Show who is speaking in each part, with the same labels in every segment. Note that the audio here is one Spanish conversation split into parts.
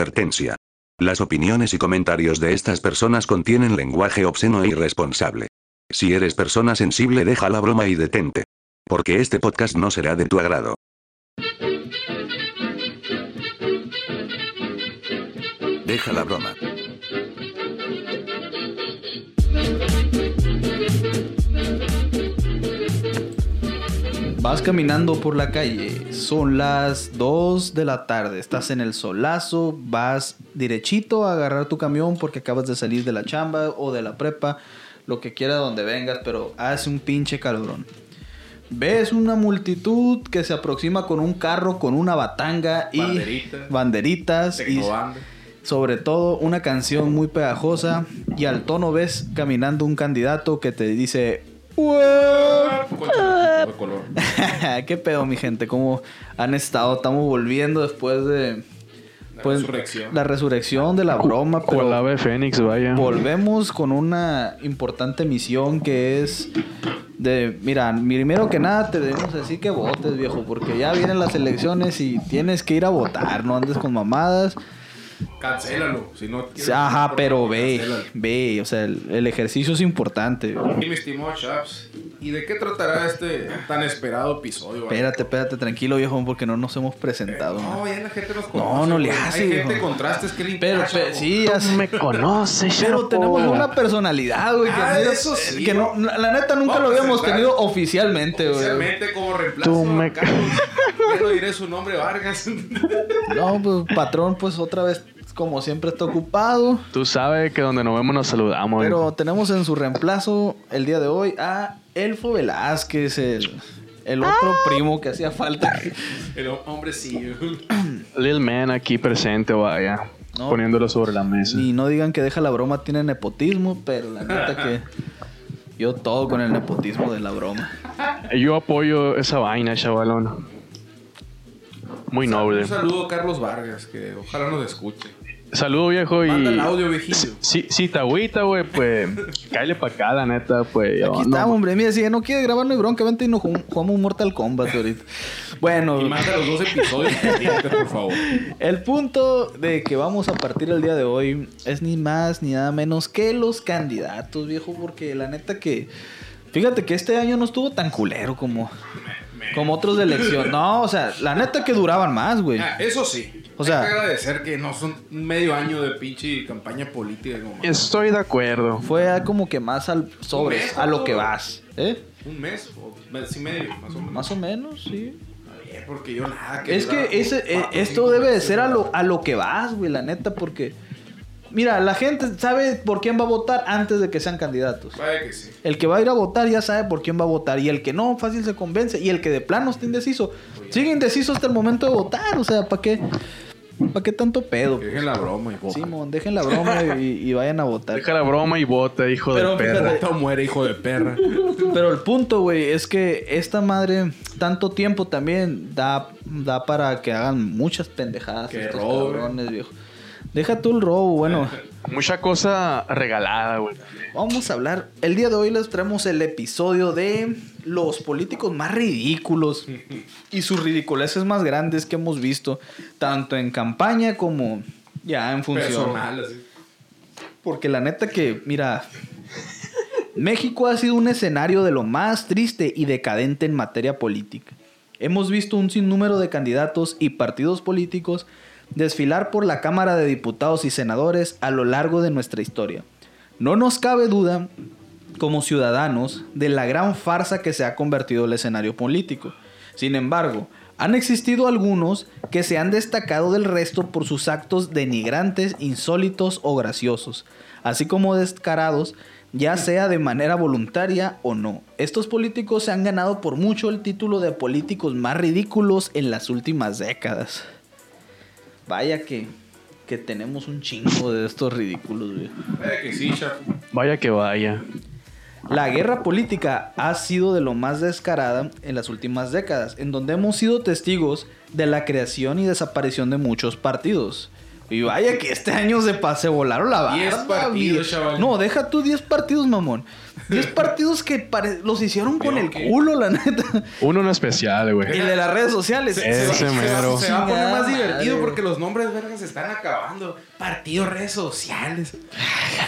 Speaker 1: Advertencia. Las opiniones y comentarios de estas personas contienen lenguaje obsceno e irresponsable. Si eres persona sensible, deja la broma y detente. Porque este podcast no será de tu agrado. Deja la broma.
Speaker 2: Vas caminando por la calle, son las 2 de la tarde, estás en el solazo, vas derechito a agarrar tu camión porque acabas de salir de la chamba o de la prepa, lo que quiera donde vengas, pero hace un pinche calorón. Ves una multitud que se aproxima con un carro, con una batanga y
Speaker 3: Banderitas.
Speaker 2: banderitas y
Speaker 3: Tecnobanda.
Speaker 2: sobre todo una canción muy pegajosa y al tono ves caminando un candidato que te dice "Ué".
Speaker 3: Ah, pues, Concha, de color.
Speaker 2: ¿Qué pedo, mi gente? ¿Cómo han estado? Estamos volviendo después de. pues,
Speaker 3: La resurrección.
Speaker 2: La resurrección de la broma, pero
Speaker 4: Como el ave fénix, vaya.
Speaker 2: volvemos con una importante misión que es. De, mira, primero que nada te debemos decir que votes, viejo, porque ya vienen las elecciones y tienes que ir a votar, no andes con mamadas.
Speaker 3: Cancélalo. Si no quieres-
Speaker 2: Ajá, pero ve,
Speaker 3: Cancélalo.
Speaker 2: ve, o sea, el, el ejercicio es importante.
Speaker 3: Y mi estimado Chaps, ¿y de qué tratará este tan esperado episodio? güey?
Speaker 2: Espérate, espérate, tranquilo, viejo, porque no nos hemos presentado.
Speaker 3: No,
Speaker 2: man.
Speaker 3: ya la gente nos conoce.
Speaker 2: No, no le
Speaker 3: güey.
Speaker 2: hace,
Speaker 3: Hay gente
Speaker 2: viejo.
Speaker 3: con trastes que limpiar,
Speaker 2: Pero,
Speaker 3: chavo.
Speaker 2: pe- sí, ya sé.
Speaker 4: me conoces,
Speaker 2: Pero tenemos una personalidad, güey. Que,
Speaker 3: Ah,
Speaker 2: no-
Speaker 3: eso sí,
Speaker 2: que no,
Speaker 3: güey.
Speaker 2: la, la neta nunca
Speaker 3: Vamos
Speaker 2: lo
Speaker 3: a
Speaker 2: habíamos
Speaker 3: presentar.
Speaker 2: tenido oficialmente, güey.
Speaker 3: Oficialmente como reemplazo.
Speaker 4: Tú
Speaker 3: a
Speaker 4: me-
Speaker 3: Carlos. Ya no diré su nombre, Vargas.
Speaker 2: No, pues patrón, pues otra vez, como siempre, está ocupado.
Speaker 4: Tú sabes que donde nos vemos nos saludamos. viejo.
Speaker 2: Pero tenemos en su reemplazo el día de hoy a Elfo Velázquez, el, el otro
Speaker 4: Ah.
Speaker 2: primo que hacía falta.
Speaker 3: El hombre sí.
Speaker 4: Lil Man aquí presente, vaya.
Speaker 2: No.
Speaker 4: Poniéndolo sobre la mesa.
Speaker 2: Y no digan que deja la broma, tiene nepotismo, pero la neta que yo todo con el nepotismo de la broma.
Speaker 4: Yo apoyo esa vaina, chavalón. Muy noble.
Speaker 3: Un saludo a Carlos Vargas, que ojalá nos escuche.
Speaker 4: Saludo, viejo. Y...
Speaker 3: Manda el audio, viejillo.
Speaker 4: Si, si, si te agüita, güey, pues... cállale pa' acá, la neta, pues.
Speaker 2: Aquí
Speaker 4: yo-
Speaker 2: está,
Speaker 4: no,
Speaker 2: hombre. Mira, si no quiere grabar, no hay bronca. Vente y nos jugamos jugamos un Mortal Kombat ahorita. Bueno,
Speaker 3: Y manda los dos episodios pendientes, por favor.
Speaker 2: el punto de que vamos a partir el día de hoy es ni más ni nada menos que los candidatos, viejo. Porque la neta que. Fíjate que este año no estuvo tan culero como, como otros de elección. No, o sea, la neta que duraban más, güey.
Speaker 3: Ah, eso sí.
Speaker 2: O sea-
Speaker 3: Hay que agradecer que no son medio año de pinche campaña política. como más.
Speaker 4: Estoy de acuerdo.
Speaker 2: Fue como que más al sobre, a lo que vas. ¿Eh?
Speaker 3: Un mes o mes y medio, más o menos.
Speaker 2: Más o menos, sí.
Speaker 3: Eh, Porque yo nada
Speaker 2: Es
Speaker 3: dudaba,
Speaker 2: que ese,
Speaker 3: cuatro,
Speaker 2: eh,
Speaker 3: cinco
Speaker 2: esto debe de
Speaker 3: meses,
Speaker 2: ser a lo,
Speaker 3: ¿verdad?
Speaker 2: a lo que vas, güey, la neta, porque... Mira, la gente sabe por quién va a votar antes de que sean candidatos.
Speaker 3: Vaya que sí.
Speaker 2: El que va a ir a votar ya sabe por quién va a votar. Y el que no, fácil se convence. Y el que de plano está indeciso, sigue indeciso hasta el momento de votar. O sea, ¿para qué? ¿Para qué tanto pedo?
Speaker 3: Que Dejen la broma y vota.
Speaker 2: Simón, dejen la broma y, y vayan a votar.
Speaker 4: Deja la broma y bota, hijo
Speaker 2: Pero
Speaker 4: de perra.
Speaker 2: fíjate-
Speaker 3: Vota o muere, hijo de perra.
Speaker 2: Pero el punto, güey, es que esta madre, tanto tiempo también da, da para que hagan muchas pendejadas
Speaker 3: Que
Speaker 2: estos
Speaker 3: roben.
Speaker 2: cabrones, viejo. Deja tú el robo, bueno.
Speaker 4: Mucha cosa regalada, güey.
Speaker 2: Vamos a hablar. El día de hoy les traemos el episodio de los políticos más ridículos y sus ridiculeces más grandes que hemos visto, tanto en campaña como ya en función.
Speaker 3: Personal, así.
Speaker 2: Porque la neta que, mira, México ha sido un escenario de lo más triste y decadente en materia política. Hemos visto un sinnúmero de candidatos y partidos políticos desfilar por la Cámara de Diputados y Senadores a lo largo de nuestra historia. No nos cabe duda, como ciudadanos, de la gran farsa que se ha convertido el escenario político. Sin embargo, han existido algunos que se han destacado del resto por sus actos denigrantes, insólitos o graciosos, así como descarados, ya sea de manera voluntaria o no. Estos políticos se han ganado por mucho el título de políticos más ridículos en las últimas décadas. Vaya que, que tenemos un chingo de estos ridículos, güey.
Speaker 3: Vaya que sí, chavo.
Speaker 4: Vaya que vaya.
Speaker 2: La guerra política ha sido de lo más descarada en las últimas décadas, en donde hemos sido testigos de la creación y desaparición de muchos partidos, Y vaya que este año se, pa- se volaron la barra.
Speaker 3: 10 partidos,
Speaker 2: vie-
Speaker 3: chaval.
Speaker 2: No, deja tú 10 partidos, mamón. 10 partidos que pare- los hicieron con el
Speaker 3: que-
Speaker 2: culo, la neta.
Speaker 4: Uno en especial,
Speaker 2: Y
Speaker 4: güey.
Speaker 2: de las redes sociales.
Speaker 4: Ese
Speaker 3: Se va-
Speaker 4: mero.
Speaker 3: Se va a poner más
Speaker 2: Chingada
Speaker 3: divertido
Speaker 2: madre.
Speaker 3: porque los nombres vergas se están acabando. Partido, redes sociales.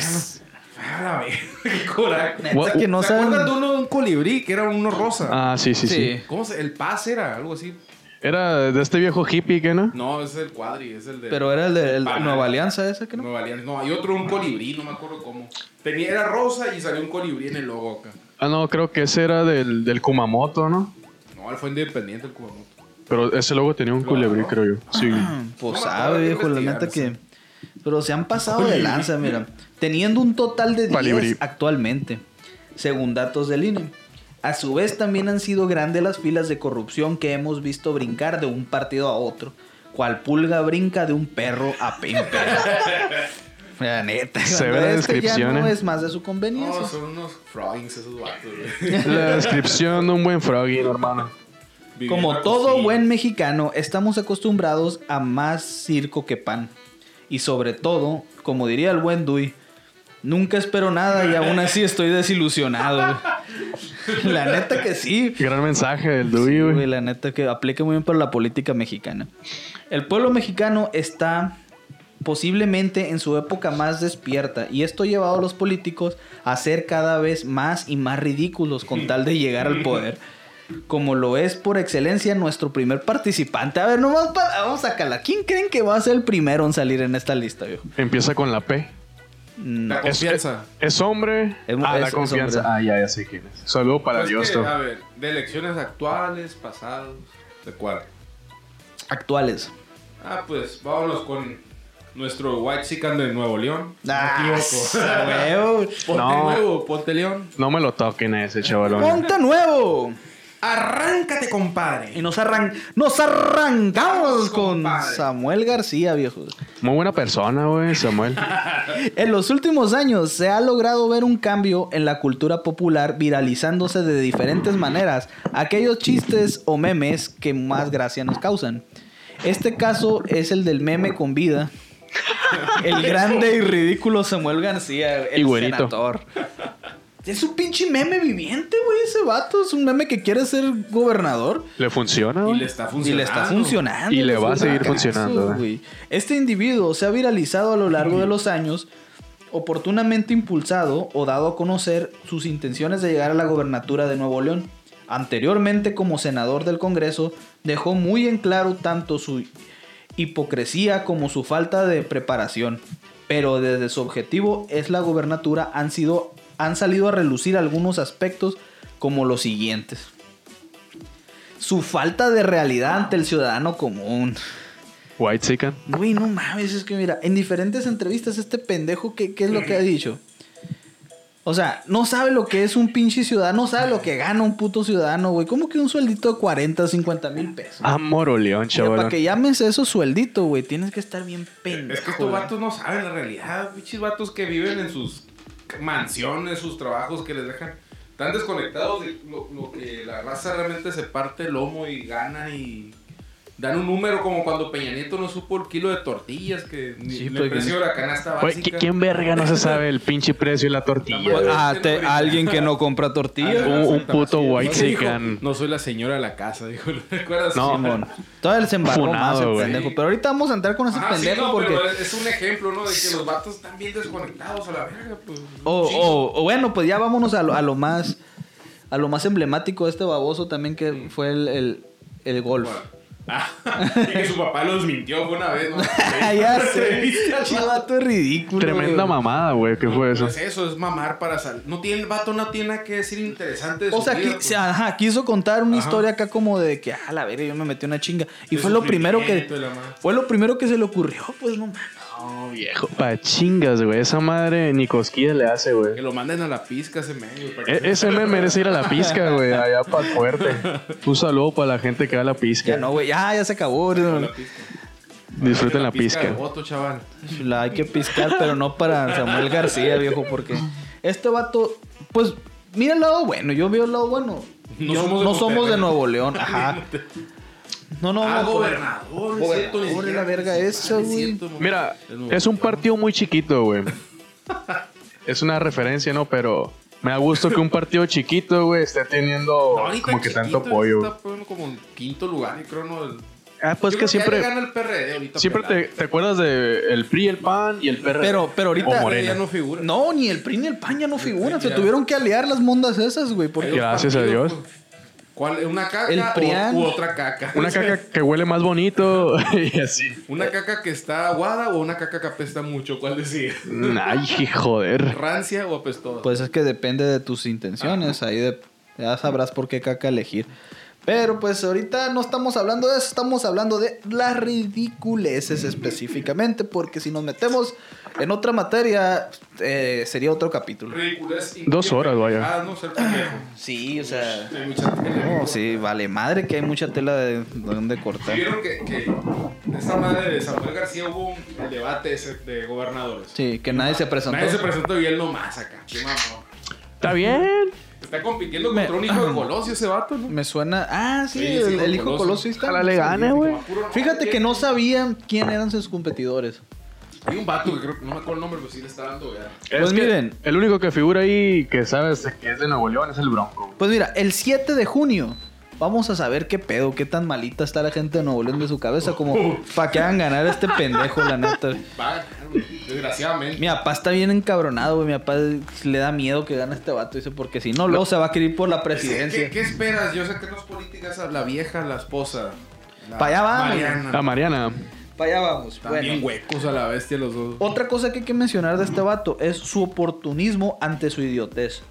Speaker 3: A la verga, qué coraje.
Speaker 2: Neta
Speaker 4: What-
Speaker 2: que no
Speaker 3: ¿Se acuerdan
Speaker 2: saben.
Speaker 3: de uno, un colibrí que era uno rosa?
Speaker 4: Ah, sí, sí, sí,
Speaker 2: Sí.
Speaker 3: ¿Cómo se? El paz era, algo así.
Speaker 4: Era de este viejo hippie, ¿qué no?
Speaker 3: No, ese es el cuadri, es el de.
Speaker 2: Pero era el de el-
Speaker 3: Ah.
Speaker 2: Nueva Alianza ese, que no.
Speaker 3: Nueva Alianza. No, hay otro, un colibrí, no me acuerdo cómo. Tenía, era rosa y salió un colibrí en el logo acá.
Speaker 4: Ah, no, creo que ese era del, del Kumamoto, ¿no?
Speaker 3: No, él fue independiente el Kumamoto.
Speaker 4: Pero ese logo tenía un
Speaker 3: Claro.
Speaker 4: culebrí, creo yo. Sí.
Speaker 2: Pues
Speaker 3: No,
Speaker 2: sabe,
Speaker 3: habrá que
Speaker 2: viejo, la
Speaker 3: investigar
Speaker 2: neta que.
Speaker 3: eso.
Speaker 2: Pero se han pasado de lanza, mira. Teniendo un total de 10
Speaker 4: Palibrí.
Speaker 2: actualmente, según datos del INE. A su vez, también han sido grandes las filas de corrupción que hemos visto brincar de un partido a otro. Cual pulga brinca de un perro a pimpe. La neta.
Speaker 4: Severa
Speaker 2: cuando este
Speaker 4: descripción,
Speaker 2: Ya no
Speaker 4: eh.
Speaker 2: es más de su conveniencia.
Speaker 3: No, son unos frogs esos vatos, güey.
Speaker 4: La descripción de un buen froggy, hermano.
Speaker 3: Vivir en
Speaker 2: Como
Speaker 3: la
Speaker 2: todo
Speaker 3: cocina.
Speaker 2: buen mexicano, estamos acostumbrados a más circo que pan. Y sobre todo, como diría el buen Dui, nunca espero nada y aún así estoy desilusionado. güey. La neta que sí.
Speaker 4: Gran mensaje del Dewey,
Speaker 2: Sí,
Speaker 4: güey.
Speaker 2: güey, la neta que aplica muy bien para la política mexicana. El pueblo mexicano está posiblemente en su época más despierta y esto ha llevado a los políticos a ser cada vez más y más ridículos con tal de llegar al poder. Como lo es por excelencia nuestro primer participante. A ver, nomás para, vamos a sacarla. ¿Quién creen que va a ser el primero en salir en esta lista, viejo?
Speaker 4: Empieza con la P.
Speaker 2: No.
Speaker 3: La
Speaker 4: Es-
Speaker 3: confianza.
Speaker 4: Es, hombre.
Speaker 2: Es mu-
Speaker 4: ah,
Speaker 2: es-
Speaker 4: la
Speaker 2: es
Speaker 4: confianza.
Speaker 2: hombre.
Speaker 4: ah, ya, ya sé quién es. Saludo para
Speaker 3: Pues
Speaker 4: Dios,
Speaker 3: que,
Speaker 4: tú.
Speaker 3: A ver, de elecciones actuales, pasados, ¿de cuál?
Speaker 2: Actuales.
Speaker 3: Ah, pues vámonos con nuestro White Chicken de Nuevo León.
Speaker 2: Ah,
Speaker 3: equivoco.
Speaker 2: huevo.
Speaker 3: Ponte
Speaker 4: No.
Speaker 3: nuevo, ponte León.
Speaker 4: No me lo toquen a ese chavalón.
Speaker 2: Ponte nuevo.
Speaker 3: Arráncate, compadre.
Speaker 2: Y nos, arran nos arrancamos
Speaker 3: Vamos,
Speaker 2: con
Speaker 3: compadre.
Speaker 2: Samuel García, viejo.
Speaker 4: Muy buena persona, güey, Samuel.
Speaker 2: En los últimos años se ha logrado ver un cambio en la cultura popular viralizándose de diferentes maneras aquellos chistes o memes que más gracia nos causan. Este caso es el del meme con vida. El grande y ridículo Samuel García, el
Speaker 4: Y güerito.
Speaker 2: senador. Es un pinche meme viviente, güey, ese vato. Es un meme que quiere ser gobernador.
Speaker 4: ¿Le funciona,
Speaker 3: Y le
Speaker 4: güey?
Speaker 3: está
Speaker 2: Y
Speaker 3: funcionando.
Speaker 2: le está funcionando.
Speaker 4: Y le va a seguir
Speaker 2: Fracaso,
Speaker 4: funcionando, ¿eh? ¿verdad?
Speaker 2: güey. Este individuo se ha viralizado a lo largo de los años, oportunamente impulsado o dado a conocer sus intenciones de llegar a la gobernatura de Nuevo León. Anteriormente, como senador del Congreso, dejó muy en claro tanto su hipocresía como su falta de preparación. Pero desde su objetivo es la gobernatura han sido han salido a relucir algunos aspectos como los siguientes su falta de realidad ante el ciudadano común.
Speaker 4: White Chicken.
Speaker 2: Güey, no mames, es que mira, en diferentes entrevistas este pendejo, ¿qué, qué es lo que ha dicho? O sea, no sabe lo que es un pinche ciudadano, no sabe lo que gana un puto ciudadano, güey. ¿Cómo que un sueldito de 40 o 50 mil pesos?
Speaker 4: Amor León,
Speaker 2: Mira, para
Speaker 4: chavalón.
Speaker 2: que llames eso sueldito, güey, tienes que estar bien pendejo.
Speaker 3: Es que este estos
Speaker 2: güey.
Speaker 3: vatos no saben la realidad. Pinches vatos que viven en sus mansiones, sus trabajos que les dejan. Están desconectados de lo, lo que la raza realmente se parte el lomo y gana y dan un número como cuando Peña Nieto no supo el kilo de tortillas que ni-
Speaker 2: Sí,
Speaker 3: ni
Speaker 2: pues,
Speaker 3: el precio de la canasta
Speaker 4: Güey,
Speaker 3: básica.
Speaker 4: ¿qui- ¿quién verga no se sabe el pinche precio y la tortilla?
Speaker 3: Tampoco-
Speaker 4: güey?
Speaker 2: Ah, te- alguien que no compra tortillas. Ah,
Speaker 4: Un, un puto
Speaker 3: Ah, ¿No
Speaker 4: white
Speaker 3: qué dijo?
Speaker 4: chicken.
Speaker 3: No soy la señora de la casa, dijo. ¿Lo recuerdas?
Speaker 4: No,
Speaker 2: Simón. Todavía se embarró más
Speaker 4: Funado,
Speaker 2: el
Speaker 4: güey.
Speaker 2: pendejo. Pero ahorita vamos a entrar con ese
Speaker 3: Ah, sí,
Speaker 2: pendejo
Speaker 3: no,
Speaker 2: porque.
Speaker 3: pero es, es un ejemplo, ¿no? De que los vatos están bien desconectados a la verga, pues.
Speaker 2: O,
Speaker 3: Sí.
Speaker 2: o- o bueno, pues ya vámonos a lo, a lo más a lo más emblemático de este baboso también que fue el, el, el golf.
Speaker 3: Ah, y que su papá los mintió fue una vez, ¿no?
Speaker 2: Ah, ya sé, chivato es ridículo.
Speaker 4: Tremenda
Speaker 2: güey.
Speaker 4: mamada, güey. ¿Qué
Speaker 3: Pero
Speaker 4: fue eso?
Speaker 3: es eso, es mamar para salir. No tiene, el vato no tiene nada que decir interesante de
Speaker 2: O
Speaker 3: su
Speaker 2: sea,
Speaker 3: vida,
Speaker 2: qui-
Speaker 3: pues.
Speaker 2: se- ajá, quiso contar una
Speaker 3: Ajá.
Speaker 2: historia acá como de que, ah, la verga, yo me metí una chinga. Y
Speaker 3: De
Speaker 2: fue lo primero que...
Speaker 3: sufrimiento y la madre.
Speaker 2: Fue lo primero que se le ocurrió, pues no mames.
Speaker 4: No, viejo. Pa' chingas, güey. Esa madre ni cosquillas le hace, güey.
Speaker 3: Que lo manden a la pizca ese medio. para
Speaker 4: E-
Speaker 3: que-
Speaker 4: ese men merece ir a la pizca, güey, allá para fuerte. Un saludo para la gente que va a la
Speaker 2: Ya
Speaker 4: pizca.
Speaker 2: no, güey, ya, ya se acabó.
Speaker 3: la
Speaker 2: no.
Speaker 3: pizca.
Speaker 4: Disfruten la
Speaker 3: de
Speaker 4: pizca.
Speaker 3: voto, chaval.
Speaker 2: La hay que piscar, pero no para Samuel García, viejo, porque este vato, pues, mira el lado bueno, yo veo el lado bueno.
Speaker 3: No
Speaker 2: Yo-
Speaker 3: somos de
Speaker 2: no
Speaker 3: Monterrey.
Speaker 2: somos de Nuevo León, ajá. No, no,
Speaker 3: ah,
Speaker 2: no,
Speaker 3: gobernador,
Speaker 2: Gobernador,
Speaker 3: es cierto, ni
Speaker 2: la
Speaker 3: siquiera-
Speaker 2: verga
Speaker 3: ni siquiera
Speaker 2: esa,
Speaker 3: es
Speaker 2: güey.
Speaker 3: cierto, pues, no.
Speaker 4: Mira,
Speaker 3: muy
Speaker 4: es un
Speaker 3: bueno.
Speaker 4: partido muy chiquito, güey. Es una referencia, ¿no? Pero me da gusto que un partido chiquito, güey, esté teniendo
Speaker 3: No, ahorita
Speaker 4: como que tanto
Speaker 3: chiquito,
Speaker 4: apoyo. güey.
Speaker 3: Está poniendo como en quinto lugar, yo creo, no.
Speaker 4: Ah, pues
Speaker 3: Yo creo ya
Speaker 4: que
Speaker 3: le
Speaker 4: siempre,
Speaker 3: gana el PRD ahorita.
Speaker 4: siempre te,
Speaker 3: pelado.
Speaker 4: te acuerdas de el PRI, el PAN y el PRD.
Speaker 2: Pero, pero ahorita. eh,
Speaker 4: O
Speaker 3: Ya
Speaker 4: Morena.
Speaker 3: no figura.
Speaker 2: No, ni el PRI ni el PAN ya no figuran. Se
Speaker 3: ya.
Speaker 2: tuvieron que aliar las mondas esas, güey.
Speaker 3: Hay
Speaker 2: Porque
Speaker 3: dos
Speaker 4: Gracias a
Speaker 3: partidos,
Speaker 4: Dios.
Speaker 3: pues. ¿Cuál? ¿Una caca
Speaker 2: El
Speaker 3: o-
Speaker 2: PRIAN.
Speaker 3: u otra caca?
Speaker 4: Una caca que huele más bonito y así.
Speaker 3: ¿Una caca que está aguada o una caca que apesta mucho? ¿Cuál decir?
Speaker 4: Ay, joder.
Speaker 3: ¿Rancia o apestosa?
Speaker 2: Pues es que depende de tus intenciones. Ahí de- ya sabrás por qué caca elegir. Pero pues ahorita no estamos hablando de eso, estamos hablando de las ridiculeces específicamente, porque si nos metemos en otra materia, eh, sería otro capítulo.
Speaker 3: Ridiculez y-
Speaker 4: Dos horas, vaya.
Speaker 3: Ah, no, ser pendejo.
Speaker 2: Sí, o sea...
Speaker 3: Hay mucha tele.
Speaker 2: Ah. No, Oh, sí, vale, madre que hay mucha tela de donde cortar.
Speaker 3: Vieron que, que esta madre de Samuel García hubo un el debate ese de gobernadores.
Speaker 2: Sí, que nadie se presentó.
Speaker 3: Nadie se presentó bien nomás acá. Qué mamón.
Speaker 4: Está bien.
Speaker 3: Está compitiendo
Speaker 2: Me-
Speaker 3: contra un hijo de Colosio ese vato, ¿no?
Speaker 2: Me suena... Ah, sí,
Speaker 3: Sí, sí,
Speaker 2: el,
Speaker 3: con
Speaker 2: el hijo
Speaker 3: Colosio.
Speaker 2: Colosio ahí está.
Speaker 4: Ojalá le gane, güey.
Speaker 2: Fíjate que no sabían quién eran sus competidores.
Speaker 3: Hay un vato que creo que no me acuerdo el nombre, pero sí le está dando ya.
Speaker 2: Pues
Speaker 4: que
Speaker 2: miren.
Speaker 4: El único que figura ahí que sabes que es de Nuevo León es el Bronco. güey.
Speaker 2: Pues mira, el 7 de junio vamos a saber qué pedo, qué tan malita está la gente de Nuevo León de su cabeza, como para que hagan ganar a este pendejo, la neta.
Speaker 3: Va a ganar, güey, desgraciadamente.
Speaker 2: Mi papá está bien encabronado, güey. Mi papá le da miedo que gane este vato, dice, porque si no, luego se va a querer ir por la presidencia.
Speaker 3: ¿Qué, qué esperas? Yo sé que no es política esa, la vieja, la esposa. la
Speaker 2: Pa' allá va,
Speaker 3: Mariana.
Speaker 4: La Mariana.
Speaker 2: Para allá vamos.
Speaker 3: También
Speaker 2: Bueno.
Speaker 3: huecos a la bestia los dos.
Speaker 2: Otra cosa que hay que mencionar de este vato es su oportunismo ante su idiotez.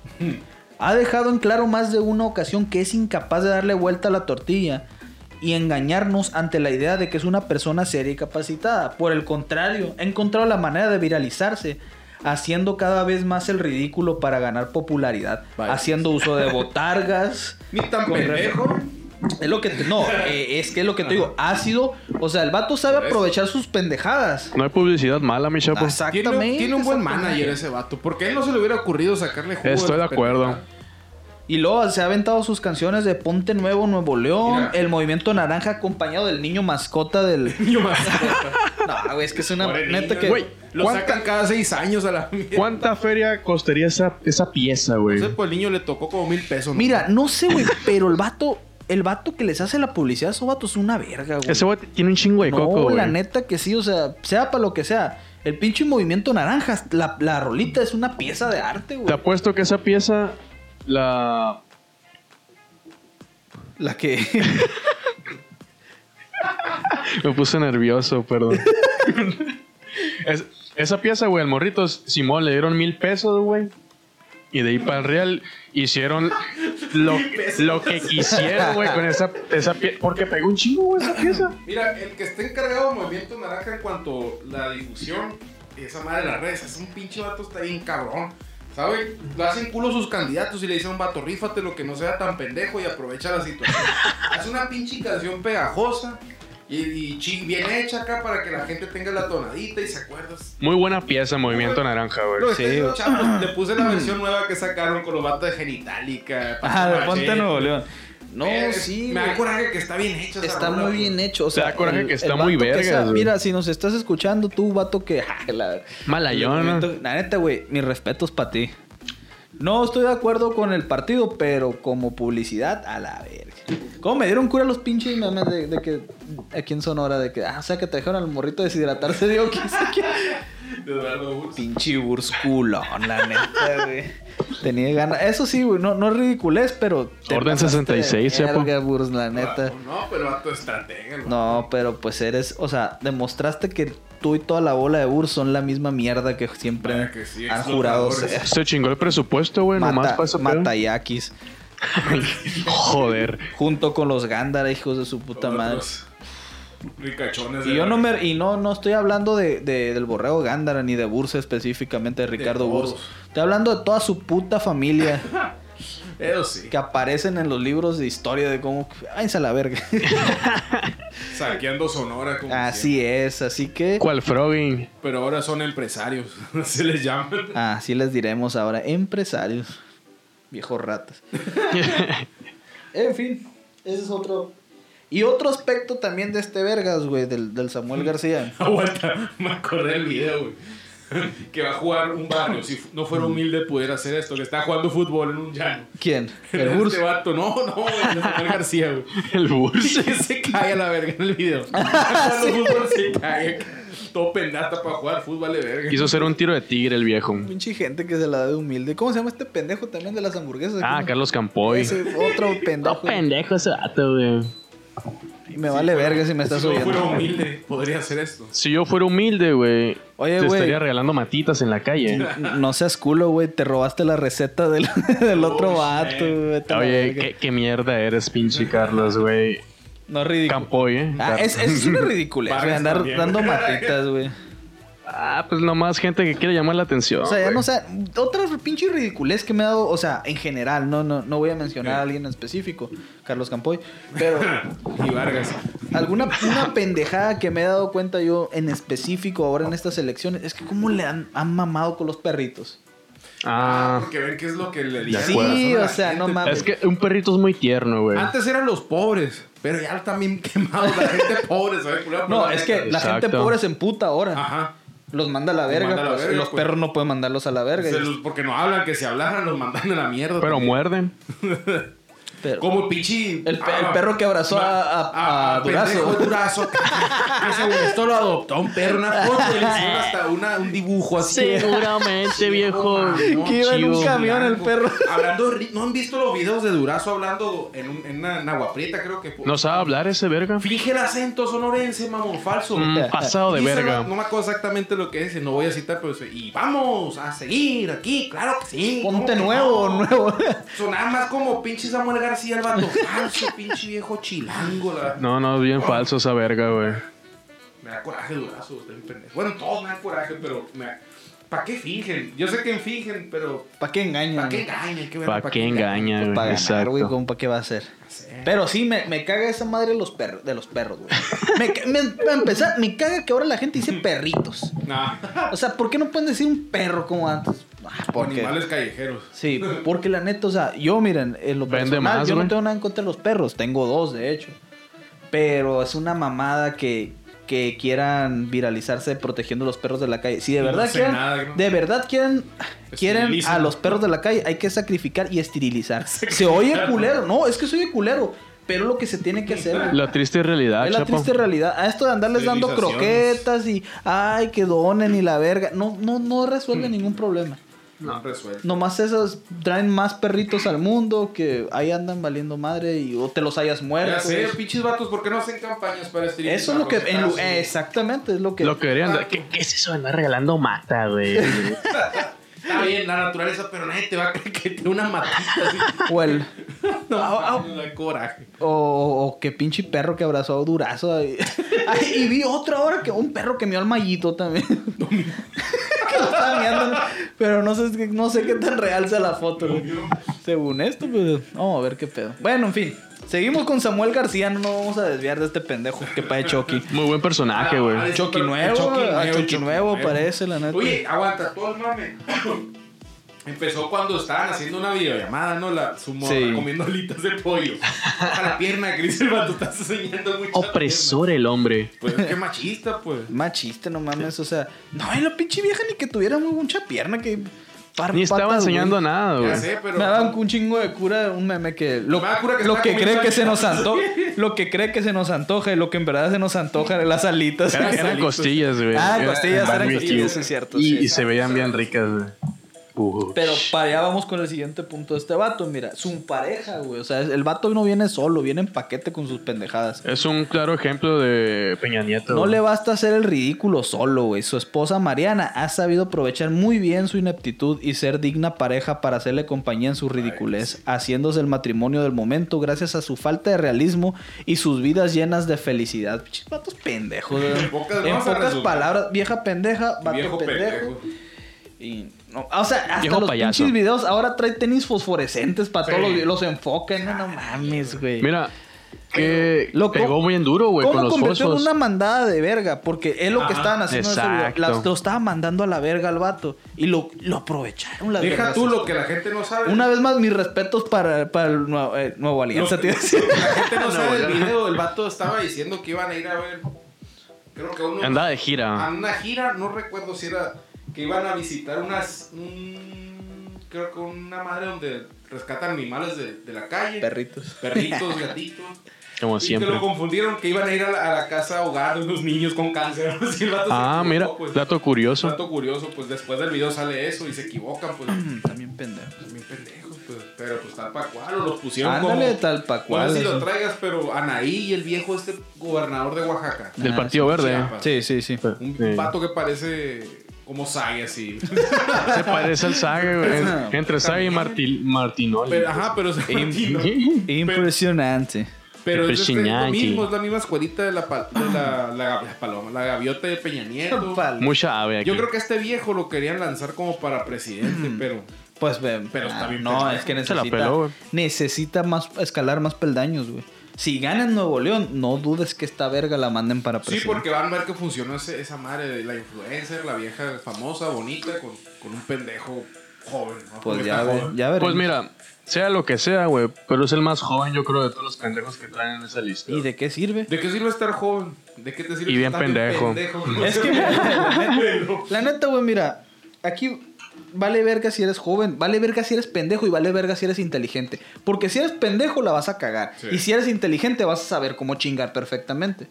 Speaker 2: Ha dejado en claro más de una ocasión que es incapaz de darle vuelta a la tortilla y engañarnos ante la idea de que es una persona seria y capacitada. Por el contrario, ha encontrado la manera de viralizarse, haciendo cada vez más el ridículo para ganar popularidad,
Speaker 3: Vaya.
Speaker 2: haciendo uso de botargas.
Speaker 3: Ni tan
Speaker 2: Con
Speaker 3: pendejo.
Speaker 2: Es lo que te- no, eh, es que es lo que te digo, ácido, o sea, el vato
Speaker 3: Por
Speaker 2: sabe
Speaker 3: eso. pues,
Speaker 2: aprovechar sus pendejadas.
Speaker 4: No hay publicidad mala, mi chapo.
Speaker 3: Tiene, un- tiene un buen
Speaker 2: exactamente.
Speaker 3: manager ese vato. Porque a él no se le hubiera ocurrido sacarle jugo. a
Speaker 4: Estoy de
Speaker 3: la
Speaker 4: acuerdo.
Speaker 2: Y luego se ha aventado sus canciones de Ponte Nuevo, Nuevo León,
Speaker 3: Mira.
Speaker 2: El Movimiento Naranja, acompañado del niño mascota del.
Speaker 3: pendejada. Yo más.
Speaker 2: No, güey, es que es una
Speaker 3: Pobre
Speaker 2: neta
Speaker 3: niño,
Speaker 2: que.
Speaker 4: Güey,
Speaker 3: Lo
Speaker 4: ¿Cuánta-
Speaker 3: sacan cada seis años a la mierda.
Speaker 4: ¿Cuánta feria costaría esa, esa pieza, güey?
Speaker 3: Entonces, pues el niño le tocó como mil pesos. ¿no?
Speaker 2: Mira, no sé, güey, pero el vato, el vato que les hace la publicidad a esos vatos es una verga, güey.
Speaker 4: Ese güey tiene un chingo de
Speaker 2: pues, no,
Speaker 4: coco, güey.
Speaker 2: la neta que sí, o sea, sea para lo que sea. El pinche movimiento naranja, la, la rolita es una pieza de arte,
Speaker 4: Te
Speaker 2: güey.
Speaker 4: apuesto que esa pieza la...
Speaker 2: La que.
Speaker 4: Me puse nervioso, perdón. Es- esa pieza, güey, al morrito Simón le dieron mil pesos, güey. Y de ahí para el real hicieron lo, lo que quisieron, güey, con esa, esa pieza. Porque pegó un chingo, güey, esa pieza.
Speaker 3: Mira, el que esté encargado de Movimiento Naranja en cuanto a la difusión, esa madre de las redes, es un pinche vato, está bien cabrón. ¿Sabe? Lo hacen culo sus candidatos y le dicen a un vato, rífate lo que no sea tan pendejo y aprovecha la situación. Hace una pinche canción pegajosa y, y chi- bien hecha acá para que la gente tenga la tonadita y se acuerda.
Speaker 4: Muy buena pieza, Movimiento Naranja,
Speaker 3: Lo
Speaker 2: Pues
Speaker 3: que
Speaker 4: güey.
Speaker 3: está diciendo Chapos, le puse la versión nueva que sacaron con los vatos de Genitalica.
Speaker 2: Ah, de Ponte
Speaker 3: Pacheco.
Speaker 2: Nuevo León. No,
Speaker 3: Eh,
Speaker 2: sí,
Speaker 3: Me
Speaker 2: güey.
Speaker 3: da coraje que está bien hecha. esa
Speaker 2: Está
Speaker 3: rola,
Speaker 2: muy
Speaker 3: güey.
Speaker 2: bien hecho. O sea,
Speaker 4: da coraje que está muy
Speaker 2: vato
Speaker 4: vergas,
Speaker 2: sea-
Speaker 4: güey.
Speaker 2: Mira, si nos estás escuchando, tú, vato que. ah, La,
Speaker 4: Malayona.
Speaker 2: La neta, güey, mis respetos para ti. No estoy de acuerdo con el partido, pero como publicidad, a la verga. ¿Cómo me dieron cura los pinches memes de, de que aquí en Sonora? De que, ah, o sea, que te dejaron al morrito deshidratarse de Oquis.
Speaker 3: De Eduardo Burz.
Speaker 2: Pinche bursculón, la neta, güey. Tenía ganas. Eso sí, güey, no, no es ridiculez, pero. te
Speaker 4: Orden
Speaker 2: pasaste de
Speaker 4: 66, sepa.
Speaker 2: verga, Burs, la neta.
Speaker 3: No, pero vato estratega. el vato.
Speaker 2: No, pero pues eres, o sea, demostraste que tú y toda la bola de Bur son la misma mierda que siempre
Speaker 3: Vaya que sí,
Speaker 2: han jurado ser.
Speaker 3: explotadores.
Speaker 4: Se chingó el presupuesto, güey, nomás
Speaker 2: Mata,
Speaker 4: para esa pedo.
Speaker 2: Matayakis,
Speaker 4: Joder.
Speaker 2: junto con los Gándara, hijos de su puta madre.
Speaker 3: Otros Ricachones.
Speaker 2: Y yo no me, y no, no estoy hablando de, de- del borrego Gándara ni de Bursa específicamente, de Ricardo
Speaker 3: todos.
Speaker 2: Bursa. Estoy hablando de toda su puta familia
Speaker 3: Eso sí.
Speaker 2: que aparecen en los libros de historia de cómo. Váyanse a la verga.
Speaker 3: Saqueando Sonora. Como siempre.
Speaker 2: Así es, así que.
Speaker 4: ¿Cuál frogging?
Speaker 3: Pero ahora son empresarios. Se les llama.
Speaker 2: Así les diremos ahora, empresarios. Viejos ratas. en fin, ese es otro. Y otro aspecto también de este vergas, güey, del, del Samuel García.
Speaker 3: Aguanta, me acordé del video, güey. Que va a jugar un barrio. Si no fuera
Speaker 2: Mm.
Speaker 3: humilde, pudiera hacer esto. Que está jugando fútbol en un llano.
Speaker 2: ¿Quién? El
Speaker 3: Este
Speaker 2: Burs.
Speaker 3: vato, no, no, güey, el Samuel García, güey.
Speaker 4: El bus.
Speaker 3: Se, se cae a la verga en el video. Cuando fútbol se cae. Todo pendata para jugar fútbol de verga.
Speaker 4: Quiso ser un tiro de tigre el viejo.
Speaker 2: Pinche gente que se la da de humilde. ¿Cómo se llama este pendejo también de las hamburguesas?
Speaker 4: Ah,
Speaker 2: ¿Cómo?
Speaker 4: Carlos Campoy.
Speaker 2: Ese Otro pendejo.
Speaker 4: pendejo ese vato, güey.
Speaker 2: Y me vale verga si me estás
Speaker 3: si no fuera
Speaker 2: oyendo.
Speaker 3: humilde, podría hacer esto.
Speaker 4: Si yo fuera humilde, güey,
Speaker 2: Oye,
Speaker 4: te
Speaker 2: güey.
Speaker 4: estaría regalando matitas en la calle.
Speaker 2: No seas culo, güey. Te robaste la receta del, del otro
Speaker 3: Oh,
Speaker 2: vato,
Speaker 3: shit.
Speaker 2: güey. Vete a la
Speaker 4: Oye,
Speaker 2: verga.
Speaker 4: qué, qué mierda eres, pinche Carlos, güey.
Speaker 2: No es ridículo.
Speaker 4: Campoy, eh.
Speaker 2: Ah, es, es una ridícula.
Speaker 3: Pagas
Speaker 2: andar
Speaker 3: también.
Speaker 2: dando matitas, güey.
Speaker 4: Ah, pues nomás gente que quiere llamar la atención.
Speaker 2: O sea, ya
Speaker 4: güey.
Speaker 2: no sé. Otra pinche ridiculez que me ha dado. O sea, en general, no, no, no voy a mencionar a
Speaker 3: Sí.
Speaker 2: alguien en específico. Carlos Campoy. Pero
Speaker 3: Y Vargas.
Speaker 2: alguna una pendejada que me he dado cuenta yo en específico ahora en estas elecciones es que cómo le han, han mamado con los perritos.
Speaker 4: Ah,
Speaker 3: Porque ven qué es lo que le
Speaker 4: De
Speaker 3: dicen.
Speaker 4: acuerdo.
Speaker 2: Sí,
Speaker 3: a la
Speaker 2: o sea, no
Speaker 3: gente.
Speaker 2: mames.
Speaker 4: es que un perrito es muy tierno, güey.
Speaker 3: Antes eran los pobres, pero ya también quemados la gente pobre, ¿sabes? Culero,
Speaker 2: No,
Speaker 3: pero
Speaker 2: es que la
Speaker 4: Exacto.
Speaker 2: gente pobre se emputa ahora.
Speaker 3: Ajá.
Speaker 2: Los manda a la
Speaker 3: Los
Speaker 2: verga.
Speaker 3: manda a la
Speaker 2: pues,
Speaker 3: verga,
Speaker 2: los
Speaker 3: pues.
Speaker 2: perros no pueden mandarlos a la verga.
Speaker 3: Se los- porque no hablan, que si hablaran los mandan a la mierda.
Speaker 4: Pero
Speaker 3: también.
Speaker 4: muerden.
Speaker 2: Pero-
Speaker 3: Como ah, pichi.
Speaker 2: El pe- el perro que abrazó a- a- a Durazo.
Speaker 3: pendejo Durazo. Que según esto lo adoptó un perro, una foto, y le hicieron hasta una, un dibujo así.
Speaker 4: Seguramente, viejo.
Speaker 2: Que iba en un
Speaker 4: chido.
Speaker 2: camión el perro.
Speaker 3: Hablando, ri- ¿no han visto los videos de Durazo hablando en, un- en una en agua prieta? Creo que.
Speaker 4: No sabe hablar ese verga.
Speaker 3: Finge el acento sonorense, mamón, falso.
Speaker 4: Mm, pasado de
Speaker 3: Dice,
Speaker 4: verga.
Speaker 3: No, no me acuerdo exactamente lo que dice, no voy a citar, pero dice, y vamos a seguir aquí, claro que sí.
Speaker 2: Ponte
Speaker 3: ¿cómo que
Speaker 2: nuevo,
Speaker 3: no?"
Speaker 2: nuevo.
Speaker 3: Sonaba más como pinche Samuel García el vato falso, pinche viejo chilango, la verdad.
Speaker 4: No, no, es bien falso esa verga, güey.
Speaker 3: Me da coraje durazo, usted un pendejo. Bueno, todos me dan coraje, pero me da- ¿Para qué fingen? Yo sé que fingen, pero
Speaker 2: ¿Para qué engañan?
Speaker 3: ¿para qué
Speaker 2: güey?
Speaker 3: engañan? ¿Qué verga,
Speaker 4: ¿Para qué engaña,
Speaker 2: Pues, Para
Speaker 4: güey?
Speaker 2: ganar, güey,
Speaker 4: Exacto.
Speaker 2: ¿cómo para qué va a ser?
Speaker 3: Sí.
Speaker 2: Pero sí, me, me caga esa madre de los perros, de los perros, güey. Me, ca- me, para empezar, me caga que ahora la gente dice perritos.
Speaker 3: Nah,
Speaker 2: O sea, ¿por qué no pueden decir un perro como antes? Ah, porque-
Speaker 3: animales callejeros.
Speaker 2: Sí, porque la neta, o sea, yo miren, en lo
Speaker 4: Vende
Speaker 2: personal,
Speaker 4: más,
Speaker 2: yo
Speaker 4: güey.
Speaker 2: no tengo nada en contra de los perros, tengo dos de hecho. Pero es una mamada que, que quieran viralizarse protegiendo a los perros de la calle. Si de
Speaker 3: No
Speaker 2: verdad
Speaker 3: hacen
Speaker 2: quieren,
Speaker 3: nada, ¿no?
Speaker 2: de verdad quieren, quieren a
Speaker 3: Esterilizan.
Speaker 2: los perros de la calle, hay que sacrificar y esterilizar. Se oye culero, no, es que se oye culero, pero es lo que se tiene que hacer. güey.
Speaker 4: La triste realidad,
Speaker 2: Es la
Speaker 4: chapa.
Speaker 2: triste realidad. A esto de andarles dando
Speaker 3: Esterilizaciones.
Speaker 2: croquetas y ay que donen y la verga. No, no, no resuelve
Speaker 3: Hmm.
Speaker 2: ningún problema.
Speaker 3: No han resuelto.
Speaker 2: Nomás esos traen más perritos al mundo que ahí andan valiendo madre y o te los hayas muerto.
Speaker 3: Ya sé,
Speaker 2: Eso
Speaker 3: pinches vatos, ¿por qué no hacen campañas para este
Speaker 2: pues. es lo que. en lu- eh, exactamente, es lo que.
Speaker 4: Lo que deberían de-
Speaker 3: Ah,
Speaker 4: ¿Qué, qué es eso de andar regalando mata, güey?
Speaker 3: Está bien la naturaleza, pero nadie te va a creer que tiene una matita así.
Speaker 2: O, el-
Speaker 3: No,
Speaker 2: Ah, ah.
Speaker 3: me da coraje.
Speaker 2: o, o que pinche perro que abrazó a Durazo. ahí. Ay, y vi otro ahora que un perro que mió al mallito también. que lo estaba miando, pero no sé, no sé qué tan real sea la foto. güey. Según esto, pues vamos a ver qué pedo. Bueno, en fin. Seguimos con Samuel García, no nos vamos a desviar de este pendejo que pae Chucky.
Speaker 4: Muy buen personaje, güey.
Speaker 3: Ah,
Speaker 2: Chucky
Speaker 3: pero-
Speaker 2: nuevo,
Speaker 3: Chucky
Speaker 2: ah, Chucky
Speaker 3: Chucky
Speaker 2: nuevo parece, la neta.
Speaker 3: Oye, aguanta, todo el mame. Empezó cuando estaban haciendo una videollamada, ¿no? La, su morra
Speaker 2: Sí.
Speaker 3: comiendo alitas de pollo. A la pierna, Cris, el vato está enseñando mucho.
Speaker 4: Opresor el hombre.
Speaker 3: Pues qué machista, pues.
Speaker 2: Machista, no mames, o sea, no, y la pinche vieja ni que tuviera muy mucha pierna que par-
Speaker 4: Ni estaba
Speaker 2: patas,
Speaker 4: enseñando
Speaker 2: güey.
Speaker 3: Ya
Speaker 4: nada, güey.
Speaker 3: sé, pero.
Speaker 2: Me daban un chingo de cura un meme que lo,
Speaker 3: Me da cura que se
Speaker 2: lo
Speaker 3: está
Speaker 2: que cree
Speaker 3: comiendo
Speaker 2: que se nos
Speaker 3: alitas.
Speaker 2: antoja, lo que cree que se nos antoja y lo que en verdad se nos antoja eran las alitas.
Speaker 4: Eran, eran costillas, güey.
Speaker 2: Ah,
Speaker 4: Era-
Speaker 2: costillas, eran
Speaker 4: barbecue.
Speaker 2: costillas, es cierto.
Speaker 4: Y,
Speaker 2: sí.
Speaker 4: y se veían bien ricas, güey. Uh.
Speaker 2: Pero para allá vamos con el siguiente punto de este vato. Mira, su pareja, güey. O sea, es- el vato no viene solo, viene en paquete con sus pendejadas.
Speaker 4: Es un claro ejemplo de Peña Nieto.
Speaker 2: No
Speaker 4: güey.
Speaker 2: le basta hacer el ridículo solo, güey. Su esposa Mariana ha sabido aprovechar muy bien su ineptitud y ser digna pareja para hacerle compañía en su ridiculez, haciéndose el matrimonio del momento gracias a su falta de realismo y sus vidas llenas de felicidad. Pinches vatos pendejos, güey. En
Speaker 3: pocas-
Speaker 2: pocas,
Speaker 3: vamos a resumir.
Speaker 2: palabras, vieja pendeja, vato
Speaker 3: Viejo
Speaker 2: pendejo.
Speaker 3: pendejo.
Speaker 2: Y no, o sea, hasta
Speaker 4: Viejo
Speaker 2: los
Speaker 4: payaso.
Speaker 2: pinches videos ahora trae tenis fosforescentes para
Speaker 3: Sí.
Speaker 2: todos los, los enfocan. No, no mames, güey.
Speaker 4: Mira, que
Speaker 2: Loco,
Speaker 4: pegó muy en duro, güey, con
Speaker 2: ¿Cómo
Speaker 4: los
Speaker 2: convirtió en
Speaker 4: fosos.
Speaker 2: una mandada de verga? Porque es lo que
Speaker 3: Ajá,
Speaker 2: estaban haciendo en ese video.
Speaker 4: exacto.
Speaker 2: Las- Lo estaban mandando a la verga al vato. Y lo, lo aprovecharon las
Speaker 3: Deja
Speaker 2: vergas.
Speaker 3: tú lo que la gente no sabe.
Speaker 2: Una vez más, mis respetos para, para el Nuevo, eh, Nuevo Alianza,
Speaker 3: Lo-
Speaker 2: te iba a decir.
Speaker 3: La gente no sabe el video. El vato estaba diciendo que iban a ir a ver. Creo que a uno.
Speaker 4: Andaba de Ah.
Speaker 3: A
Speaker 2: Ah,
Speaker 4: gira.
Speaker 3: una gira, no recuerdo si era. Que iban a visitar unas. un- creo que una madre donde rescatan animales de, de la calle.
Speaker 2: Perritos.
Speaker 3: Perritos, gatitos.
Speaker 4: Como
Speaker 3: Y que
Speaker 4: siempre.
Speaker 3: lo confundieron que iban a ir a la, a la casa hogar de unos niños con cáncer. Así el vato se
Speaker 4: Ah,
Speaker 3: equivocó,
Speaker 4: mira,
Speaker 3: pues.
Speaker 4: dato curioso.
Speaker 3: Dato curioso, pues después del video sale eso y se equivocan, pues.
Speaker 2: Mm, También pendejo.
Speaker 3: Bien pendejos, pues. Pero pues tal pa' cual, o los pusieron
Speaker 2: Ándale
Speaker 3: como.
Speaker 2: tal pa'
Speaker 3: No
Speaker 2: cual.
Speaker 3: sé si lo
Speaker 2: eso.
Speaker 3: traigas, pero Anaí y el viejo este gobernador de Oaxaca.
Speaker 4: Del
Speaker 2: Ah,
Speaker 4: Partido Verde.
Speaker 3: Chiapas.
Speaker 2: Sí, pues. sí, sí.
Speaker 3: Un
Speaker 4: Sí.
Speaker 3: pato que parece como Sai así.
Speaker 4: Se parece al Saga, güey. En- Entre Saga y Marti- Martinoli.
Speaker 3: Pero, ajá, pero es argentino.
Speaker 2: Impresionante.
Speaker 3: Pero es, este, lo
Speaker 4: Impresionante.
Speaker 3: mismo, es la misma escuelita de la, pa- de la, la- la paloma, la gaviota de Peña Nieto.
Speaker 2: Pal-
Speaker 4: Mucha ave aquí.
Speaker 3: Yo creo que a este viejo lo querían lanzar como para presidente, pero
Speaker 2: Pues ve,
Speaker 3: Pero
Speaker 2: ah,
Speaker 3: está bien
Speaker 2: No,
Speaker 3: pendejo.
Speaker 2: es que
Speaker 4: Se la
Speaker 2: necesita,
Speaker 4: peló, güey.
Speaker 2: necesita más escalar más peldaños, güey. Si gana en Nuevo León, no dudes que esta verga la manden para
Speaker 3: Sí,
Speaker 2: presidente.
Speaker 3: porque van a ver que funcionó ese- esa madre de la influencer, la vieja famosa, bonita, con, con un pendejo joven.
Speaker 2: Pues
Speaker 3: ¿no? Porque
Speaker 2: ya,
Speaker 3: está
Speaker 2: ve,
Speaker 3: joven.
Speaker 2: ya veremos.
Speaker 4: Pues mira, sea lo que sea, güey. Pero es el más joven, yo creo, de todos los pendejos que traen en esa lista.
Speaker 2: ¿Y de qué sirve?
Speaker 3: ¿De qué sirve estar joven? ¿De qué te sirve
Speaker 4: Y bien
Speaker 3: estar
Speaker 4: pendejo.
Speaker 2: Es que, mira, la neta- la neta, güey, mira, aquí vale verga si eres joven, vale verga si eres pendejo y vale verga si eres inteligente. Porque si eres pendejo la vas a cagar.
Speaker 3: Sí.
Speaker 2: Y si eres inteligente vas a saber cómo chingar perfectamente.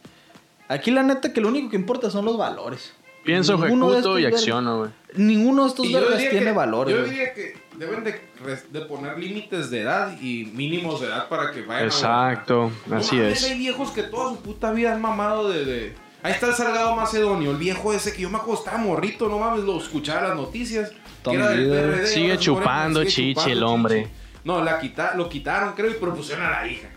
Speaker 2: Aquí la neta que lo único que importa son los valores.
Speaker 4: Pienso,
Speaker 2: Ninguno de
Speaker 4: ejecuto y
Speaker 2: estos ver-
Speaker 4: acciono, güey.
Speaker 2: Ninguno de estos
Speaker 3: Y yo
Speaker 2: vergas
Speaker 3: diría
Speaker 2: tiene
Speaker 3: que-
Speaker 2: valores.
Speaker 3: Yo
Speaker 2: güey.
Speaker 3: diría que deben de, res- de poner límites de edad y mínimos de edad para que vayan a-
Speaker 4: Exacto,
Speaker 3: No
Speaker 4: así
Speaker 3: mames,
Speaker 4: es.
Speaker 3: Hay viejos que toda su puta vida han mamado de... de- Ahí está el Salgado Macedonio, el viejo ese que yo me acuerdo estaba morrito, no mames, lo escuchaba en las noticias.
Speaker 2: Toda
Speaker 3: que era
Speaker 2: mi
Speaker 3: del
Speaker 2: vida.
Speaker 3: PRD,
Speaker 4: Sigue
Speaker 3: ahora se pone-
Speaker 4: chupando
Speaker 3: sigue
Speaker 4: chiche
Speaker 3: chupando
Speaker 4: el hombre.
Speaker 3: chiche. No, la quita, lo quitaron, creo, y propusieron a la hija.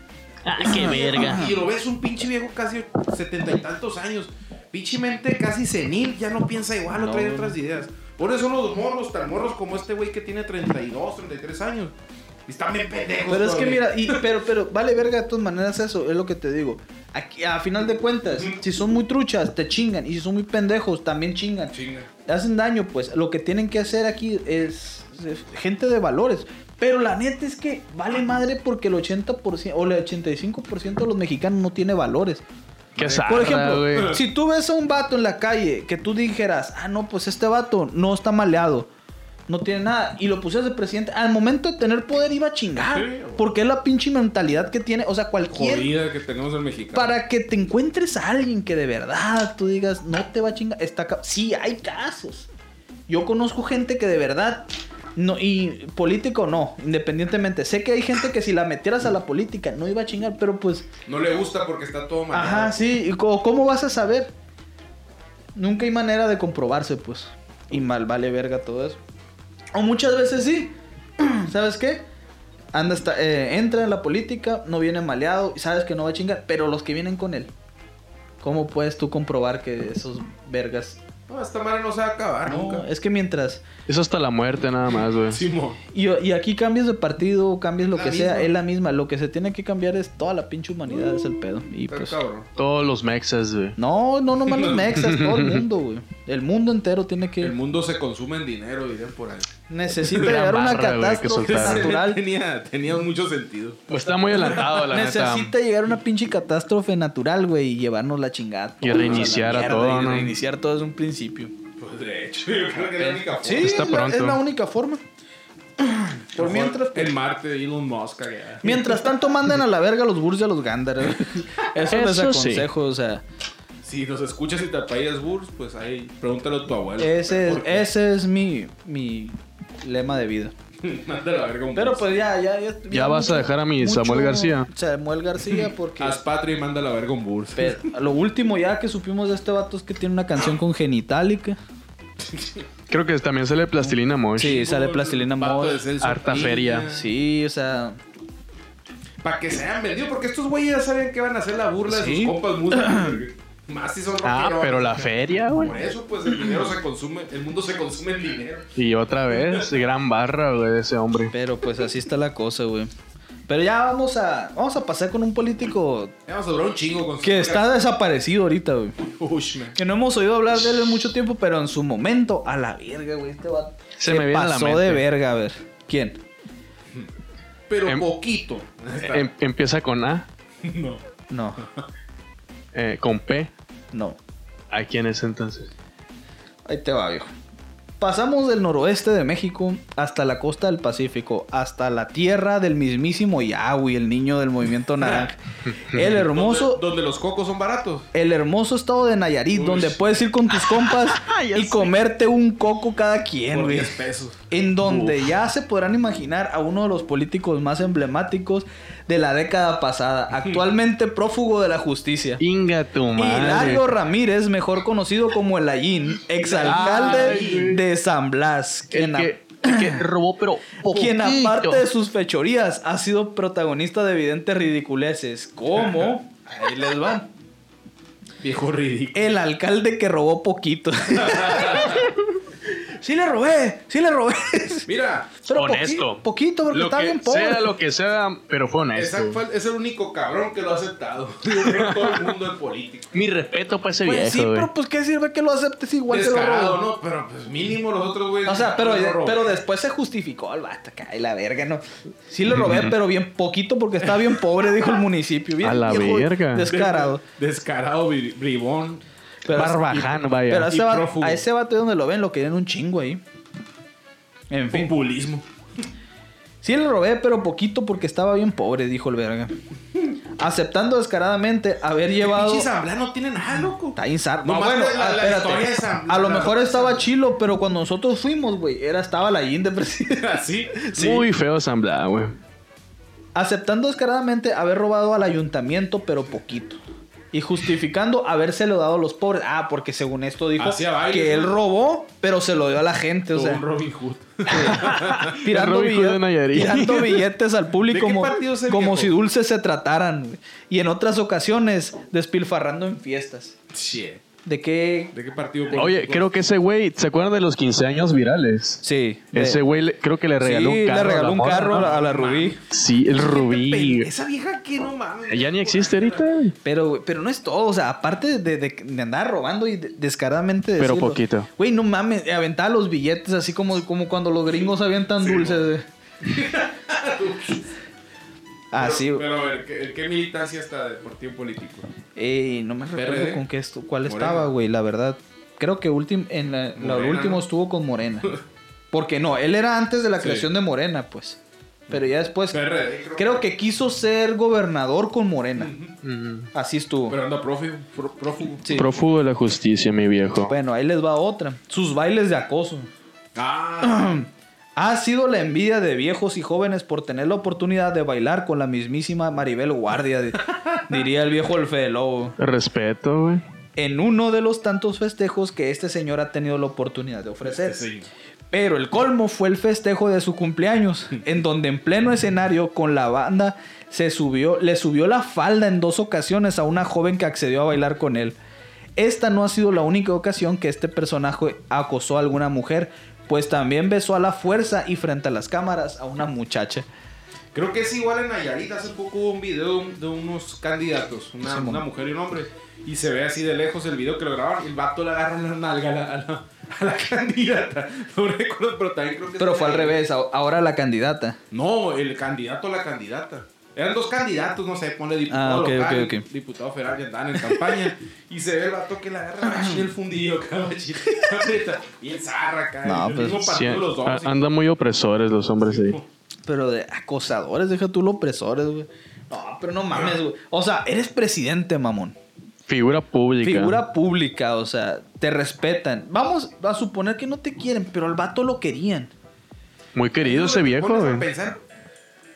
Speaker 4: Ah, qué verga.
Speaker 3: Y lo ves un pinche viejo casi setenta y tantos años. Pinche mente casi senil, ya no piensa igual, no,
Speaker 2: No,
Speaker 3: trae
Speaker 2: no.
Speaker 3: otras ideas. Por eso los morros, tan morros como este güey que tiene 32, 33 años. Y están bien pendejos.
Speaker 2: Pero es que
Speaker 3: todavía.
Speaker 2: mira, y- pero, pero vale verga de todas maneras eso, es lo que te digo. Aquí, a final de cuentas,
Speaker 3: Ujú.
Speaker 2: si son muy truchas, te chingan. Y si son muy pendejos, también chingan.
Speaker 3: Chinga.
Speaker 2: hacen daño, pues lo que tienen que hacer aquí es, es gente de valores. Pero la neta es que vale madre porque el 80% o el 85% de los mexicanos no tiene valores.
Speaker 4: Qué
Speaker 2: Por
Speaker 4: zarra,
Speaker 2: ejemplo,
Speaker 4: güey.
Speaker 2: si tú ves a un vato en la calle que tú dijeras, ah, no, pues este vato no está maleado, no tiene nada, y lo pusieras de presidente, al momento de tener poder iba a chingar.
Speaker 3: Sí, güey.
Speaker 2: porque es la pinche mentalidad que tiene, o sea, cualquier...
Speaker 3: Jodida que tenemos el mexicano.
Speaker 2: Para que te encuentres a alguien que de verdad tú digas, no te va a chingar. Está ca- sí, hay casos. Yo conozco gente que de verdad, no, y político no, independientemente. Sé que hay gente que si la metieras a la política no iba a chingar, pero pues,
Speaker 3: No le gusta porque está todo mal.
Speaker 2: ajá, sí, y co- ¿cómo vas a saber? Nunca hay manera de comprobarse, pues. Y mal vale verga todo eso. O muchas veces sí. ¿Sabes qué? Anda hasta, eh, entra en la política, no viene maleado, y sabes que no va a chingar, pero los que vienen con él. ¿Cómo puedes tú comprobar que esos vergas?
Speaker 3: No, esta madre no se va a acabar
Speaker 2: No,
Speaker 3: Ah, nunca.
Speaker 2: es que mientras.
Speaker 4: Es hasta la muerte nada más, güey.
Speaker 3: Simón.
Speaker 2: Y, y aquí cambias de partido, cambias lo
Speaker 3: La
Speaker 2: que sea,
Speaker 3: misma.
Speaker 2: es la misma. Lo que se tiene que cambiar es toda la pinche humanidad, es el pedo. Y
Speaker 3: Está
Speaker 2: pues.
Speaker 3: cabrón.
Speaker 4: Todos los mexas, güey.
Speaker 2: No, no nomás los mexas, todo el mundo, güey. El mundo entero tiene
Speaker 3: El
Speaker 2: que.
Speaker 3: mundo se consume en dinero, dirían por ahí.
Speaker 2: Necesita
Speaker 4: Gran
Speaker 2: llegar a una
Speaker 4: barra, güey, que
Speaker 2: catástrofe
Speaker 4: soltaron.
Speaker 2: Pues, natural.
Speaker 3: tenía, tenía mucho sentido.
Speaker 4: Pues Está muy adelantado, la neta.
Speaker 2: Necesita llegar a una pinche catástrofe natural, güey, y llevarnos la chingada.
Speaker 4: Y reiniciar a
Speaker 2: Mierda,
Speaker 4: todo,
Speaker 2: y
Speaker 4: ¿no?
Speaker 2: Reiniciar todo es un principio.
Speaker 3: Pues de hecho, yo creo que es la única forma.
Speaker 2: Sí,
Speaker 4: Está
Speaker 2: es, la,
Speaker 4: pronto.
Speaker 2: es la única forma. Por
Speaker 3: Mejor
Speaker 2: mientras. pues,
Speaker 3: En Marte, Elon Musk. allá.
Speaker 2: Mientras tanto, mandan a la verga a los Bulls y a los Gandar. güey. Eso, les
Speaker 4: Eso sí.
Speaker 2: aconsejo, o sea.
Speaker 3: Si nos escuchas y te apayas Burs, pues ahí pregúntale a tu abuelo.
Speaker 2: Ese es,
Speaker 3: ¿Por qué?
Speaker 2: ese es mi, mi lema de vida.
Speaker 3: Manda la verga un
Speaker 2: Pero
Speaker 3: Burs.
Speaker 2: pues ya, ya, ya.
Speaker 4: ¿Ya vas a dejar a mi Samuel García?
Speaker 2: Samuel García, porque.
Speaker 3: Haz patria y manda la verga un Burs.
Speaker 2: Pero lo último ya que supimos de este vato es que tiene una canción con genitálica.
Speaker 4: Creo que también sale plastilina mosh.
Speaker 2: Sí, sale Plastilina
Speaker 3: Pato de
Speaker 2: Mosh.
Speaker 3: Celso
Speaker 4: Harta
Speaker 3: Piña.
Speaker 4: feria.
Speaker 2: Sí, o sea.
Speaker 3: Para que sean vendidos, porque estos güeyes ya saben que van a hacer la burla de
Speaker 2: Sí.
Speaker 3: sus compas músicos. Más si son
Speaker 4: Ah,
Speaker 3: rockeros.
Speaker 4: pero la feria, güey.
Speaker 3: Por eso, pues el dinero se consume, el mundo se consume en dinero.
Speaker 4: Y otra vez, gran barra, güey, de ese hombre.
Speaker 2: Pero pues así está la cosa, güey. Pero ya vamos a, vamos a pasar con un político
Speaker 3: Vamos a durar un chingo con su-
Speaker 2: que está desaparecido ahorita, güey.
Speaker 3: Ush, man.
Speaker 2: Que no hemos oído hablar de él en mucho tiempo, pero en su momento, a la verga, güey. Este vato
Speaker 4: Se me viene a la
Speaker 2: pasó
Speaker 4: mente.
Speaker 2: de verga, a ver. ¿Quién?
Speaker 3: Pero
Speaker 4: Em-
Speaker 3: poquito.
Speaker 4: Em- empieza con A,
Speaker 3: No.
Speaker 2: No,
Speaker 4: eh, con P.
Speaker 2: no.
Speaker 4: ¿A quién es entonces?
Speaker 2: Ahí te va, viejo. Pasamos del noroeste de México hasta la costa del Pacífico, hasta la tierra del mismísimo Yahweh, el niño del movimiento naranja. El hermoso,
Speaker 3: Donde, donde los cocos son baratos.
Speaker 2: el hermoso estado de Nayarit,
Speaker 3: Uy.
Speaker 2: donde puedes ir con tus compas
Speaker 4: Ya
Speaker 2: y
Speaker 4: sé.
Speaker 2: comerte un coco cada quien,
Speaker 3: Por
Speaker 2: güey.
Speaker 3: 10 pesos.
Speaker 2: En donde ya se podrán imaginar a uno de los políticos más emblemáticos de la década pasada, actualmente prófugo de la justicia.
Speaker 4: Inga tu madre.
Speaker 2: Hilario Ramírez, mejor conocido como el Ayín,
Speaker 4: Ay,
Speaker 2: exalcalde
Speaker 4: güey.
Speaker 2: de San Blas,
Speaker 4: El
Speaker 2: quien, a-
Speaker 4: que, el que robó, pero poquito.
Speaker 2: quien aparte de sus fechorías ha sido protagonista de evidentes ridiculeces, como... Ahí les van.
Speaker 3: Viejo ridículo.
Speaker 2: El alcalde que robó poquito. sí le robé, sí le robé.
Speaker 3: Mira,
Speaker 2: Pero poqui-
Speaker 4: Honesto.
Speaker 2: poquito, porque
Speaker 4: Lo
Speaker 2: estaba
Speaker 4: que
Speaker 2: bien pobre.
Speaker 4: sea lo que sea, pero fue honesto.
Speaker 3: exacto, fue- es el único cabrón que lo ha aceptado. Yo creo que todo el mundo es político.
Speaker 4: Mi respeto para ese
Speaker 2: Pues
Speaker 4: viejo,
Speaker 2: sí,
Speaker 4: güey.
Speaker 2: pero pues qué sirve que lo aceptes igual que lo
Speaker 3: Descarado,
Speaker 2: robó.
Speaker 3: ¿no? Pero pues mínimo los otros, güey.
Speaker 2: O sea, pero,
Speaker 3: no lo roban.
Speaker 2: pero después se justificó el vato, cae la verga, ¿no? Sí lo robé, pero bien poquito porque estaba bien pobre, dijo el municipio. Bien
Speaker 4: A la
Speaker 2: viejo
Speaker 4: verga.
Speaker 2: Descarado.
Speaker 3: Descarado, bri- bribón.
Speaker 2: Pero,
Speaker 4: Barbaján, vaya.
Speaker 2: pero a, ese
Speaker 3: Y
Speaker 2: vato-
Speaker 3: prófugo.
Speaker 2: a ese vato donde lo ven lo quieren un chingo ahí. En fin.
Speaker 3: Populismo.
Speaker 2: Sí le robé, pero poquito porque estaba bien pobre, dijo el verga. Aceptando descaradamente haber llevado...
Speaker 3: Pinche Zamblá no tiene nada, loco.
Speaker 2: Está insar- No,
Speaker 3: Nomás
Speaker 2: bueno,
Speaker 3: la- la-
Speaker 2: ah,
Speaker 3: la
Speaker 2: espérate.
Speaker 3: historia de San-
Speaker 2: a lo
Speaker 3: la-
Speaker 2: mejor estaba chilo, pero cuando nosotros fuimos, güey, era estaba la INDE presidente.
Speaker 3: Así. Ah, Sí.
Speaker 4: Muy feo San Blas, güey.
Speaker 2: aceptando descaradamente haber robado al ayuntamiento, pero poquito. Y justificando habérselo dado a los pobres. Ah, porque según esto dijo
Speaker 3: Hacía bailes,
Speaker 2: que él
Speaker 3: ¿no?
Speaker 2: robó, pero se lo dio a la gente. O
Speaker 3: Todo
Speaker 2: sea, ah,
Speaker 3: un Robin Hood.
Speaker 2: tirando,
Speaker 4: El Robin Hood
Speaker 2: bille-
Speaker 4: de Nayarit.
Speaker 2: tirando billetes al
Speaker 3: ¿De
Speaker 2: público
Speaker 3: qué
Speaker 2: como,
Speaker 3: partido es el
Speaker 2: como
Speaker 3: viejo?
Speaker 2: si dulces se trataran. güey. Y en otras ocasiones, despilfarrando en fiestas.
Speaker 3: Shit.
Speaker 2: ¿De qué?
Speaker 3: ¿De qué partido?
Speaker 4: Oye, creo que ese güey, ¿se acuerdan de los 15 años virales?
Speaker 2: Sí. de-
Speaker 4: Ese güey le- creo que le regaló
Speaker 2: Sí,
Speaker 4: un carro.
Speaker 2: le regaló
Speaker 4: a la
Speaker 2: un
Speaker 4: morra,
Speaker 2: carro
Speaker 4: ¿no?
Speaker 2: a la, a la Rubí.
Speaker 4: Sí, el
Speaker 3: Pe-
Speaker 4: Rubí.
Speaker 3: Esa vieja que no mames.
Speaker 4: Ya ni existe ahorita.
Speaker 2: Pero, güey, pero no es todo. O sea, aparte de, de- de andar robando y de- descaradamente.
Speaker 4: Pero
Speaker 2: decirlo.
Speaker 4: poquito.
Speaker 2: Güey, no mames. Aventaba los billetes así como, como cuando los gringos avientan dulces. güey. así, Ah, güey.
Speaker 3: Pero a ver, ¿qué, ¿qué militancia está de partido político?
Speaker 2: Ey, no me recuerdo
Speaker 3: PRD.
Speaker 2: con qué esto, cuál
Speaker 3: Morena.
Speaker 2: estaba, güey, la verdad. Creo que últim- en la, la- lo
Speaker 3: Morena,
Speaker 2: último
Speaker 3: ¿no?
Speaker 2: estuvo con Morena. Porque no, él era antes de la
Speaker 3: Sí.
Speaker 2: creación de Morena, pues. Pero ya después.
Speaker 3: PRD, creo.
Speaker 2: Creo que quiso ser gobernador con Morena.
Speaker 4: Mm.
Speaker 2: Así estuvo.
Speaker 3: Pero anda prófugo. pró- prófugo.
Speaker 2: Sí.
Speaker 4: Prófugo de la justicia, mi viejo.
Speaker 2: Bueno, ahí les va otra. Sus bailes de acoso.
Speaker 3: Ah,
Speaker 2: Ha sido la envidia de viejos y jóvenes por tener la oportunidad de bailar con la mismísima Maribel Guardia, di- diría el viejo el Fede Lobo.
Speaker 4: Respeto, güey.
Speaker 2: En uno de los tantos festejos que este señor ha tenido la oportunidad de ofrecer.
Speaker 3: este sí.
Speaker 2: Pero el colmo fue el festejo de su cumpleaños, en donde en pleno escenario con la banda se subió, le subió la falda en dos ocasiones a una joven que accedió a bailar con él. Esta no ha sido la única ocasión que este personaje acosó a alguna mujer, pues también besó a la fuerza y frente a las cámaras a una muchacha.
Speaker 3: Creo que es igual en Nayarit. Hace poco hubo un video de unos candidatos, una,
Speaker 2: Simón.
Speaker 3: una mujer y un hombre. Y se ve así de lejos el video que lo grabaron. y El vato le agarra la nalga a la, a la- a la candidata. No recuerdo, pero también creo que.
Speaker 2: Pero
Speaker 3: es
Speaker 2: fue al
Speaker 3: Nayarit.
Speaker 2: revés, a- ahora la candidata.
Speaker 3: No, el candidato a la candidata. Eran dos candidatos, no sé, ponle diputado
Speaker 2: Ah, ok,
Speaker 3: local,
Speaker 2: ok, ok.
Speaker 3: diputado federal, ya andaban en campaña. y se ve el vato que le agarra machín el fundillo, cabrón. chile, neta, Bien zarra, cabrón.
Speaker 2: No,
Speaker 3: el
Speaker 2: pues, ah,
Speaker 3: mismo
Speaker 4: Sí,
Speaker 3: partido los dos.
Speaker 4: a-
Speaker 3: y-
Speaker 4: andan muy opresores los hombres ahí.
Speaker 2: Pero de acosadores, deja tú los opresores, güey. No, pero no mames, güey. O sea, eres presidente, mamón.
Speaker 4: Figura pública.
Speaker 2: Figura pública, o sea, te respetan. Vamos a suponer que no te quieren, pero al vato lo querían.
Speaker 4: Muy querido ese
Speaker 3: Te
Speaker 4: viejo,
Speaker 3: pones a
Speaker 4: güey.
Speaker 3: pensar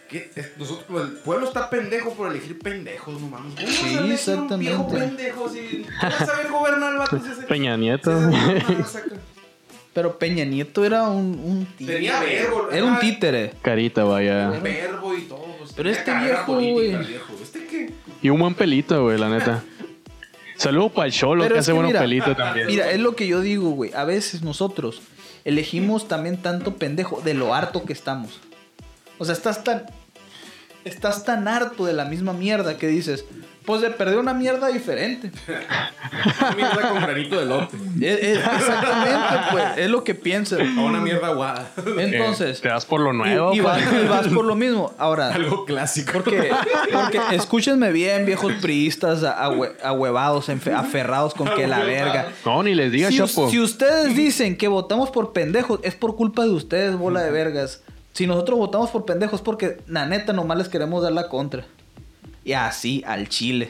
Speaker 3: que es- nosotros, el pueblo está pendejo por elegir pendejos, no mames. ¿Cómo vas a
Speaker 2: Sí,
Speaker 3: elegir un
Speaker 2: exactamente.
Speaker 3: viejo pendejo si no sabe gobernar el vato. Si ese-
Speaker 4: Peña
Speaker 3: si
Speaker 4: Nieto.
Speaker 3: ese-
Speaker 4: güey.
Speaker 3: no, saca.
Speaker 2: Pero Peña Nieto era un, un títere.
Speaker 3: Tenía verbo,
Speaker 2: Era un
Speaker 3: ajá.
Speaker 2: títere.
Speaker 4: Carita, vaya.
Speaker 3: Un verbo y todo. pues,
Speaker 2: Pero
Speaker 3: tenía
Speaker 2: este
Speaker 3: carrera
Speaker 2: viejo,
Speaker 3: política,
Speaker 2: güey.
Speaker 3: viejo. ¿Este qué?
Speaker 4: Y un buen pelito, güey, la neta. Saludo para el Cholo,
Speaker 2: Pero
Speaker 4: que
Speaker 2: es
Speaker 4: hace
Speaker 2: que
Speaker 4: buen
Speaker 2: mira,
Speaker 4: pelito también. Eh,
Speaker 2: Mira, es lo que yo digo, güey. A veces nosotros elegimos también tanto pendejo de lo harto que estamos. O sea, estás tan estás tan harto de la misma mierda que dices, pues de perder una mierda diferente.
Speaker 3: Una mierda con granito de lote.
Speaker 2: Es- es- e, exactamente, pues, es lo que piensas.
Speaker 3: O una mierda guada.
Speaker 2: Entonces,
Speaker 4: Eh, te das por lo
Speaker 2: y-
Speaker 4: nuevo.
Speaker 2: y,
Speaker 4: pues.
Speaker 2: vas, y vas por lo mismo. Ahora,
Speaker 3: Algo clásico.
Speaker 2: porque, porque escúchenme bien, viejos priistas, a- ahue- ahuevados, enfe- aferrados con que la verga.
Speaker 4: pues. No, ni les digas,
Speaker 2: si, us-
Speaker 4: Chapo.
Speaker 2: si ustedes dicen que votamos por pendejos, es por culpa de ustedes, bola de vergas. Si nosotros votamos por pendejos, es porque, la neta, nomás les queremos dar la contra. Y así, al chile.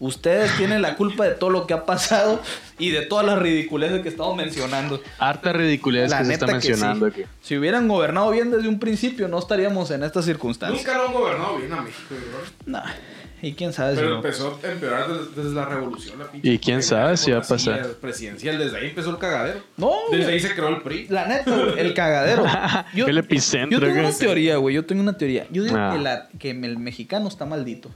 Speaker 2: Ustedes tienen la culpa de todo lo que ha pasado y de todas las ridiculeces que estamos mencionando.
Speaker 4: Harta ridiculez
Speaker 2: La
Speaker 4: que se
Speaker 2: neta
Speaker 4: está
Speaker 2: que
Speaker 4: mencionando
Speaker 2: sí.
Speaker 4: aquí.
Speaker 2: Si hubieran gobernado bien desde un principio, no estaríamos en estas circunstancias.
Speaker 3: Nunca lo han gobernado bien a México, ¿verdad?
Speaker 2: Nah. Y quién sabe si
Speaker 3: Pero
Speaker 2: no.
Speaker 3: empezó a empeorar desde, desde la revolución. La pinche
Speaker 4: Y quién sabe si va a
Speaker 3: democracia
Speaker 4: pasar.
Speaker 3: Presidencial, desde ahí empezó el cagadero.
Speaker 2: No,
Speaker 3: Desde
Speaker 2: güey.
Speaker 3: ahí se creó el PRI.
Speaker 2: La neta, güey, el cagadero. Yo,
Speaker 4: El epicentro,
Speaker 2: Yo tengo
Speaker 4: güey.
Speaker 2: una teoría, güey. Yo tengo una teoría. Yo digo
Speaker 4: Ah.
Speaker 2: que, la- que el mexicano está maldito.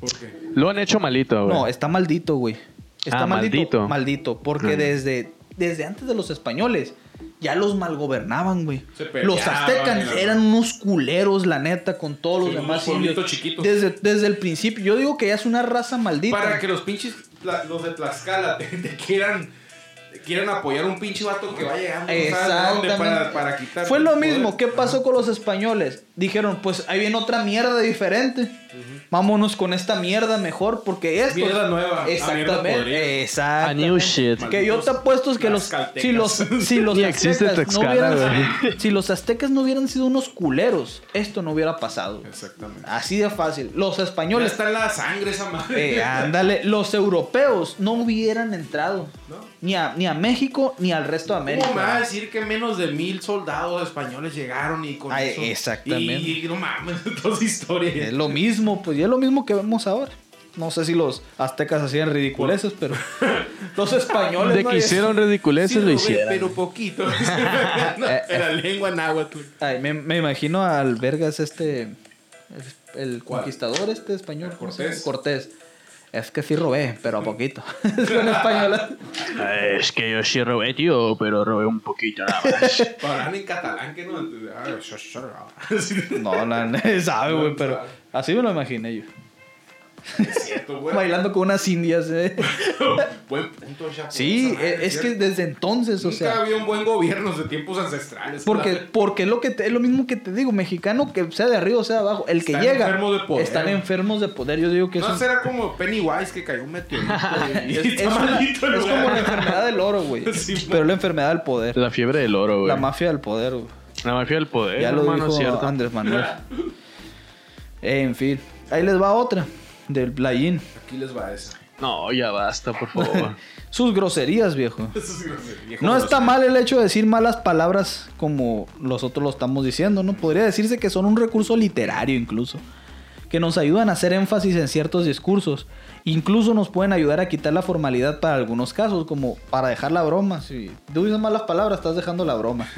Speaker 3: ¿Por qué?
Speaker 4: Lo han hecho malito, güey.
Speaker 2: No, está maldito, güey. Está
Speaker 4: Ah,
Speaker 2: maldito.
Speaker 4: maldito. Ah.
Speaker 2: Maldito. Porque desde, desde antes de los españoles ya los malgobernaban, güey.
Speaker 3: Se peleaban,
Speaker 2: Los aztecas
Speaker 3: era-
Speaker 2: eran unos culeros, la neta, con todos los
Speaker 3: Sí,
Speaker 2: demás
Speaker 3: unos pueblitos
Speaker 2: indios.
Speaker 3: chiquitos.
Speaker 2: Desde, desde el principio. Yo digo que ya es una raza maldita.
Speaker 3: Para que los pinches, tla- los de Tlaxcala, te, te quieran, te quieran apoyar un pinche vato que va llegando. no sabes de dónde,
Speaker 2: Exactamente.
Speaker 3: Para, para quitar
Speaker 2: Fue lo
Speaker 3: el poder.
Speaker 2: mismo. ¿Qué pasó con los españoles? Dijeron, pues ahí viene otra mierda diferente. Vámonos con esta mierda mejor porque esto...
Speaker 3: Mierda nueva, la mierda podrida.
Speaker 2: Exactamente.
Speaker 4: A
Speaker 2: Exactamente.
Speaker 4: new shit.
Speaker 2: Que yo te apuesto es que los
Speaker 3: Tlaxcaltecas.
Speaker 2: si los si los
Speaker 4: Ni existe
Speaker 2: aztecas no
Speaker 4: Tlaxcala,
Speaker 2: hubieran, si los aztecas no hubieran sido unos culeros, esto no hubiera pasado.
Speaker 3: Exactamente.
Speaker 2: Así de fácil. Los
Speaker 3: Ya
Speaker 2: españoles
Speaker 3: está en la sangre esa madre.
Speaker 2: eh, ándale, los europeos no hubieran entrado
Speaker 3: ¿No?
Speaker 2: ni a, ni a México ni al resto de América.
Speaker 3: ¿Cómo me va a decir que menos de mil soldados españoles llegaron y con
Speaker 2: Ay,
Speaker 3: eso?
Speaker 2: exactamente.
Speaker 3: Y no mames, toda esa historia.
Speaker 2: Es lo mismo, pues y es lo mismo que vemos ahora. No sé si los aztecas hacían ridiculeces, pero los españoles.
Speaker 4: De
Speaker 2: no
Speaker 4: que hicieron
Speaker 3: Sí,
Speaker 4: ridiculeces lo
Speaker 3: Rubén,
Speaker 4: hicieron.
Speaker 3: Pero poquito. No,
Speaker 2: Eh, eh.
Speaker 3: la lengua náhuatl.
Speaker 2: Ay, me, me imagino al Vergas este. el- El, conquistador este español. ¿cómo se llama?
Speaker 3: Cortés.
Speaker 2: Cortés. Es que sí robé, pero a poquito. es una española.
Speaker 4: Ay, Es que yo sí robé, tío, pero robé un poquito nada más.
Speaker 3: Hablan en catalán que no. Entonces, ah, yo- yo- yo- Sí,
Speaker 2: No, no, nadie sabe, güey, pero así me lo imaginé yo.
Speaker 3: Es cierto, güey.
Speaker 2: Bailando con unas indias, eh.
Speaker 3: Buen punto, Chapo.
Speaker 2: Sí, e,
Speaker 3: Esa madre,
Speaker 2: es, es que
Speaker 3: Ah, cierto.
Speaker 2: desde entonces, o
Speaker 3: Nunca
Speaker 2: sea.
Speaker 3: había un buen gobierno de tiempos ancestrales.
Speaker 2: Porque, porque es lo que te- es lo mismo que te digo, mexicano que sea de arriba o sea de abajo, el que
Speaker 3: Están
Speaker 2: llega
Speaker 3: enfermos de poder.
Speaker 2: están enfermos de poder. Yo digo que es,
Speaker 3: No
Speaker 2: un-
Speaker 3: será como Pennywise que cayó un meteorito. y- y
Speaker 2: es-
Speaker 3: está
Speaker 2: es una-
Speaker 3: maldito el
Speaker 2: es
Speaker 3: lugar.
Speaker 2: como la enfermedad del oro, güey.
Speaker 3: Sí,
Speaker 2: Pero la enfermedad del poder,
Speaker 4: La fiebre del oro, güey.
Speaker 2: la mafia del poder, güey.
Speaker 4: La mafia del poder,
Speaker 2: ya lo
Speaker 4: hermano,
Speaker 2: dijo
Speaker 4: ¿cierto?
Speaker 2: Andrés Manuel. en fin, ahí les va otra del play-in.
Speaker 3: Aquí les va esa.
Speaker 4: No, ya basta, por favor.
Speaker 2: Sus groserías, viejo.
Speaker 3: Eso es grosero, viejo
Speaker 2: No está
Speaker 3: grosero.
Speaker 2: mal el hecho de decir malas palabras como nosotros lo estamos diciendo, ¿no? Podría decirse que son un recurso literario incluso, que nos ayudan a hacer énfasis en ciertos discursos. Incluso nos pueden ayudar a quitar la formalidad para algunos casos, como para dejar la broma. Si tú dices malas palabras, estás dejando la broma.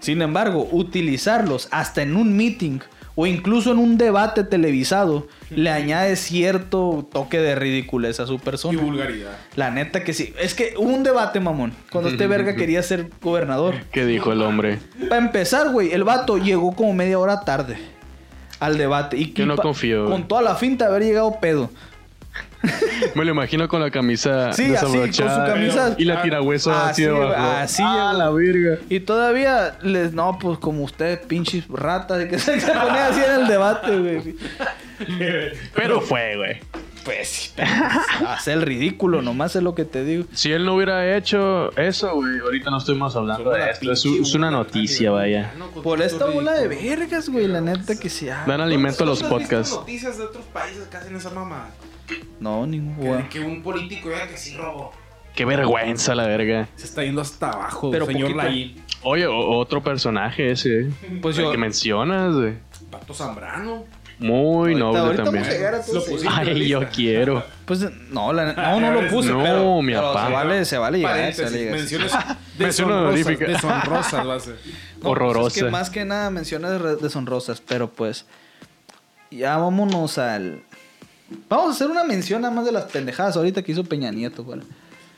Speaker 2: Sin embargo, utilizarlos hasta en un meeting o incluso en un debate televisado le añade cierto toque de ridiculez a su
Speaker 3: Y
Speaker 2: persona.
Speaker 3: vulgaridad.
Speaker 2: La neta que sí. Es que hubo un debate, mamón. Cuando este verga quería ser gobernador.
Speaker 4: ¿Qué dijo el hombre?
Speaker 2: Para empezar, güey, el vato llegó como media hora tarde al debate. Y
Speaker 4: Yo no
Speaker 2: y pa-
Speaker 4: confío,
Speaker 2: Con
Speaker 4: güey.
Speaker 2: toda la finta de haber llegado pedo.
Speaker 4: Me lo imagino con la camisa
Speaker 2: Sí, así, con su
Speaker 4: desabrochada
Speaker 2: camisa-
Speaker 4: y la tirahuesa
Speaker 2: Así,
Speaker 4: así debajo.
Speaker 2: así,
Speaker 4: ah,
Speaker 2: güey.
Speaker 4: la verga.
Speaker 2: Y todavía les, no, pues como ustedes, pinches ratas, que se ponía así en el debate, güey.
Speaker 4: Pero fue, güey.
Speaker 2: Pues, hace el ridículo, nomás es lo que te digo.
Speaker 4: Si él no hubiera hecho eso, güey, ahorita no estuvimos hablando de esto. Es, un- es una noticia,
Speaker 3: Ah,
Speaker 4: vaya.
Speaker 2: Por esta bola de vergas, güey, la neta que sí. ah.
Speaker 4: Dan alimento a los
Speaker 3: ¿Tú has visto
Speaker 4: podcasts.
Speaker 3: noticias de otros países que hacen esa mamá.
Speaker 2: No, ningún
Speaker 3: Que,
Speaker 2: güey.
Speaker 3: que un político era que sí robó.
Speaker 4: Qué vergüenza, la verga.
Speaker 3: Se está yendo hasta abajo,
Speaker 2: Pero poquito.
Speaker 3: Laín.
Speaker 4: Oye, o- otro personaje ese.
Speaker 2: Pues
Speaker 4: Pues
Speaker 2: yo-
Speaker 4: que mencionas, güey.
Speaker 3: Pato Zambrano.
Speaker 4: Muy
Speaker 2: Ahorita-
Speaker 4: noble
Speaker 2: ahorita
Speaker 4: también.
Speaker 2: vamos a llegar a todo
Speaker 3: Lo
Speaker 2: eso.
Speaker 3: pusiste.
Speaker 4: Ay, yo quiero.
Speaker 2: Pues no, la, no, no lo puse.
Speaker 4: No,
Speaker 2: pero,
Speaker 4: mi
Speaker 2: pero
Speaker 4: apá.
Speaker 2: Se vale, se vale llegar. Se
Speaker 3: Paréntesis,
Speaker 2: vale llegar.
Speaker 3: menciones
Speaker 4: Mención
Speaker 3: deshonrosas.
Speaker 4: honorífica.
Speaker 3: Deshonrosas va a ser.
Speaker 2: No, pues
Speaker 4: Horrorosa.
Speaker 2: es que más que nada menciones re- deshonrosas, pero pues. Ya vámonos al. Vamos a hacer una mención nada más de las pendejadas ahorita que hizo Peña Nieto, güey.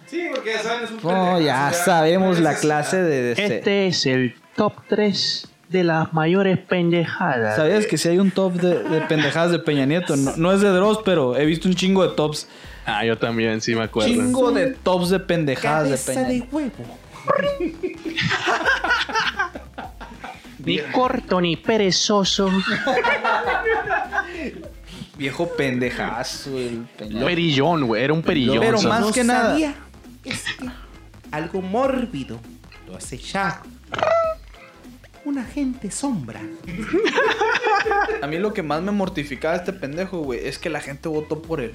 Speaker 3: Sí, porque ya saben, es un
Speaker 2: No,
Speaker 3: pendejazo,
Speaker 2: ya Oh, sabemos
Speaker 3: no
Speaker 2: la Este.
Speaker 3: necesita.
Speaker 2: clase de. de este-
Speaker 4: Este es el top 3
Speaker 5: de las mayores pendejadas.
Speaker 2: ¿Sabías que si hay un top de, de pendejadas de Peña Nieto? No, no es de Dross, pero he visto un chingo de tops.
Speaker 4: Ah, yo también, sí me acuerdo.
Speaker 2: Chingo de tops de pendejadas de Peña Nieto.
Speaker 5: huevo. ni corto ni perezoso.
Speaker 2: Viejo pendejazo el Peña Nieto.
Speaker 4: Perillón, güey, era un perillón.
Speaker 2: Pero
Speaker 4: o sea,
Speaker 2: más
Speaker 6: No
Speaker 2: que nada-
Speaker 6: sabía, es que algo mórbido lo hace ya. Un agente sombra.
Speaker 2: A mí lo que más me mortificaba este pendejo, güey, es que la gente votó por él.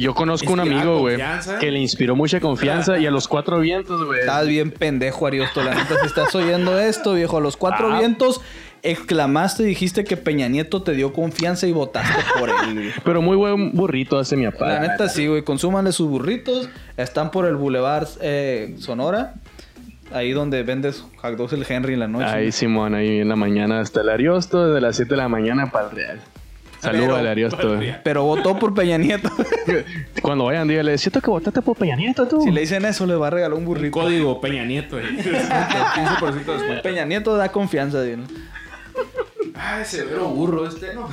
Speaker 4: Yo conozco un
Speaker 3: Inspiraba
Speaker 4: amigo, güey,
Speaker 3: confianza.
Speaker 4: que le inspiró mucha confianza y a los cuatro vientos, güey.
Speaker 2: Estás bien pendejo, Ariosto. La neta, si estás oyendo esto, viejo, a los cuatro
Speaker 4: Ah.
Speaker 2: vientos exclamaste y dijiste que Peña Nieto te dio confianza y votaste por él, güey.
Speaker 4: Pero muy buen burrito hace mi papá.
Speaker 2: La neta, sí, güey. Consúmanle sus burritos. Están por el Boulevard eh, Sonora. Ahí donde vendes hot dogs el Henry en la noche.
Speaker 4: Ahí, Simón, ahí en la mañana hasta el Ariosto, de las 7 de la mañana para el Real. Saludos al Ariosto.
Speaker 3: Real.
Speaker 2: Pero votó por Peña Nieto.
Speaker 4: Cuando vayan, dígale, siento que votaste por Peña Nieto, tú.
Speaker 2: si le dicen eso, le va a regalar un burrito.
Speaker 3: Código Peña Nieto. ahí. 15% de descuento.
Speaker 2: Peña Nieto da confianza, güey.
Speaker 3: Ay, severo Ah, burro este, ¿no?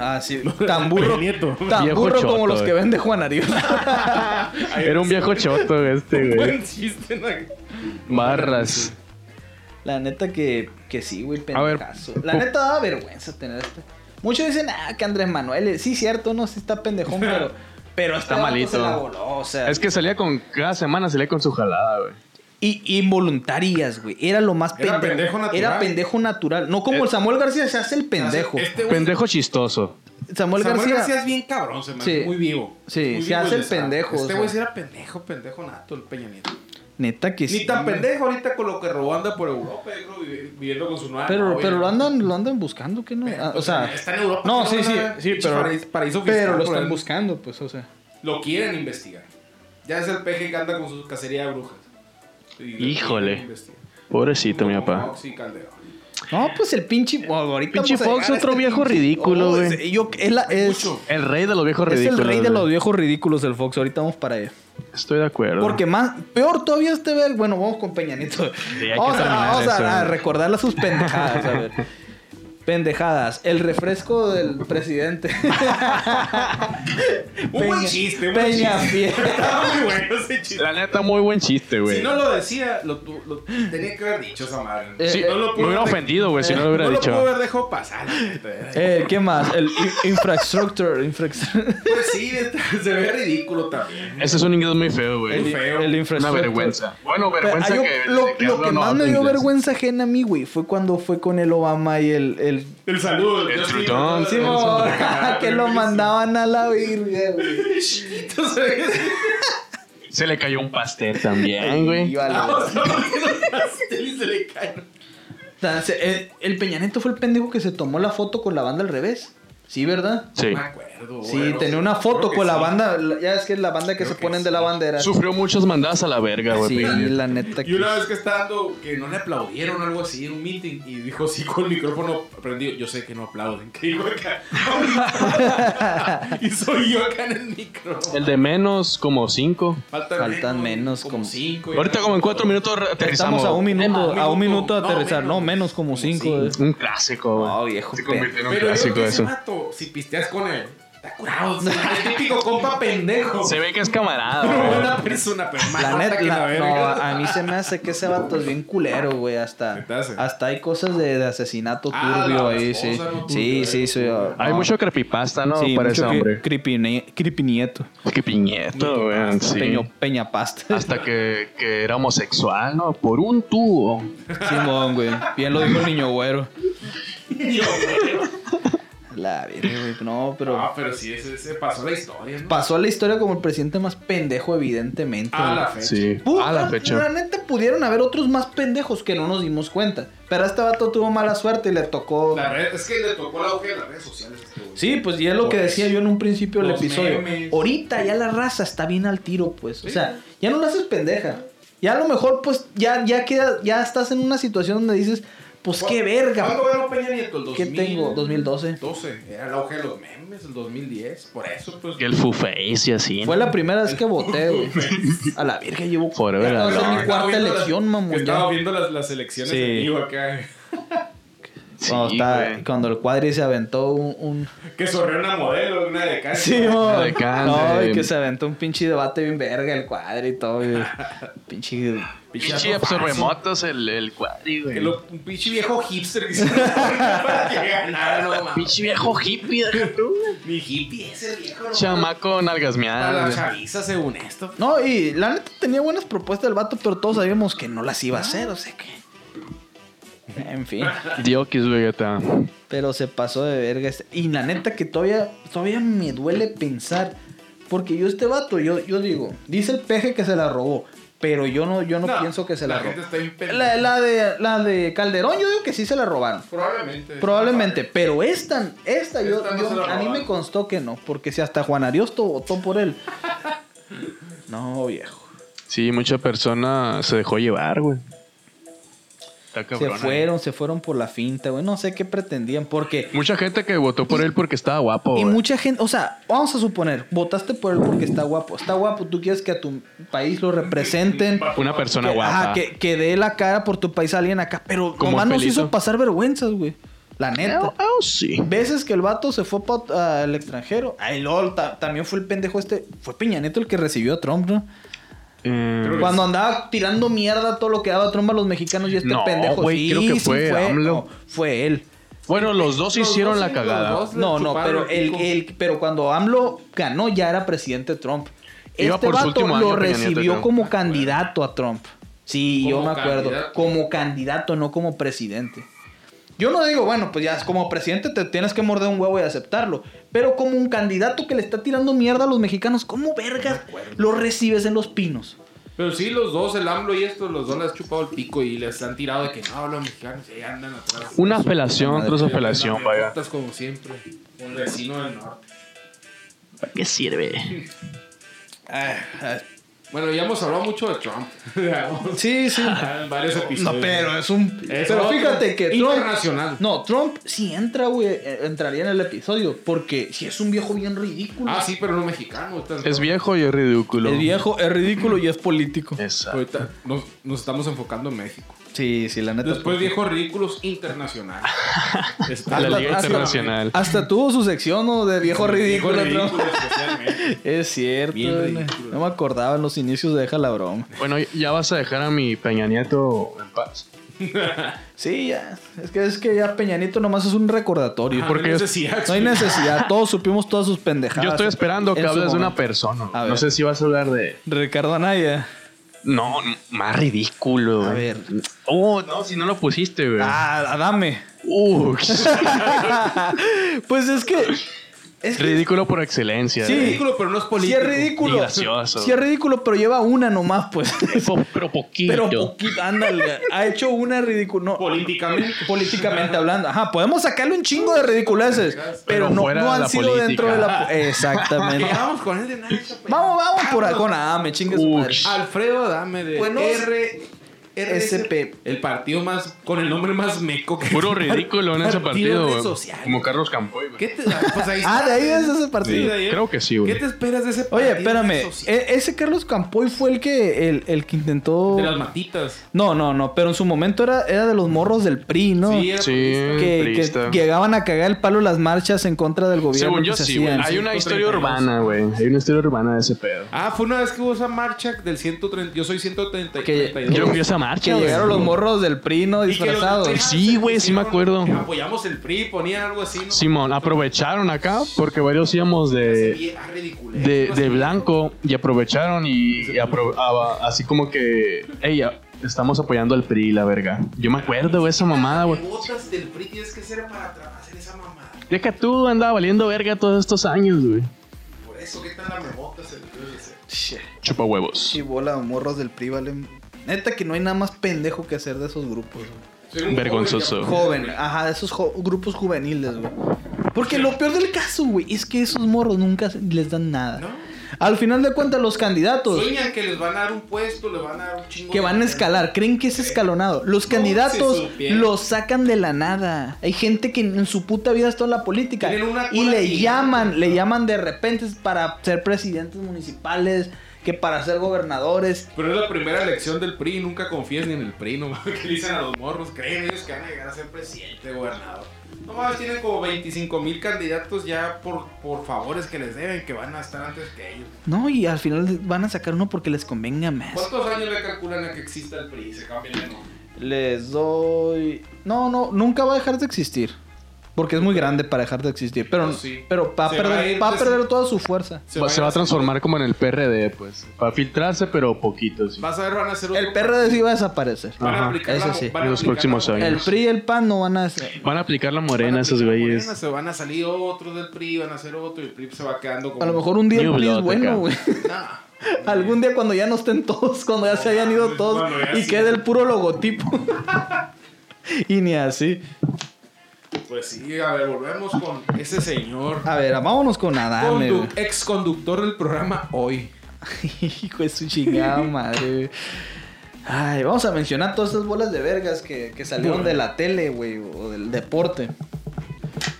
Speaker 2: Ah, sí. Tan burro,
Speaker 3: Peña Nieto.
Speaker 2: tan
Speaker 4: Viejo
Speaker 2: burro
Speaker 4: choto,
Speaker 2: como los que
Speaker 4: güey.
Speaker 2: vende Juan Ariel.
Speaker 4: Era un viejo choto este, güey.
Speaker 3: Buen chiste, ¿no?
Speaker 4: Barras.
Speaker 2: La neta que, que sí, güey,
Speaker 4: A ver,
Speaker 2: pendejazo. La
Speaker 4: po-
Speaker 2: neta da vergüenza tener este. Muchos dicen, ah, que Andrés Manuel, es- sí, cierto, no, sí está pendejón, pero, pero este
Speaker 4: Está
Speaker 2: vato
Speaker 4: malito.
Speaker 2: se la voló, o sea,
Speaker 4: Es que salía con, cada semana salía con su jalada, güey.
Speaker 2: y involuntarias, güey. Era lo más
Speaker 3: Era pendejo natural. Eh,
Speaker 2: Era pendejo natural. No como el Samuel García se hace el pendejo.
Speaker 3: Este güey-
Speaker 4: Pendejo chistoso.
Speaker 2: Samuel,
Speaker 3: Samuel
Speaker 2: García,
Speaker 3: es bien cabrón, se me
Speaker 2: Sí.
Speaker 3: hace muy vivo.
Speaker 2: Sí,
Speaker 3: Muy
Speaker 2: se
Speaker 3: vivo
Speaker 2: hace el
Speaker 3: desastre.
Speaker 2: pendejo, o
Speaker 3: Este
Speaker 2: sea.
Speaker 3: güey sí era pendejo, pendejo nato, el Peña Nieto.
Speaker 2: neta que sí.
Speaker 3: Ni tan pendejo ahorita con lo que robó anda por Europa, yo creo, vivi- viviendo con su nueva
Speaker 2: Pero,
Speaker 3: novia.
Speaker 2: pero lo andan, lo andan buscando, ¿qué no?
Speaker 3: Eh,
Speaker 2: Ah, o
Speaker 3: pues,
Speaker 2: sea,
Speaker 3: está en Europa.
Speaker 2: no,
Speaker 3: ¿qué
Speaker 2: sí,
Speaker 3: van
Speaker 2: sí,
Speaker 3: a ver?
Speaker 2: sí,
Speaker 3: Pinche
Speaker 2: pero,
Speaker 3: paraíso- paraíso fiscal
Speaker 2: pero lo
Speaker 3: por
Speaker 2: están
Speaker 3: ahí.
Speaker 2: buscando, pues, o sea.
Speaker 3: Lo quieren investigar. Ya es el peje que anda con su cacería de brujas. Y lo
Speaker 4: Híjole.
Speaker 3: quieren investigar.
Speaker 4: Pobrecito, mi
Speaker 3: Como
Speaker 4: papá.
Speaker 3: Fox y Calderón.
Speaker 2: No, pues el pinche. Ahorita
Speaker 4: Pinche
Speaker 2: vamos a
Speaker 4: Fox,
Speaker 2: llegar a
Speaker 4: otro viejo ridículo, güey.
Speaker 2: ese- Yo, es, la- es,
Speaker 3: Mucho.
Speaker 4: El rey de los viejos
Speaker 2: es el
Speaker 4: ridículos.
Speaker 2: rey de
Speaker 4: güey.
Speaker 2: los viejos ridículos, el Fox. Ahorita vamos para allá.
Speaker 4: Estoy de acuerdo.
Speaker 2: Porque más. Peor todavía este ver. Bueno, vamos con Peña Nieto.
Speaker 4: hay que
Speaker 2: vamos a,
Speaker 4: terminar
Speaker 2: vamos a-
Speaker 4: eso,
Speaker 2: a
Speaker 4: güey.
Speaker 2: recordarle sus pendejadas, a ver. Pendejadas. El refresco del presidente.
Speaker 3: Un buen
Speaker 2: Peña-
Speaker 3: chiste, un buen
Speaker 2: Peña Fiel.
Speaker 3: chiste. Estaba muy bueno ese chiste.
Speaker 4: La neta, muy buen chiste, güey.
Speaker 3: Si no lo decía, lo, tu- lo tenía que haber dicho esa madre.
Speaker 2: Eh,
Speaker 4: Sí,
Speaker 2: eh,
Speaker 3: no lo
Speaker 4: me
Speaker 3: pudo
Speaker 4: hubiera
Speaker 3: haber-
Speaker 4: ofendido, güey, si no lo hubiera
Speaker 3: no
Speaker 4: dicho.
Speaker 3: lo pudo haber dejado pasar. la neta.
Speaker 2: Eh, ¿Qué más? El i- infrastructure. infrastructure.
Speaker 3: Pues sí, neta, se ve ridículo también.
Speaker 4: Ese es un inglés muy feo, güey.
Speaker 3: Muy feo.
Speaker 2: el
Speaker 4: Una
Speaker 2: infrastructure.
Speaker 4: vergüenza. Bueno,
Speaker 2: Pero,
Speaker 4: vergüenza
Speaker 2: ah, yo-
Speaker 4: que.
Speaker 2: lo, lo
Speaker 4: hablo
Speaker 2: que
Speaker 4: no
Speaker 2: más
Speaker 4: hablo
Speaker 2: me dio
Speaker 4: inglés.
Speaker 2: vergüenza ajena a mí, güey, fue cuando fue con el Obama y el... el...
Speaker 3: El saludo.
Speaker 4: El
Speaker 3: yo sí,
Speaker 4: trutón,
Speaker 3: no,
Speaker 4: sí,
Speaker 3: no,
Speaker 4: mo-
Speaker 2: que lo mandaban a la virgen, güey.
Speaker 3: Chiquito, se ve así.
Speaker 4: Se le cayó un pastel también,
Speaker 2: Y
Speaker 4: güey.
Speaker 2: yo a la verga.
Speaker 3: O sea, porque no pastel y se le cae.
Speaker 2: O sea, se- el, el Peña Nieto fue el pendejo que se tomó la foto con la banda al revés. Sí, ¿verdad?
Speaker 4: Sí.
Speaker 3: No me acuerdo.
Speaker 2: Sí,
Speaker 3: güey, no
Speaker 2: tenía
Speaker 3: sé.
Speaker 2: una foto
Speaker 3: Creo que
Speaker 2: con la
Speaker 3: sí.
Speaker 2: banda. la- Ya es que es la banda que
Speaker 3: Creo
Speaker 2: se
Speaker 3: que
Speaker 2: ponen
Speaker 3: sí.
Speaker 2: de la bandera.
Speaker 4: Sufrió muchos mandadas a la verga, güey.
Speaker 2: sí,
Speaker 4: Peña Nieto.
Speaker 2: la neta.
Speaker 3: Y una vez que está dando, que no le aplaudieron o algo así en un meeting, y dijo así con el micrófono prendido, yo sé que no aplauden, que digo acá. y soy yo acá en el micro.
Speaker 4: El de menos como 5.
Speaker 3: Faltan,
Speaker 2: Faltan menos, como-
Speaker 3: cinco.
Speaker 4: Ahorita como en 4 minutos re- aterrizamos.
Speaker 2: Estamos a un minuto,
Speaker 3: Ah,
Speaker 2: a un
Speaker 3: minuto.
Speaker 2: minuto de
Speaker 3: No,
Speaker 2: aterrizar. No,
Speaker 3: menos.
Speaker 2: menos como cinco. eh.
Speaker 4: Un clásico, güey.
Speaker 2: No, viejo.
Speaker 4: Se
Speaker 2: pe-
Speaker 4: convirtió en un
Speaker 3: Pero yo creo
Speaker 4: clásico
Speaker 3: que ese
Speaker 4: eso.
Speaker 3: vato, si pisteas con él, está curado. Es típico compa pendejo.
Speaker 4: Se ve que es camarada,
Speaker 3: Pero
Speaker 4: güey.
Speaker 3: buena persona, pero más
Speaker 2: La
Speaker 3: rata
Speaker 2: neta,
Speaker 3: que Ah, la
Speaker 2: la-
Speaker 3: verga.
Speaker 2: no, ah, a mí se me hace que ese vato es bien culero, güey.
Speaker 3: ¿Se
Speaker 2: Hasta,
Speaker 3: te hace?
Speaker 2: hasta hay cosas de, de asesinato
Speaker 3: Ah,
Speaker 2: turbio
Speaker 3: la
Speaker 2: ahí, sí.
Speaker 3: esposa, ¿no? eh.
Speaker 2: Sí, sí, soy yo.
Speaker 4: Hay
Speaker 2: no.
Speaker 4: mucho creepypasta, ¿no?
Speaker 2: Sí,
Speaker 4: Para ese
Speaker 2: mucho cre-
Speaker 4: hombre.
Speaker 2: creepy, nie- creepy nieto.
Speaker 4: Qué piñeto, güey. Sí.
Speaker 2: Peño, peña pasta.
Speaker 4: Hasta que, que era homosexual, ¿no? Por un tubo.
Speaker 2: Simón, güey. Bien lo dijo el niño güero. La verga, güey. No, pero.
Speaker 3: Ah, pero sí, ese, ese pasó la historia, ¿no?
Speaker 2: Pasó a la historia como el presidente más pendejo, evidentemente.
Speaker 3: a la
Speaker 2: güey.
Speaker 3: fecha.
Speaker 4: Sí.
Speaker 2: Puta,
Speaker 4: a la
Speaker 2: La
Speaker 4: fecha.
Speaker 2: neta pudieron haber otros más pendejos que no nos dimos cuenta. Pero este vato tuvo mala suerte y le tocó.
Speaker 3: La red, es que le tocó la auge de las redes sociales. este güey.
Speaker 2: Sí, pues y es lo que decía yo en un principio del
Speaker 3: Los
Speaker 2: episodio.
Speaker 3: memes.
Speaker 2: Ahorita ya la raza está bien al tiro, pues. O sea, ya no la haces pendeja. Ya a lo mejor, pues, ya, ya queda, ya estás en una situación donde dices, Pues qué verga.
Speaker 3: ¿Cuándo ganó Peña Nieto? ¿El 2000?
Speaker 2: ¿Qué tengo? 2012.
Speaker 3: 12. Era el auge de los memes, el 2010. Por eso, pues.
Speaker 5: Que el fuface y así.
Speaker 2: Fue
Speaker 5: ¿no?
Speaker 2: la primera vez que voté, güey. A la verga llevo.
Speaker 5: Forever
Speaker 2: Ya va a ser
Speaker 5: alone.
Speaker 2: mi cuarta
Speaker 3: viendo las-
Speaker 2: elección,
Speaker 3: que
Speaker 2: mamón. ya.
Speaker 3: Estaba viendo las, las elecciones
Speaker 2: Sí.
Speaker 3: en vivo acá. eh,
Speaker 5: Sí,
Speaker 2: Cuando, estaba-
Speaker 5: güey.
Speaker 2: cuando el cuadri se aventó un. un-
Speaker 3: Que sorrió una modelo, una de acá.
Speaker 2: Sí, mo.
Speaker 4: de can,
Speaker 2: No,
Speaker 4: de-
Speaker 2: y que se aventó un pinche debate bien verga el cuadri y todo. güey. Pinche.
Speaker 4: Pinche absorbemotos el, el cuadri,
Speaker 3: Que
Speaker 4: güey.
Speaker 3: lo- un pinche viejo hipster que se para que ganara, no mames.
Speaker 5: Pinche viejo hippie, deja tú.
Speaker 3: Mi hippie ese viejo, no
Speaker 4: Chamaco
Speaker 3: mames. La
Speaker 4: nalgasmeada.
Speaker 3: chaviza, según esto.
Speaker 2: No, y la neta tenía buenas propuestas el vato, pero todos sabíamos que no las iba a hacer, o sea que. En fin.
Speaker 4: Diokis, güey, gata.
Speaker 2: Pero se pasó de verga. este- Y la neta que todavía, todavía me duele pensar. Porque yo este vato, yo, yo digo, dice el peje que se la robó. Pero yo no, yo no, pienso que se la,
Speaker 3: La gente
Speaker 2: robó.
Speaker 3: está bien pendeja.
Speaker 2: La, la de, la de Calderón, yo digo que sí se la robaron.
Speaker 3: Probablemente.
Speaker 2: Probablemente, pero esta, esta, yo,
Speaker 3: Esta no
Speaker 2: yo-
Speaker 3: se la
Speaker 2: a mí
Speaker 3: robaron.
Speaker 2: me constó que no, porque si hasta Juan Ariosto votó por él. No, viejo.
Speaker 4: Sí, mucha persona se dejó llevar, güey. Está
Speaker 2: Se
Speaker 4: cabrón. ahí.
Speaker 2: fueron, se fueron por la finta, güey. No sé qué pretendían, porque
Speaker 4: Mucha gente que votó por él porque estaba guapo,
Speaker 2: Y
Speaker 4: güey.
Speaker 2: mucha gente, o sea, vamos a suponer, votaste por él porque está guapo. Está guapo, tú quieres que a tu país lo representen.
Speaker 4: Una persona
Speaker 2: que,
Speaker 4: guapa.
Speaker 2: ajá, Ah, que, que dé la cara por tu país a alguien acá. Pero
Speaker 4: Como
Speaker 2: nomás
Speaker 4: el
Speaker 2: nos
Speaker 4: pelito.
Speaker 2: hizo pasar vergüenzas, güey. La neta.
Speaker 4: Ah, sí.
Speaker 2: Veces que el vato se fue pa- al extranjero. Ay, lol, ta- también fue el pendejo este. Fue Peña Nieto el que recibió a Trump, ¿no?
Speaker 4: Eh,
Speaker 3: Pero-
Speaker 2: Cuando andaba tirando mierda todo lo que daba Trump a los mexicanos y este
Speaker 4: No,
Speaker 2: pendejo.
Speaker 4: güey,
Speaker 2: sí,
Speaker 4: creo
Speaker 2: sí
Speaker 4: que fue AMLO.
Speaker 2: no, fue él.
Speaker 4: bueno, los dos
Speaker 3: Los
Speaker 4: hicieron
Speaker 3: dos,
Speaker 4: la
Speaker 3: sí,
Speaker 4: cagada.
Speaker 3: los dos. le
Speaker 2: No, no,
Speaker 3: chuparon
Speaker 2: pero
Speaker 3: el
Speaker 2: el,
Speaker 3: pico.
Speaker 2: el- pero cuando AMLO ganó ya era presidente Trump.
Speaker 4: Iba
Speaker 2: este
Speaker 4: por su
Speaker 2: vato
Speaker 4: último año,
Speaker 2: lo
Speaker 4: Peña Nieto,
Speaker 2: recibió
Speaker 4: creo.
Speaker 2: como candidato a Trump. Sí, yo me
Speaker 3: Ah, Como
Speaker 2: acuerdo.
Speaker 3: candidato.
Speaker 2: Como candidato, no como presidente. Yo no digo, bueno, pues ya es como presidente te tienes que morder un huevo y aceptarlo. Pero como un candidato que le está tirando mierda a los mexicanos, ¿cómo vergas lo recibes en los pinos?
Speaker 3: Pero sí, los dos, el AMLO y esto, los dos le han chupado el pico y les han tirado de que no, los mexicanos ahí andan atrás.
Speaker 4: Una apelación tras apelación, vaya.
Speaker 3: Estás como siempre, un vecino del norte.
Speaker 5: ¿Para qué sirve?
Speaker 3: Ah, Bueno, ya hemos hablado mucho de Trump. Digamos,
Speaker 2: Sí, sí.
Speaker 3: en varios episodios.
Speaker 2: No, pero es un.
Speaker 3: Ah, Es
Speaker 2: pero
Speaker 3: otro
Speaker 2: fíjate que Trump.
Speaker 3: internacional.
Speaker 2: No, Trump si entra, güey, eh, entraría en el episodio. Porque si es un viejo bien ridículo.
Speaker 3: Ah, sí, pero no mexicano. ahorita-
Speaker 4: Es viejo y es ridículo.
Speaker 2: Es viejo, Pues, es ridículo y es político.
Speaker 4: Exacto.
Speaker 3: Ahorita nos, nos estamos enfocando en México.
Speaker 2: Sí, sí, la neta.
Speaker 3: Después
Speaker 2: porque-
Speaker 3: viejos ridículos internacionales. Este, Está
Speaker 4: La
Speaker 2: Hasta-
Speaker 4: Liga
Speaker 2: hasta-
Speaker 4: Internacional.
Speaker 2: Hasta tuvo su sección ¿no? de viejo
Speaker 3: Viejo
Speaker 2: ridículo, Trump.
Speaker 3: ridículo especialmente.
Speaker 2: Es cierto.
Speaker 3: Bien
Speaker 2: güey.
Speaker 3: ridículo.
Speaker 2: No me acordaba en los inicios de Deja la broma.
Speaker 4: Bueno, ya vas a dejar a mi Peña Nieto en paz.
Speaker 2: Sí, ya. Es que es que ya Peñanito nomás es un recordatorio.
Speaker 3: Ah,
Speaker 4: porque
Speaker 3: no
Speaker 4: yo-
Speaker 3: necesidad,
Speaker 2: No hay
Speaker 3: güey.
Speaker 2: necesidad. Todos supimos todas sus pendejadas.
Speaker 4: Yo estoy esperando que
Speaker 2: En su
Speaker 4: hables de una
Speaker 2: momento.
Speaker 4: persona.
Speaker 2: A
Speaker 4: No
Speaker 2: ver.
Speaker 4: sé si vas a hablar de.
Speaker 2: Ricardo Anaya.
Speaker 4: No, más ridículo.
Speaker 2: A
Speaker 4: güey.
Speaker 2: ver.
Speaker 4: Oh, no, si no lo pusiste, güey.
Speaker 2: Ah, Adame.
Speaker 4: Uh,
Speaker 2: pues es que. Es que
Speaker 4: ridículo por excelencia.
Speaker 2: Sí,
Speaker 4: güey.
Speaker 3: ridículo, pero no es
Speaker 2: sí
Speaker 3: político.
Speaker 2: es ridículo.
Speaker 4: Y gracioso.
Speaker 2: Sí es ridículo, pero lleva una nomás, pues.
Speaker 5: Po- pero poquito.
Speaker 2: pero poquito, ándale. Ha hecho una ridícula. No,
Speaker 3: Políticamente.
Speaker 2: políticamente hablando. Ajá, podemos sacarle un chingo de ridiculeces. Pero,
Speaker 4: Pero
Speaker 2: no,
Speaker 4: fuera
Speaker 2: no
Speaker 4: de
Speaker 2: han
Speaker 4: la
Speaker 2: sido dentro de la. po- Exactamente.
Speaker 3: Vamos con el de Nacho. pues.
Speaker 2: vamos, vamos por ahí con Adame, chingue su
Speaker 4: Uy.
Speaker 2: madre.
Speaker 3: Alfredo Adame de
Speaker 2: Bueno,
Speaker 3: R
Speaker 2: SP.
Speaker 3: El partido más con el nombre más meco que
Speaker 4: Puro ridículo en ese partido,
Speaker 3: de
Speaker 4: güey.
Speaker 3: social.
Speaker 4: Como Carlos Campoy, güey.
Speaker 3: ¿Qué te pues ahí
Speaker 2: Ah,
Speaker 3: está.
Speaker 2: de ahí es ese
Speaker 3: Sí,
Speaker 2: partido.
Speaker 3: de ahí.
Speaker 4: Creo que sí,
Speaker 3: ¿Qué
Speaker 4: güey.
Speaker 3: te esperas de ese partido
Speaker 2: Oye, espérame.
Speaker 3: de social?
Speaker 2: e- ese Carlos Campoy fue el que el, el que intentó.
Speaker 3: de las matitas.
Speaker 2: No, no, no, pero en su momento era, era de los morros del PRI, ¿no?
Speaker 3: Sí, era
Speaker 4: Sí,
Speaker 2: que, que
Speaker 4: priista.
Speaker 2: llegaban a cagar el palo las marchas en contra del gobierno.
Speaker 4: Según
Speaker 2: que
Speaker 4: yo
Speaker 2: se
Speaker 4: sí, güey.
Speaker 2: hacían.
Speaker 4: Hay una
Speaker 3: 132.
Speaker 4: historia urbana, güey. Hay una historia urbana de ese pedo.
Speaker 3: Ah, fue una vez que hubo esa marcha del 130. Yo soy 132.
Speaker 2: Que-
Speaker 5: Yo vi
Speaker 3: Y
Speaker 5: esa
Speaker 2: Que
Speaker 5: marcha, güey.
Speaker 2: llegaron los morros del PRI, ¿no?
Speaker 3: que los
Speaker 2: Disfrazados.
Speaker 3: del PRI
Speaker 4: Sí, güey, sí me
Speaker 3: pusieron,
Speaker 4: acuerdo.
Speaker 3: Apoyamos el PRI, ponían algo así, ¿no?
Speaker 4: Simón, aprovecharon acá porque varios íbamos de,
Speaker 3: Ah, ridiculez.
Speaker 4: de,
Speaker 3: No
Speaker 4: de
Speaker 3: sé.
Speaker 4: blanco y aprovecharon y, y apro- ah, así como que, hey, ah, estamos apoyando al PRI, la verga. Yo me acuerdo, güey, esa mamada, güey.
Speaker 3: Te botas del PRI tienes que ser para atrás, hacer esa mamada.
Speaker 4: Deja tú, andaba valiendo verga todos estos años, güey.
Speaker 3: Por eso, ¿qué tal la memota se le debe hacer?
Speaker 2: Che,
Speaker 4: Chupa huevos.
Speaker 2: Chibola, morros del PRI, valen. Neta que no hay nada más pendejo que hacer de esos grupos, güey.
Speaker 3: Soy un
Speaker 4: Vergonzoso.
Speaker 3: joven
Speaker 2: Joven, ajá, de esos jo- grupos juveniles, güey. Porque lo peor del caso, güey, es que esos morros nunca se- les dan nada.
Speaker 3: ¿No?
Speaker 2: Al final de cuentas, los candidatos
Speaker 3: Sueñan que les van a dar un puesto, les van a dar un chingo.
Speaker 2: que
Speaker 3: de
Speaker 2: van a
Speaker 3: dinero.
Speaker 2: escalar, creen que es escalonado. Los
Speaker 3: No, si
Speaker 2: candidatos
Speaker 3: supiera.
Speaker 2: los sacan de la nada. Hay gente que en su puta vida está en la política
Speaker 3: Tienen una
Speaker 2: y
Speaker 3: cola
Speaker 2: le
Speaker 3: gigante.
Speaker 2: llaman, le llaman de repente para ser presidentes municipales, que para ser gobernadores.
Speaker 3: Pero es la primera elección del PRI, nunca confíes ni en el PRI, nomás que le dicen a los morros, creen ellos que van a llegar a ser presidente, gobernador. No mames, tienen como 25 mil candidatos ya por, por favores que les deben, que van a estar antes que ellos.
Speaker 2: No, y al final van a sacar uno porque les convenga más.
Speaker 3: ¿Cuántos años le calculan a que exista el PRI? Se cambia el nombre.
Speaker 2: Les doy. No, no, nunca va a dejar de existir. Porque es muy grande para dejar de existir. Pero,
Speaker 3: Pues sí.
Speaker 2: pero va a
Speaker 3: Se
Speaker 2: perder,
Speaker 3: va a ir
Speaker 2: va a
Speaker 3: des-
Speaker 2: perder toda su fuerza.
Speaker 4: Va- se va a transformar como en el PRD, pues. Va a filtrarse, pero poquito. sí.
Speaker 3: Vas a ver, van a hacer otro-
Speaker 2: El PRD sí va a desaparecer.
Speaker 3: Van a
Speaker 4: Ajá.
Speaker 3: aplicar
Speaker 2: Eso
Speaker 3: la-
Speaker 2: sí.
Speaker 3: van a
Speaker 4: En los
Speaker 3: aplicar
Speaker 4: próximos
Speaker 3: la-
Speaker 4: años.
Speaker 2: El PRI y el PAN no van a ser.
Speaker 4: Van a aplicar la
Speaker 3: van a
Speaker 4: morena
Speaker 3: aplicar
Speaker 4: esos
Speaker 3: la
Speaker 4: güeyes.
Speaker 3: morena, Se van a salir otros del PRI, van a hacer otro y el PRI se va quedando como... "Ah,
Speaker 2: A lo mejor un día el
Speaker 4: New
Speaker 2: PRI es
Speaker 4: blood acá.
Speaker 2: bueno, güey.
Speaker 3: Nah.
Speaker 2: Algún día cuando ya no estén todos, cuando ya se hayan ido todos
Speaker 3: Cuando ya
Speaker 2: y
Speaker 3: sí.
Speaker 2: quede el puro logotipo. y ni así.
Speaker 3: Pues sí, a ver, volvemos con ese señor.
Speaker 2: A ver, vámonos con Adame, Ah, güey.
Speaker 3: Condu- ex conductor del programa hoy.
Speaker 2: Hijo de su chingada madre, güey. Ay, vamos a mencionar todas estas bolas de vergas que, que salieron de la tele, güey, o del deporte.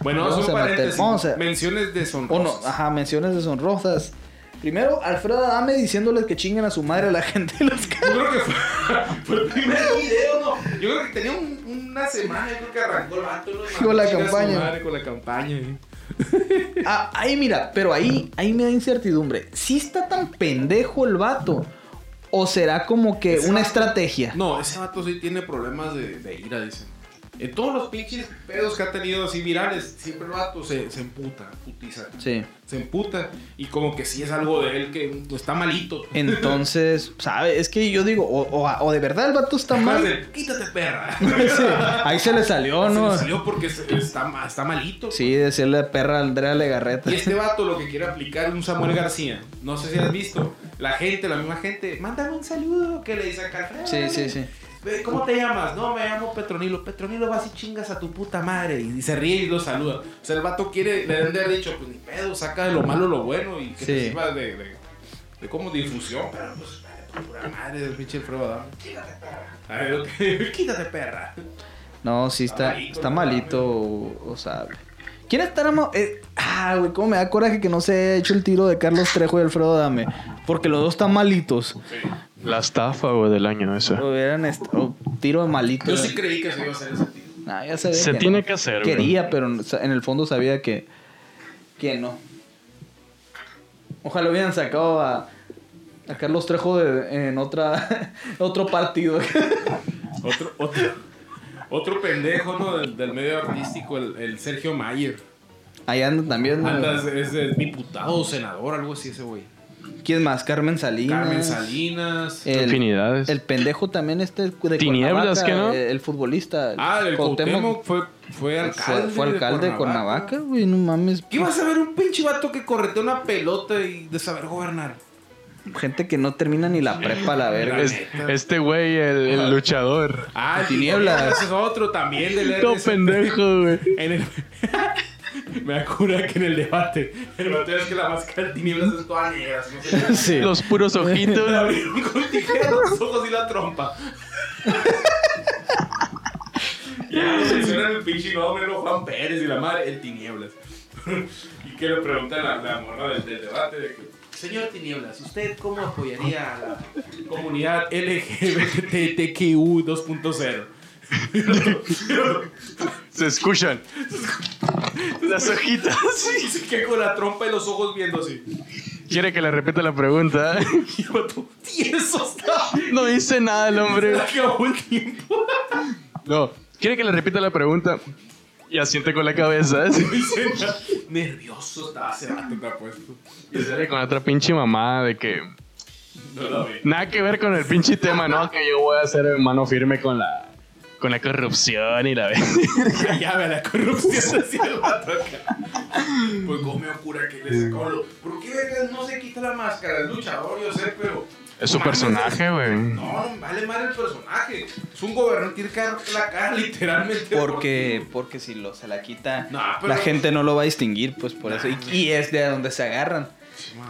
Speaker 3: Bueno,
Speaker 2: Vamos
Speaker 3: vamos
Speaker 2: a
Speaker 3: son
Speaker 2: meter-
Speaker 3: paréntesis.
Speaker 2: vamos a-
Speaker 3: Menciones de son.
Speaker 2: O no, ajá, menciones deshonrosas. Primero, Alfredo Adame diciéndoles que chinguen a su madre a la gente en las calles.
Speaker 3: Yo creo que fue, fue el primer video, ¿no? Yo creo que tenía un- una semana, yo creo que arrancó el vato, ¿no?
Speaker 2: Con la
Speaker 3: Chinga su
Speaker 2: campaña.
Speaker 3: madre, con la campaña. ¿eh?
Speaker 2: Ah, ahí mira, pero ahí, ahí me da incertidumbre. ¿Sí está tan pendejo el vato? ¿O será como que
Speaker 3: Ese
Speaker 2: una
Speaker 3: vato-
Speaker 2: estrategia?
Speaker 3: No, ese vato sí tiene problemas de, de ira, dicen. En todos los pinches pedos que ha tenido así virales, siempre el vato se, se emputa, putiza.
Speaker 2: Sí.
Speaker 3: Se emputa. Y como que sí es algo de él que mm, está malito.
Speaker 2: Entonces, ¿sabe? Es que yo digo, o, o- o de verdad el vato está mal.
Speaker 3: Aparte, Quítate, perra.
Speaker 2: Sí, ahí se le salió,
Speaker 3: Se
Speaker 2: ¿no?
Speaker 3: le salió porque se- está, ma- está malito.
Speaker 2: Sí, decirle perra a Andrea Legarreta.
Speaker 3: Y este vato lo que quiere aplicar un Samuel García. No sé si has visto. La gente, la misma gente, mándame un saludo que le dice acá. Alfredo,
Speaker 2: Sí, sí, sí.
Speaker 3: "Ve, ¿Cómo te llamas? No, me llamo Petronilo. Petronilo, vas y chingas a tu puta madre. Y se ríe y lo saluda. O sea, el vato quiere, le deben de haber dicho, pues ni pedo, saca de lo malo lo bueno y que te
Speaker 2: Sí.
Speaker 3: sirva de, de, de como difusión. Pero pues, vale, tu pura madre, el pinche Alfredo Adame. Quítate, perra. A ver, ok, quítate, perra.
Speaker 2: No, sí está, está
Speaker 3: Está malito, no
Speaker 2: malito, o, o sea. ¿Quién estará más.? eh, ah, güey, cómo me da coraje que no se haya hecho el tiro de Carlos Trejo y Alfredo Dame. Porque los dos están malitos.
Speaker 4: La estafa, güey, del año esa.
Speaker 2: Hubieran estado tiro de malito.
Speaker 3: Yo sí creí que se iba a hacer ese tío.
Speaker 2: Nah, ya sabía
Speaker 4: Se
Speaker 2: que
Speaker 4: tiene
Speaker 2: no.
Speaker 4: que hacer, güey.
Speaker 2: Quería, pero en el fondo sabía que. Que no. Ojalá hubieran sacado a. A Carlos Trejo de- en otra. otro partido.
Speaker 3: Otro, otro, otro pendejo, ¿no? Del, del medio artístico, el, el Sergio Mayer.
Speaker 2: Ahí anda también. ¿no?
Speaker 3: Andas, es, es diputado, senador, algo así ese güey.
Speaker 2: ¿Quién más? Carmen Salinas.
Speaker 3: Carmen Salinas.
Speaker 2: El,
Speaker 4: Infinidades.
Speaker 2: el pendejo también este de
Speaker 4: Tinieblas,
Speaker 2: Cuernavaca,
Speaker 4: ¿qué no?
Speaker 2: El, el futbolista. eh,
Speaker 3: ah, el Cuauhtémoc fue, fue alcalde.
Speaker 2: Fue, fue alcalde de Cuernavaca, güey, no mames.
Speaker 3: ¿Qué vas a ver un pinche vato que corretea una pelota y de saber gobernar?
Speaker 2: Gente que no termina ni la prepa, la verga.
Speaker 4: Es- este güey, el, el luchador.
Speaker 3: Ah, el
Speaker 2: Tinieblas.
Speaker 3: Tinieblas. Ese es otro también del
Speaker 4: Todo
Speaker 3: RS.
Speaker 4: pendejo, güey.
Speaker 3: En el- Me acuerdo que en el debate, el debate es que la máscara de Tinieblas es toda negra. así, No sé
Speaker 2: Sí.
Speaker 4: Los puros ojitos.
Speaker 3: La abrieron con tijeras los ojos y la trompa. ya, mencionan el pinche nombre, ¿no? Juan Pérez y la madre, el Tinieblas. y que le preguntan a la morra del, del debate de que... Señor Tinieblas, ¿usted cómo apoyaría a la comunidad LGBTQ 2.0?
Speaker 4: Se escuchan. Las hojitas.
Speaker 3: Sí, se queda con la trompa y los ojos viendo así.
Speaker 4: Quiere que le repita la pregunta.
Speaker 3: Y yo, tú, tieso está.
Speaker 4: No dice nada el hombre.
Speaker 3: Se acabó el tiempo.
Speaker 4: No. Quiere que le repita la pregunta. Y asiente con la cabeza.
Speaker 3: Nervioso estaba ese vato, te apuesto.
Speaker 4: Y sale con otra pinche mamada de que.
Speaker 3: No lo vi.
Speaker 4: Nada que ver con el pinche tema, ¿no? Que yo voy a hacer mano firme con la. Con la corrupción y la
Speaker 3: La llave a la corrupción hacia el vato acá. Pues come cura que le sacó lo. ¿Por qué vergas, no se quita la máscara? Es luchador, yo sé, pero.
Speaker 4: Es su
Speaker 3: Mames,
Speaker 4: personaje, güey.
Speaker 3: No, vale mal el personaje. Es un gobernante, tiene que darte la cara literalmente.
Speaker 2: Porque, porque si lo, se la quita,
Speaker 3: No, pero-
Speaker 2: la gente no lo va a distinguir, pues por eso. Y, y es de donde se agarran.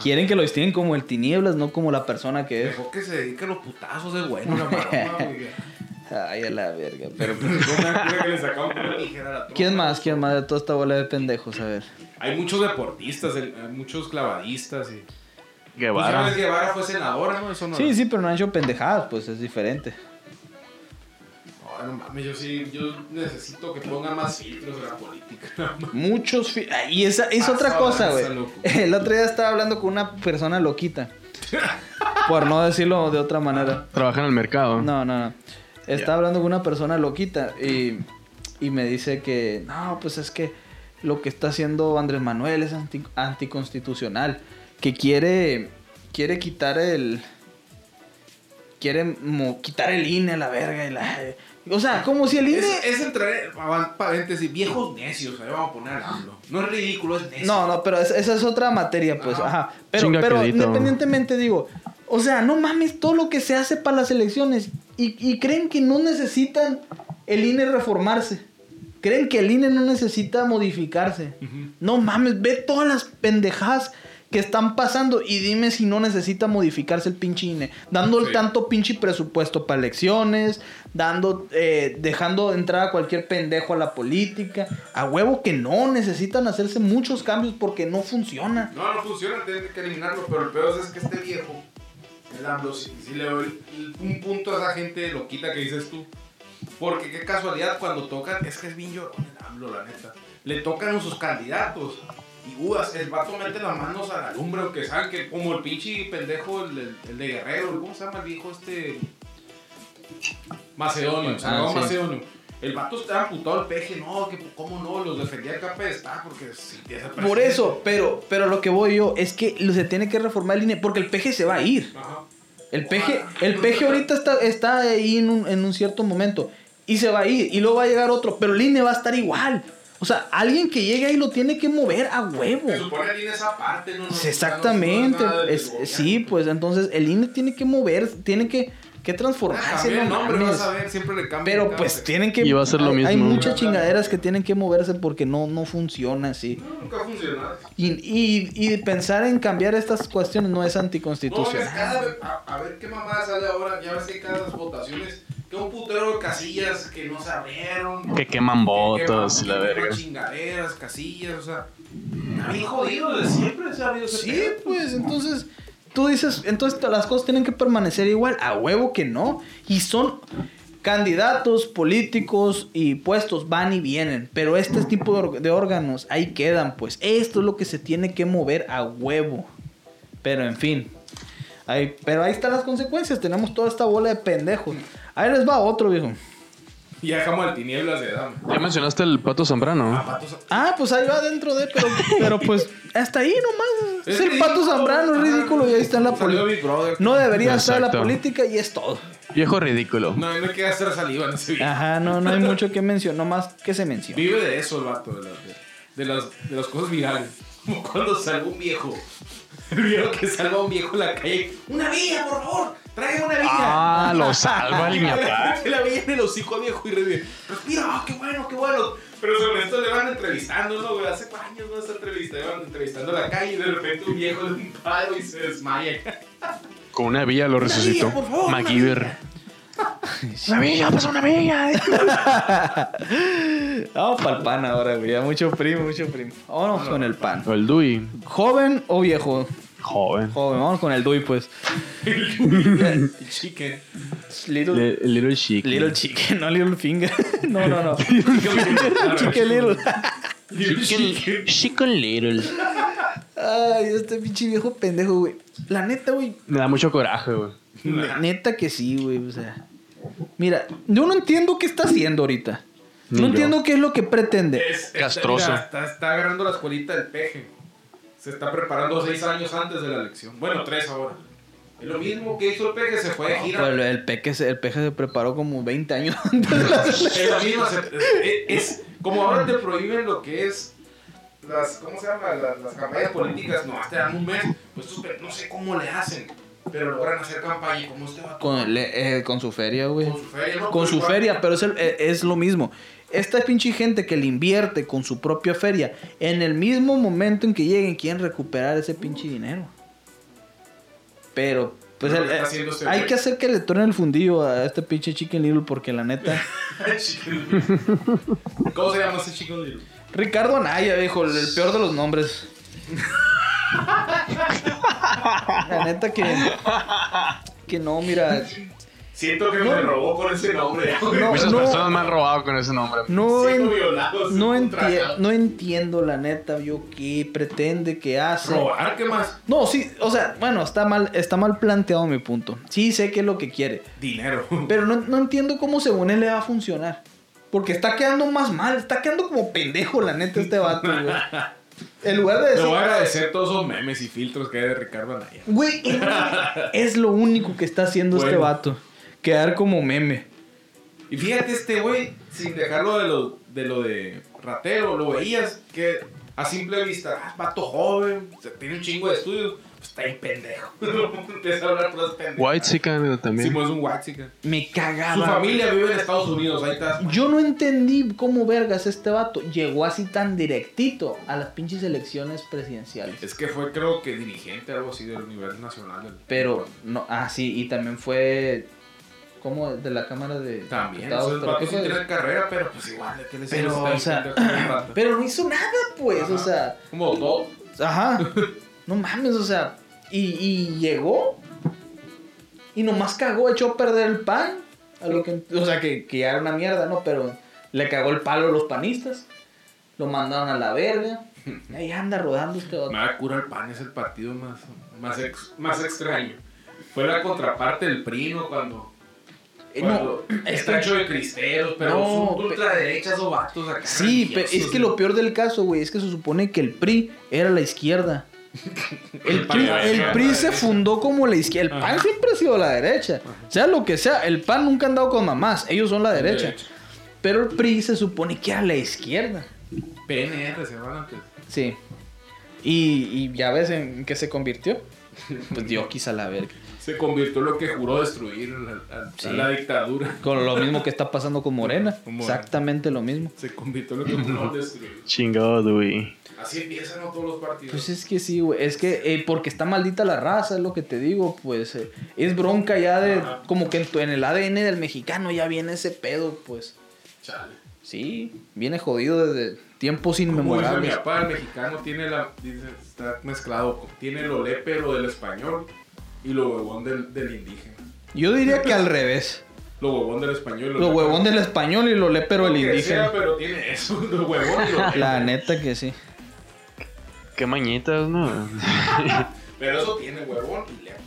Speaker 2: Quieren que lo distinguen como el tinieblas, no como la persona que es.
Speaker 3: Mejor que se dedique a los putazos, es bueno la maroma, güey.
Speaker 2: Ay, a la verga.
Speaker 3: Pero
Speaker 2: Pero,
Speaker 3: pues, no me acuerdo que le sacaba una tijera a la
Speaker 2: ¿Quién
Speaker 3: trompa.
Speaker 2: más? ¿Quién más de toda esta bola de pendejos? A ver.
Speaker 3: Hay muchos deportistas, el- hay muchos clavadistas. Y...
Speaker 4: Guevara.
Speaker 3: Pues, ¿sabes? Guevara fue senador, ¿no? Eso no.
Speaker 2: Sí, sí, pero no han hecho pendejadas, pues es diferente.
Speaker 3: No, no mames, yo sí, yo necesito que pongan más filtros en la política. no mames.
Speaker 2: Muchos. fi- Ah, Y esa es
Speaker 3: Pasa
Speaker 2: otra cosa,
Speaker 3: lanza,
Speaker 2: güey.
Speaker 3: loco.
Speaker 2: El otro día estaba hablando con una persona loquita. Por no decirlo de otra manera.
Speaker 4: Trabaja en el mercado.
Speaker 2: No, no, no. Estaba hablando con una persona loquita y, y me dice que, no, pues es que lo que está haciendo Andrés Manuel es anti- anticonstitucional. Que quiere, quiere quitar el... Quiere mo- quitar el INE a la verga. y la- o sea, como si el INE...
Speaker 3: Es, es entrar, en- avan- paréntesis, viejos necios, ahí vamos a poner al AMLO. No es ridículo, es necio.
Speaker 2: No, no, pero es- esa es otra materia, pues. Ajá. Pero,
Speaker 4: Chinga
Speaker 2: pero
Speaker 4: quedito.
Speaker 2: independientemente, digo, o sea, no mames todo lo que se hace para las elecciones y, y creen que no necesitan el INE reformarse. Creen que el INE no necesita modificarse. No mames, ve todas las pendejadas que están pasando y dime si no necesita modificarse el pinche INE. Dando
Speaker 3: Sí.
Speaker 2: tanto pinche presupuesto para elecciones, dando, eh, dejando entrar a cualquier pendejo a la política. A huevo que no, necesitan hacerse muchos cambios porque no funciona.
Speaker 3: No, no funciona, tienen que eliminarlo, pero el peor es que este viejo, el AMLO, si, si le doy el- un punto a esa gente loquita que dices tú. Porque qué casualidad cuando tocan, es que es bien llorón el AMLO, la neta. Le tocan a sus candidatos. Y uvas, el vato mete las manos a la lumbre, aunque saben que como el pinche pendejo, el, el- el de Guerrero, ¿cómo se llama el viejo este? Macedonio, Salvador
Speaker 2: sí.
Speaker 3: Macedonio. El vato está amputado el peje, no, que cómo no, los defendía el capa de espada porque si
Speaker 2: Por eso, pero, pero lo que voy yo es que lo- se tiene que reformar el INE porque el peje se va a ir.
Speaker 3: Ajá.
Speaker 2: El peje, el peje ahorita está, está ahí en un, en un cierto momento y se va a ir y luego va a llegar otro, pero el INE va a estar igual. O sea, alguien que llegue ahí lo tiene que mover a huevo.
Speaker 3: Se supone que en esa parte, ¿no? No,
Speaker 2: Pues
Speaker 3: no,
Speaker 2: Exactamente.
Speaker 3: no, no, no, no,
Speaker 2: Es-
Speaker 3: no, no,
Speaker 2: sí, pues entonces el INE tiene que mover, tiene que, que
Speaker 3: Ah,
Speaker 2: transformarse.
Speaker 3: Cambié el
Speaker 2: no
Speaker 3: nombre,
Speaker 2: mames.
Speaker 3: vas a ver, siempre le cambian.
Speaker 2: Pero
Speaker 3: cada
Speaker 2: pues
Speaker 3: vez.
Speaker 2: tienen que...
Speaker 4: Y va a ser lo
Speaker 2: hay, hay
Speaker 4: mismo.
Speaker 2: muchas chingaderas que tienen que moverse porque no, no funciona así.
Speaker 3: No, Nunca funciona.
Speaker 2: Y, y- y pensar en cambiar estas cuestiones no es
Speaker 3: No, es
Speaker 2: anticonstitucional.
Speaker 3: cada vez, a, a ver qué mamada sale ahora. Ya ves que cada las votaciones, que un putero de casillas que no se abrieron.
Speaker 4: Que queman botas
Speaker 3: que
Speaker 4: y la
Speaker 3: queman
Speaker 4: verga.
Speaker 3: chingaderas, casillas, o sea. A mí jodido de siempre se ha habido ese
Speaker 2: Sí,
Speaker 3: pedo.
Speaker 2: pues entonces tú dices, entonces las cosas tienen que permanecer igual, a huevo que no. Y son candidatos políticos y puestos van y vienen, pero este tipo de, or- de órganos ahí quedan, pues esto es lo que se tiene que mover a huevo. Pero en fin, ahí, pero ahí están las consecuencias, tenemos toda esta bola de pendejos. Ahí les va otro viejo.
Speaker 3: Y dejamos al tinieblas de dama.
Speaker 4: Ya mencionaste el pato
Speaker 3: Ah,
Speaker 4: Zambrano.
Speaker 3: patos.
Speaker 2: Ah, pues ahí va dentro de, pero, pero pues hasta ahí nomás. Es el pato Zambrano, es ridículo y ahí está en la
Speaker 3: Salió
Speaker 2: política.
Speaker 3: Big Brother.
Speaker 2: No debería estar la
Speaker 4: Exacto.
Speaker 2: política y es todo.
Speaker 4: Viejo ridículo.
Speaker 3: No, no hay que hacer saliva en ese video.
Speaker 2: Ajá, no, no hay mucho que mencionar, más que se menciona.
Speaker 3: Vive de eso el vato, de, la- de- de las, de las cosas virales. Como cuando salva un viejo. El viejo que salva a un viejo en la calle. ¡Una villa, por favor! ¡Traiga una villa!
Speaker 4: Ah, lo salva
Speaker 3: Y
Speaker 4: el
Speaker 3: le-
Speaker 4: ñapa.
Speaker 3: Se la veía en el hocico al viejo y revive. Respira, ah, qué bueno, qué bueno. Pero sobre esto le van entrevistando, ¿no, güey? Hace años no esa entrevista. Le van entrevistando a la calle y de repente un viejo de un paro y se desmaya.
Speaker 4: Con una villa lo resucitó.
Speaker 3: por favor, una
Speaker 4: MacGyver. pues,
Speaker 5: Una villa, pasa una villa.
Speaker 2: Vamos para el pan ahora, güey. ya Mucho primo, mucho primo. Vámonos con el pan.
Speaker 4: O el Dewey.
Speaker 2: ¿Joven o viejo?
Speaker 4: Joven.
Speaker 2: Joven, vamos con el Dui, pues.
Speaker 3: Chicken.
Speaker 2: Little,
Speaker 4: Le- Little Chic.
Speaker 2: little Chicken, no Little Finger. No, no, no. Chicken Little.
Speaker 5: Chicken, chicken little.
Speaker 2: Ay, este pinche viejo pendejo, güey. La neta, güey,
Speaker 4: Me da mucho coraje, güey.
Speaker 2: Ne- Neta que sí, güey. O sea. Mira, yo no entiendo qué está haciendo ahorita.
Speaker 4: Ni
Speaker 2: No
Speaker 4: yo.
Speaker 2: entiendo qué es lo que pretende.
Speaker 3: Es- está-
Speaker 4: Castroso.
Speaker 3: mira, Está, está agarrando la escuelita del peje. Se está preparando seis años antes de la elección. Bueno, tres ahora. Es lo mismo que hizo el peje, se fue de gira.
Speaker 2: Pues el, peque se- el peje se preparó como 20 años antes de la-
Speaker 3: Es lo mismo, se- es, es- como ahora te prohíben lo que es las, ¿cómo se llama? Las, las campañas políticas, no, te dan un mes, pues estos pe- no sé cómo le hacen. Pero logran hacer campaña como este vato.
Speaker 2: Con, le- eh, con su feria, güey.
Speaker 3: Con su feria, ¿no?
Speaker 2: Con
Speaker 3: Pero
Speaker 2: su
Speaker 3: igual-
Speaker 2: feria, pero es, el- eh, es lo mismo. Esta pinche gente que le invierte con su propia feria, en el mismo momento en que lleguen, quieren recuperar ese pinche dinero. Pero, pues,
Speaker 3: Pero
Speaker 2: el-
Speaker 3: lo está
Speaker 2: eh,
Speaker 3: haciendo este
Speaker 2: hay
Speaker 3: güey.
Speaker 2: que hacer que le torne el fundillo a este pinche Chicken Little, porque la neta.
Speaker 3: ¿Cómo se llama ese chico? Little?
Speaker 2: Ricardo Anaya, viejo, el, el peor de los nombres. la neta que. Que no, mira.
Speaker 3: Siento que me robó con ese nombre.
Speaker 2: No,
Speaker 4: Muchas
Speaker 2: no,
Speaker 4: personas me han robado con ese nombre.
Speaker 2: no, en-
Speaker 3: Sigo violado,
Speaker 2: No,
Speaker 3: sigo
Speaker 2: entie-
Speaker 3: tragado.
Speaker 2: no entiendo la neta, yo qué pretende que hace.
Speaker 3: ¿Robar qué más?
Speaker 2: No, sí, o sea, bueno, está mal, está mal planteado mi punto. Sí sé que es lo que quiere,
Speaker 3: Dinero.
Speaker 2: pero no, no entiendo cómo según él le va a funcionar. Porque está quedando más mal, está quedando como pendejo la neta este vato, güey. En lugar de
Speaker 3: Te voy a
Speaker 2: decir,
Speaker 3: agradecer todos esos memes y filtros que hay de Ricardo Anaya.
Speaker 2: güey, es lo único que está haciendo este
Speaker 3: Bueno.
Speaker 2: vato. Quedar como meme.
Speaker 3: Y fíjate este güey, sin dejarlo de lo de, lo de ratero, lo veías que a simple vista, ah, vato joven, se tiene un chingo de estudios, pues está bien pendejo. Empieza a hablar puras pendejadas.
Speaker 4: White Chicken
Speaker 3: Sí,
Speaker 4: también.
Speaker 3: pues, es un white chica.
Speaker 2: Me cagaba.
Speaker 3: Su
Speaker 2: güey.
Speaker 3: familia vive en Estados Unidos, ahí estás.
Speaker 2: Yo no entendí cómo vergas este vato llegó así tan directito a las pinches elecciones presidenciales.
Speaker 3: Es que fue, creo que dirigente, algo así, del nivel nacional. del-
Speaker 2: Pero, no, ah, sí, y también fue como de la Cámara de
Speaker 3: También,
Speaker 2: Diputados,
Speaker 3: esos
Speaker 2: pero
Speaker 3: vatos
Speaker 2: ¿qué
Speaker 3: sí
Speaker 2: fue?
Speaker 3: tienen carrera, pero pues igual, ¿de qué les
Speaker 2: Pero,
Speaker 3: sirve
Speaker 2: o sea,
Speaker 3: estar ahí pendejo un rato?
Speaker 2: Pero no hizo nada, pues, o
Speaker 3: Ajá.
Speaker 2: sea,
Speaker 3: Como todo.
Speaker 2: ajá, no mames, o sea, y, y llegó y nomás cagó, echó a perder el pan, a lo que, o sea, que, que ya era una mierda, ¿no? Pero le cagó el palo a los panistas, lo mandaron a la verga, y ahí anda rodando este vato.
Speaker 3: Me da cura el PAN, es el partido más, más, ex- más extraño. Fue la contraparte del primo cuando.
Speaker 2: Eh,
Speaker 3: cuando
Speaker 2: no, es
Speaker 3: está
Speaker 2: que-
Speaker 3: hecho de cristeros, pero
Speaker 2: No,
Speaker 3: son
Speaker 2: pe-
Speaker 3: ultraderechas o vatos acá.
Speaker 2: Sí, pero es
Speaker 3: religiosos,
Speaker 2: que
Speaker 3: ¿no?
Speaker 2: lo peor del caso, güey, es que se supone que el PRI era la izquierda. El
Speaker 3: PAN
Speaker 2: PRI,
Speaker 3: era
Speaker 2: el
Speaker 3: la
Speaker 2: PRI se
Speaker 3: derecha.
Speaker 2: fundó como la izquierda. El PAN siempre ha sido la derecha. Sea lo que sea, el PAN nunca ha andado con mamás. Ellos son la derecha. Pero el PRI se supone que era la izquierda.
Speaker 3: PNR se llaman antes.
Speaker 2: Sí. Y, y ya ves en qué se convirtió. Pues Diokis a la verga.
Speaker 3: Se convirtió en lo que juró destruir a, a- a
Speaker 2: Sí.
Speaker 3: la dictadura.
Speaker 2: Con lo mismo que está pasando con Morena.
Speaker 3: Con Morena.
Speaker 2: Exactamente lo mismo.
Speaker 3: Se convirtió en lo que juró destruir.
Speaker 4: Chingado, güey.
Speaker 3: Así empiezan ¿no? todos los partidos.
Speaker 2: Pues es que sí, güey. Es que eh, porque está maldita la raza, es lo que te digo. Pues eh, es bronca ya de.
Speaker 3: Ajá.
Speaker 2: Como que en, tu- en el ADN del mexicano ya viene ese pedo, pues.
Speaker 3: Chale.
Speaker 2: Sí, viene jodido desde tiempos
Speaker 3: Como dice mi
Speaker 2: inmemorables.
Speaker 3: papá, el mexicano tiene la. dice, está mezclado. con- Tiene lo lepe, lo del español y lo huevón del, del indígena.
Speaker 2: Yo diría que al revés.
Speaker 3: Lo huevón del español.
Speaker 2: Lo huevón del español y lo lepero el
Speaker 3: Que
Speaker 2: indígena.
Speaker 3: sea, pero tiene eso, lo huevón. lo-
Speaker 2: La neta que sí.
Speaker 4: Qué mañitas, ¿no?
Speaker 3: Pero eso tiene huevón y lepe.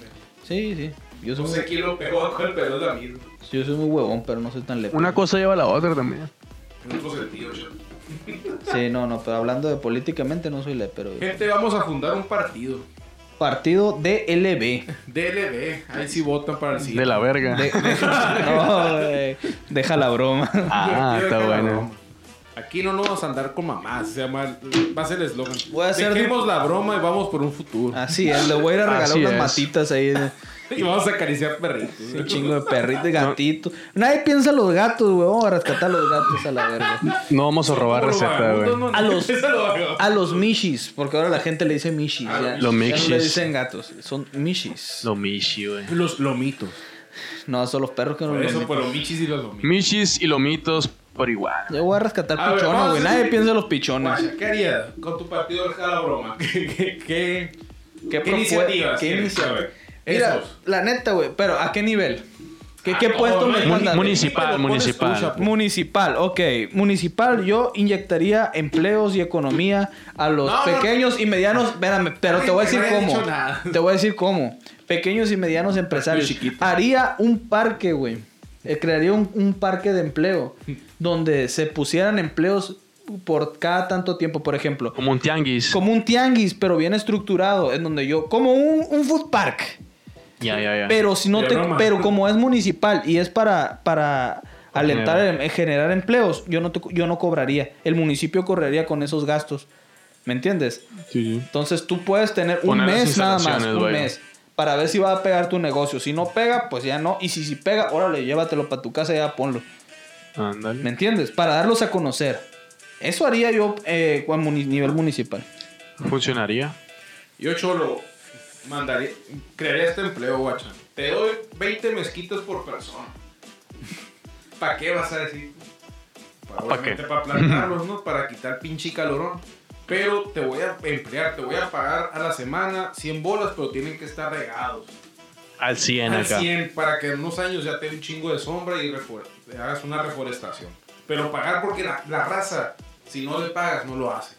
Speaker 2: Sí, sí. Yo soy,
Speaker 3: No
Speaker 2: muy,
Speaker 3: sé quién lo pegó a cuál, pero es la misma.
Speaker 2: yo soy muy huevón, pero no soy tan lepero.
Speaker 4: Una cosa lleva a la otra también.
Speaker 3: En otro sentido, yo.
Speaker 2: Sí, no, no, pero hablando de políticamente no soy lepero. güey.
Speaker 3: Gente, vamos a fundar un partido.
Speaker 2: Partido DLB.
Speaker 3: DLB. Ahí sí votan para el
Speaker 4: De
Speaker 3: siguiente.
Speaker 4: la verga.
Speaker 2: De- no, güey, deja la broma.
Speaker 4: Ah,
Speaker 3: Divertido
Speaker 4: está
Speaker 3: que la
Speaker 4: bueno.
Speaker 3: broma. Aquí no nos vamos a andar con mamás. Se llama, va a ser el eslogan.
Speaker 2: Voy a hacer-
Speaker 3: Dejemos la broma y vamos por un futuro.
Speaker 2: Así es, le voy a ir a regalar
Speaker 4: Así
Speaker 2: unas
Speaker 4: es.
Speaker 2: matitas ahí. de-
Speaker 3: Y vamos a acariciar perritos.
Speaker 2: Un chingo de perritos y gatitos. Nadie piensa en los gatos, güey. Vamos a rescatar a los gatos a la verga.
Speaker 4: No vamos a robar receta, güey.
Speaker 2: A los-
Speaker 3: Eso lo hago.
Speaker 2: A los mishis, porque ahora la gente le dice mishis.
Speaker 3: A
Speaker 2: Ya,
Speaker 3: los
Speaker 2: ya no
Speaker 4: mishis.
Speaker 2: le dicen gatos, son mishis.
Speaker 4: Lo michi, güey.
Speaker 3: Los lomitos.
Speaker 2: No, son los perros que no
Speaker 3: Por
Speaker 2: lo
Speaker 3: eso,
Speaker 2: meten.
Speaker 3: por los michis y los lomitos.
Speaker 4: Michis y lomitos por igual.
Speaker 2: Yo voy a rescatar
Speaker 3: A ver,
Speaker 2: pichones,
Speaker 3: vamos
Speaker 2: güey.
Speaker 3: a
Speaker 2: Nadie
Speaker 3: hacer-
Speaker 2: piensa en los pichones.
Speaker 3: Guaya, ¿Qué harías con tu partido deja la broma? ¿Qué, qué, qué,
Speaker 2: ¿Qué,
Speaker 3: qué
Speaker 2: propu-
Speaker 3: iniciativas?
Speaker 2: ¿Qué
Speaker 3: tienes?
Speaker 2: inicia-
Speaker 3: A ver,
Speaker 2: Mira,
Speaker 3: esos.
Speaker 2: la neta, güey. Pero, ¿a qué nivel? ¿Qué, qué
Speaker 3: Ah,
Speaker 2: puesto
Speaker 3: no,
Speaker 2: me
Speaker 3: no,
Speaker 2: mandan, güey?
Speaker 4: Municipal, pues. municipal.
Speaker 2: Municipal, ok. Municipal, yo inyectaría empleos y economía a los
Speaker 3: No, no,
Speaker 2: pequeños y medianos. Espérame, pero te voy a
Speaker 3: Ay,
Speaker 2: decir
Speaker 3: no he
Speaker 2: cómo.
Speaker 3: dicho nada.
Speaker 2: Te voy a decir cómo. Pequeños y medianos empresarios.
Speaker 3: chiquito.
Speaker 2: Haría un parque, güey. Eh, crearía un, un parque de empleo
Speaker 3: Mm.
Speaker 2: donde se pusieran empleos por cada tanto tiempo, por ejemplo.
Speaker 4: Como un tianguis.
Speaker 2: Como un tianguis, pero bien estructurado, en donde yo, como un, un food park.
Speaker 4: Ya, ya, ya.
Speaker 2: Pero si no
Speaker 3: De
Speaker 2: te,
Speaker 3: broma.
Speaker 2: pero como es municipal y es para para alentar
Speaker 4: Generar.
Speaker 2: em- generar empleos, yo no te- yo no cobraría. El municipio correría con esos gastos. ¿Me entiendes?
Speaker 4: Sí, sí.
Speaker 2: Entonces tú puedes tener un
Speaker 4: Poner las
Speaker 2: mes nada más,
Speaker 4: instalaciones,
Speaker 2: un
Speaker 4: vaya.
Speaker 2: mes. para ver si va a pegar tu negocio. Si no pega, pues ya no. Y si, si pega, órale, llévatelo para tu casa y ya ponlo. ¿Me
Speaker 4: Ándale.
Speaker 2: entiendes? Para darlos a conocer. Eso haría yo eh, a muni- nivel municipal.
Speaker 4: Funcionaría.
Speaker 3: Yo, Cholo, mandaría, crearía este empleo, guacha. Te doy 20 mezquitas por persona. ¿Para qué vas a decir?
Speaker 4: ¿Pa' qué?
Speaker 3: Para plantarlos, ¿no? Para quitar pinche calorón. Pero te voy a emplear, te voy a pagar a la semana 100 bolas, pero tienen que estar regados.
Speaker 4: Al 100
Speaker 3: Al
Speaker 4: acá.
Speaker 3: 100 para que en unos años ya te dé un chingo de sombra y refor- hagas una reforestación. Pero pagar porque la, la raza, si no le pagas, no lo hace.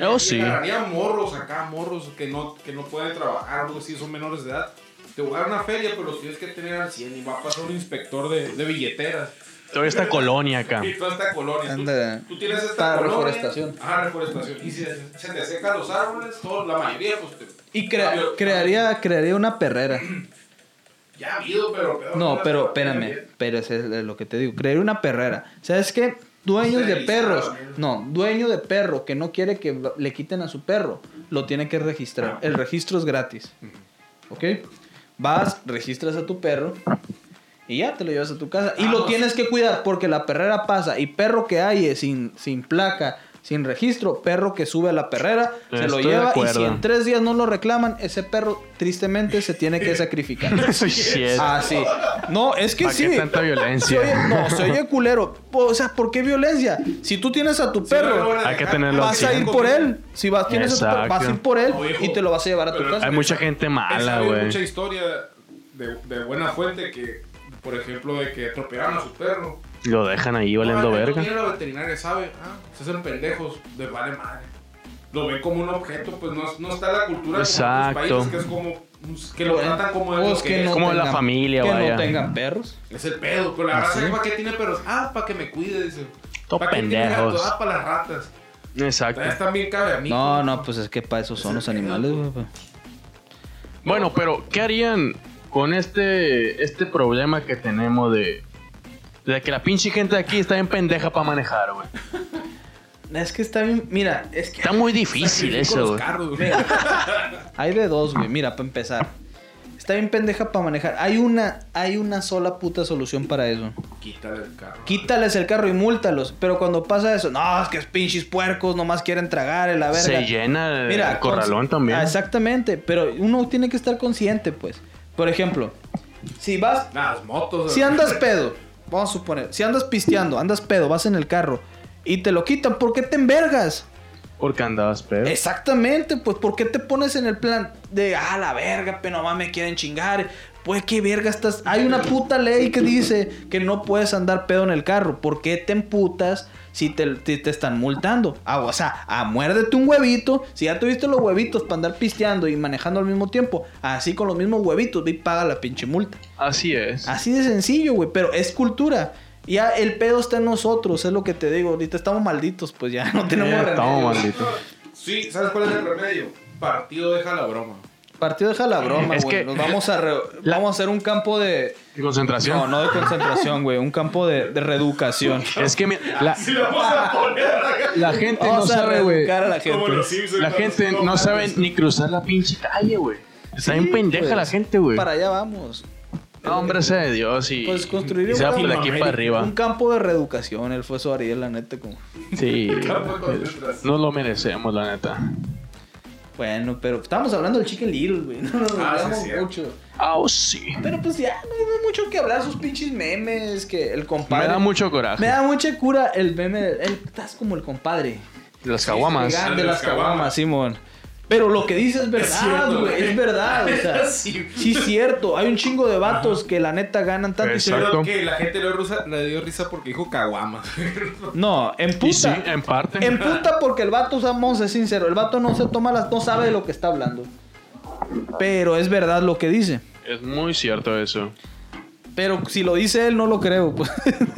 Speaker 5: Oh, sí.
Speaker 3: Agarraría morros acá, morros que no, que no pueden trabajar, algo así, son menores de edad. Te voy a dar una feria, pero los tienes que tener al 100 y va a pasar un inspector de, de billeteras.
Speaker 4: Toda esta colonia acá.
Speaker 3: Y toda esta colonia. Tú-
Speaker 2: Anda.
Speaker 3: Tú, tienes esta
Speaker 2: Para
Speaker 3: colonia.
Speaker 2: reforestación.
Speaker 3: Ah, reforestación. Y si se, se te secan los árboles, todo- la mayoría, pues te...
Speaker 2: Y crea-
Speaker 3: Cambio-
Speaker 2: crearía, crearía una perrera.
Speaker 3: Ya ha habido, pero... peor
Speaker 2: No,
Speaker 3: que
Speaker 2: pero
Speaker 3: las-
Speaker 2: espérame, pero eso es lo que te digo. Crearía una perrera. ¿Sabes qué? Dueños de perros. No, dueño de perro que no quiere que le quiten a su perro, lo tiene que registrar. El registro es gratis. ¿Ok? Vas, registras a tu perro y ya te lo llevas a tu casa. Y lo tienes que cuidar porque la perrera pasa y perro que hay sin, sin placa. Sin registro, perro que sube a la perrera, se lo
Speaker 4: Estoy de
Speaker 2: lleva y si
Speaker 4: acuerdo.
Speaker 2: en tres días no lo reclaman, ese perro tristemente se tiene que sacrificar.
Speaker 4: Sí, sí es.
Speaker 2: Ah, sí. No, es que
Speaker 4: ¿Para
Speaker 2: sí.
Speaker 4: qué tanta
Speaker 2: Se
Speaker 4: violencia?
Speaker 2: oye- no, se oye culero. O sea, ¿por qué violencia? Si tú tienes a tu
Speaker 3: Sí, no lo
Speaker 2: perro,
Speaker 3: van a
Speaker 4: Hay que
Speaker 3: dejar.
Speaker 4: tenerlo
Speaker 2: vas a ir por él. Si vas, tienes a tu perro, vas a ir
Speaker 4: Exacto.
Speaker 2: por él
Speaker 3: No, viejo.
Speaker 2: y te lo vas a llevar a tu
Speaker 3: Pero-
Speaker 2: casa.
Speaker 4: Hay mucha gente
Speaker 3: He
Speaker 4: mala,
Speaker 3: sabido mucha
Speaker 4: güey.
Speaker 3: historia de, de buena fuente que, por ejemplo, de que atropellaron a su perro.
Speaker 4: Lo dejan ahí valiendo
Speaker 3: Ah,
Speaker 4: verga.
Speaker 3: No tiene la veterinaria, sabe. Ah, se hacen pendejos, les vale madre. Lo ven como un objeto, pues no, no está la cultura
Speaker 4: Exacto.
Speaker 3: como en otros países, que es como un- que lo tratan como algo
Speaker 2: Pues
Speaker 3: que,
Speaker 2: que no
Speaker 4: como la
Speaker 2: tengan-
Speaker 4: familia,
Speaker 2: que
Speaker 4: vaya.
Speaker 2: no tengan perros.
Speaker 3: es el pedo. Pero la
Speaker 4: ¿Ah,
Speaker 3: raza,
Speaker 4: sí?
Speaker 3: ¿para qué tiene perros? Ah, para que me cuide, dice.
Speaker 4: Todo
Speaker 3: ¿Para qué tiene gatos?
Speaker 4: pendejos.
Speaker 3: Ah, para las ratas.
Speaker 4: Exacto.
Speaker 3: Ya Están bien cabe a mí.
Speaker 2: No, no, pues es que para eso son los animales, güey. pues.
Speaker 4: Bueno, pero ¿qué harían con este este problema que tenemos de de que la pinche gente de aquí está bien pendeja para manejar, güey?
Speaker 2: Es que está bien. Mira, es que
Speaker 5: Está muy difícil eso, güey.
Speaker 2: hay de dos, güey. Mira, para empezar. Está bien pendeja para manejar. Hay una, hay una sola puta solución para eso.
Speaker 3: Quítale el carro.
Speaker 2: Quítales el carro y múltalos. Pero cuando pasa eso, no, es que es pinches puercos, nomás quieren tragar en la verga.
Speaker 4: Se llena el
Speaker 2: Mira,
Speaker 4: corralón
Speaker 2: cons-
Speaker 4: también.
Speaker 2: Ah, Exactamente, pero uno tiene que estar consciente, pues. Por ejemplo, si vas,
Speaker 3: Las motos.
Speaker 2: si andas pedo, vamos a suponer, si andas pisteando, andas pedo, vas en el carro y te lo quitan, ¿por qué te envergas?
Speaker 4: Porque andabas pedo.
Speaker 2: Exactamente, pues ¿por qué te pones en el plan de, ah, la verga, pero nomás me quieren chingar? Pues qué verga estás... Hay una puta ley que dice que no puedes andar pedo en el carro. ¿Por qué te emputas si te, te- te están multando? Ah, o sea, a muérdete un huevito. Si ya tuviste los huevitos para andar pisteando y manejando al mismo tiempo, así con los mismos huevitos, ve y paga la pinche multa.
Speaker 4: Así es.
Speaker 2: Así de sencillo, güey, pero es cultura. Ya el pedo está en nosotros, es lo que te digo. Ahorita estamos malditos, pues ya no tenemos
Speaker 4: Eh, estamos
Speaker 2: remedio.
Speaker 4: malditos.
Speaker 3: Sí, ¿sabes cuál es el remedio? Partido deja la broma.
Speaker 2: Partido deja la broma,
Speaker 4: Es
Speaker 2: güey.
Speaker 4: que-
Speaker 2: Nos vamos a, re- vamos a hacer un campo de.
Speaker 4: Y Concentración.
Speaker 2: No, no de concentración, güey. Un campo de, de reeducación.
Speaker 4: Es que mi- la,
Speaker 3: Si lo vamos a poner acá.
Speaker 4: la gente no
Speaker 2: Ah, Vamos a
Speaker 4: sabe, güey.
Speaker 2: reeducar a la gente.
Speaker 3: Como los Simpsons,
Speaker 4: La
Speaker 3: ¿no?
Speaker 4: gente no sabe ni cruzar la pinche calle, güey. Está bien pendeja
Speaker 2: pues,
Speaker 4: la gente, güey.
Speaker 2: Para allá vamos.
Speaker 4: No, hombre, sea de Dios y,
Speaker 2: Pues construir
Speaker 4: y sea
Speaker 2: un,
Speaker 4: de aquí para arriba.
Speaker 2: un campo de reeducación. El fue su Ariel, la neta. Como...
Speaker 4: Sí.
Speaker 3: Campo de concentración.
Speaker 4: No lo merecemos, la neta.
Speaker 2: Bueno, pero estábamos hablando del Chicken Little, güey. No nos
Speaker 3: Ah, sí,
Speaker 2: hablamos
Speaker 3: es cierto.
Speaker 2: mucho.
Speaker 4: Oh, sí.
Speaker 2: Pero pues ya, no hay mucho que hablar. Sus pinches memes. Que el compadre.
Speaker 4: Me da mucho coraje.
Speaker 2: Me da mucha cura el meme. del- El, estás como el compadre.
Speaker 4: Las caguamas.
Speaker 2: Gigante
Speaker 3: de
Speaker 2: las
Speaker 3: las
Speaker 2: caguamas,
Speaker 3: caguamas.
Speaker 2: Simón. Pero lo que dice es verdad,
Speaker 3: cierto,
Speaker 2: güey.
Speaker 3: güey.
Speaker 2: Es verdad, o sea.
Speaker 3: Sí.
Speaker 2: Sí, es cierto. Hay un chingo de vatos que la neta ganan tanto. y se-
Speaker 4: Exacto.
Speaker 3: Pero que la gente le, rusa- le dio risa porque dijo caguama.
Speaker 2: No, en puta.
Speaker 4: y sí, en parte.
Speaker 2: En puta porque el vato, o sea, vamos a ser sincero, el vato no se toma las... No sabe de lo que está hablando. Pero es verdad lo que dice.
Speaker 4: Es muy cierto eso.
Speaker 2: Pero si lo dice él, no lo creo. Pues.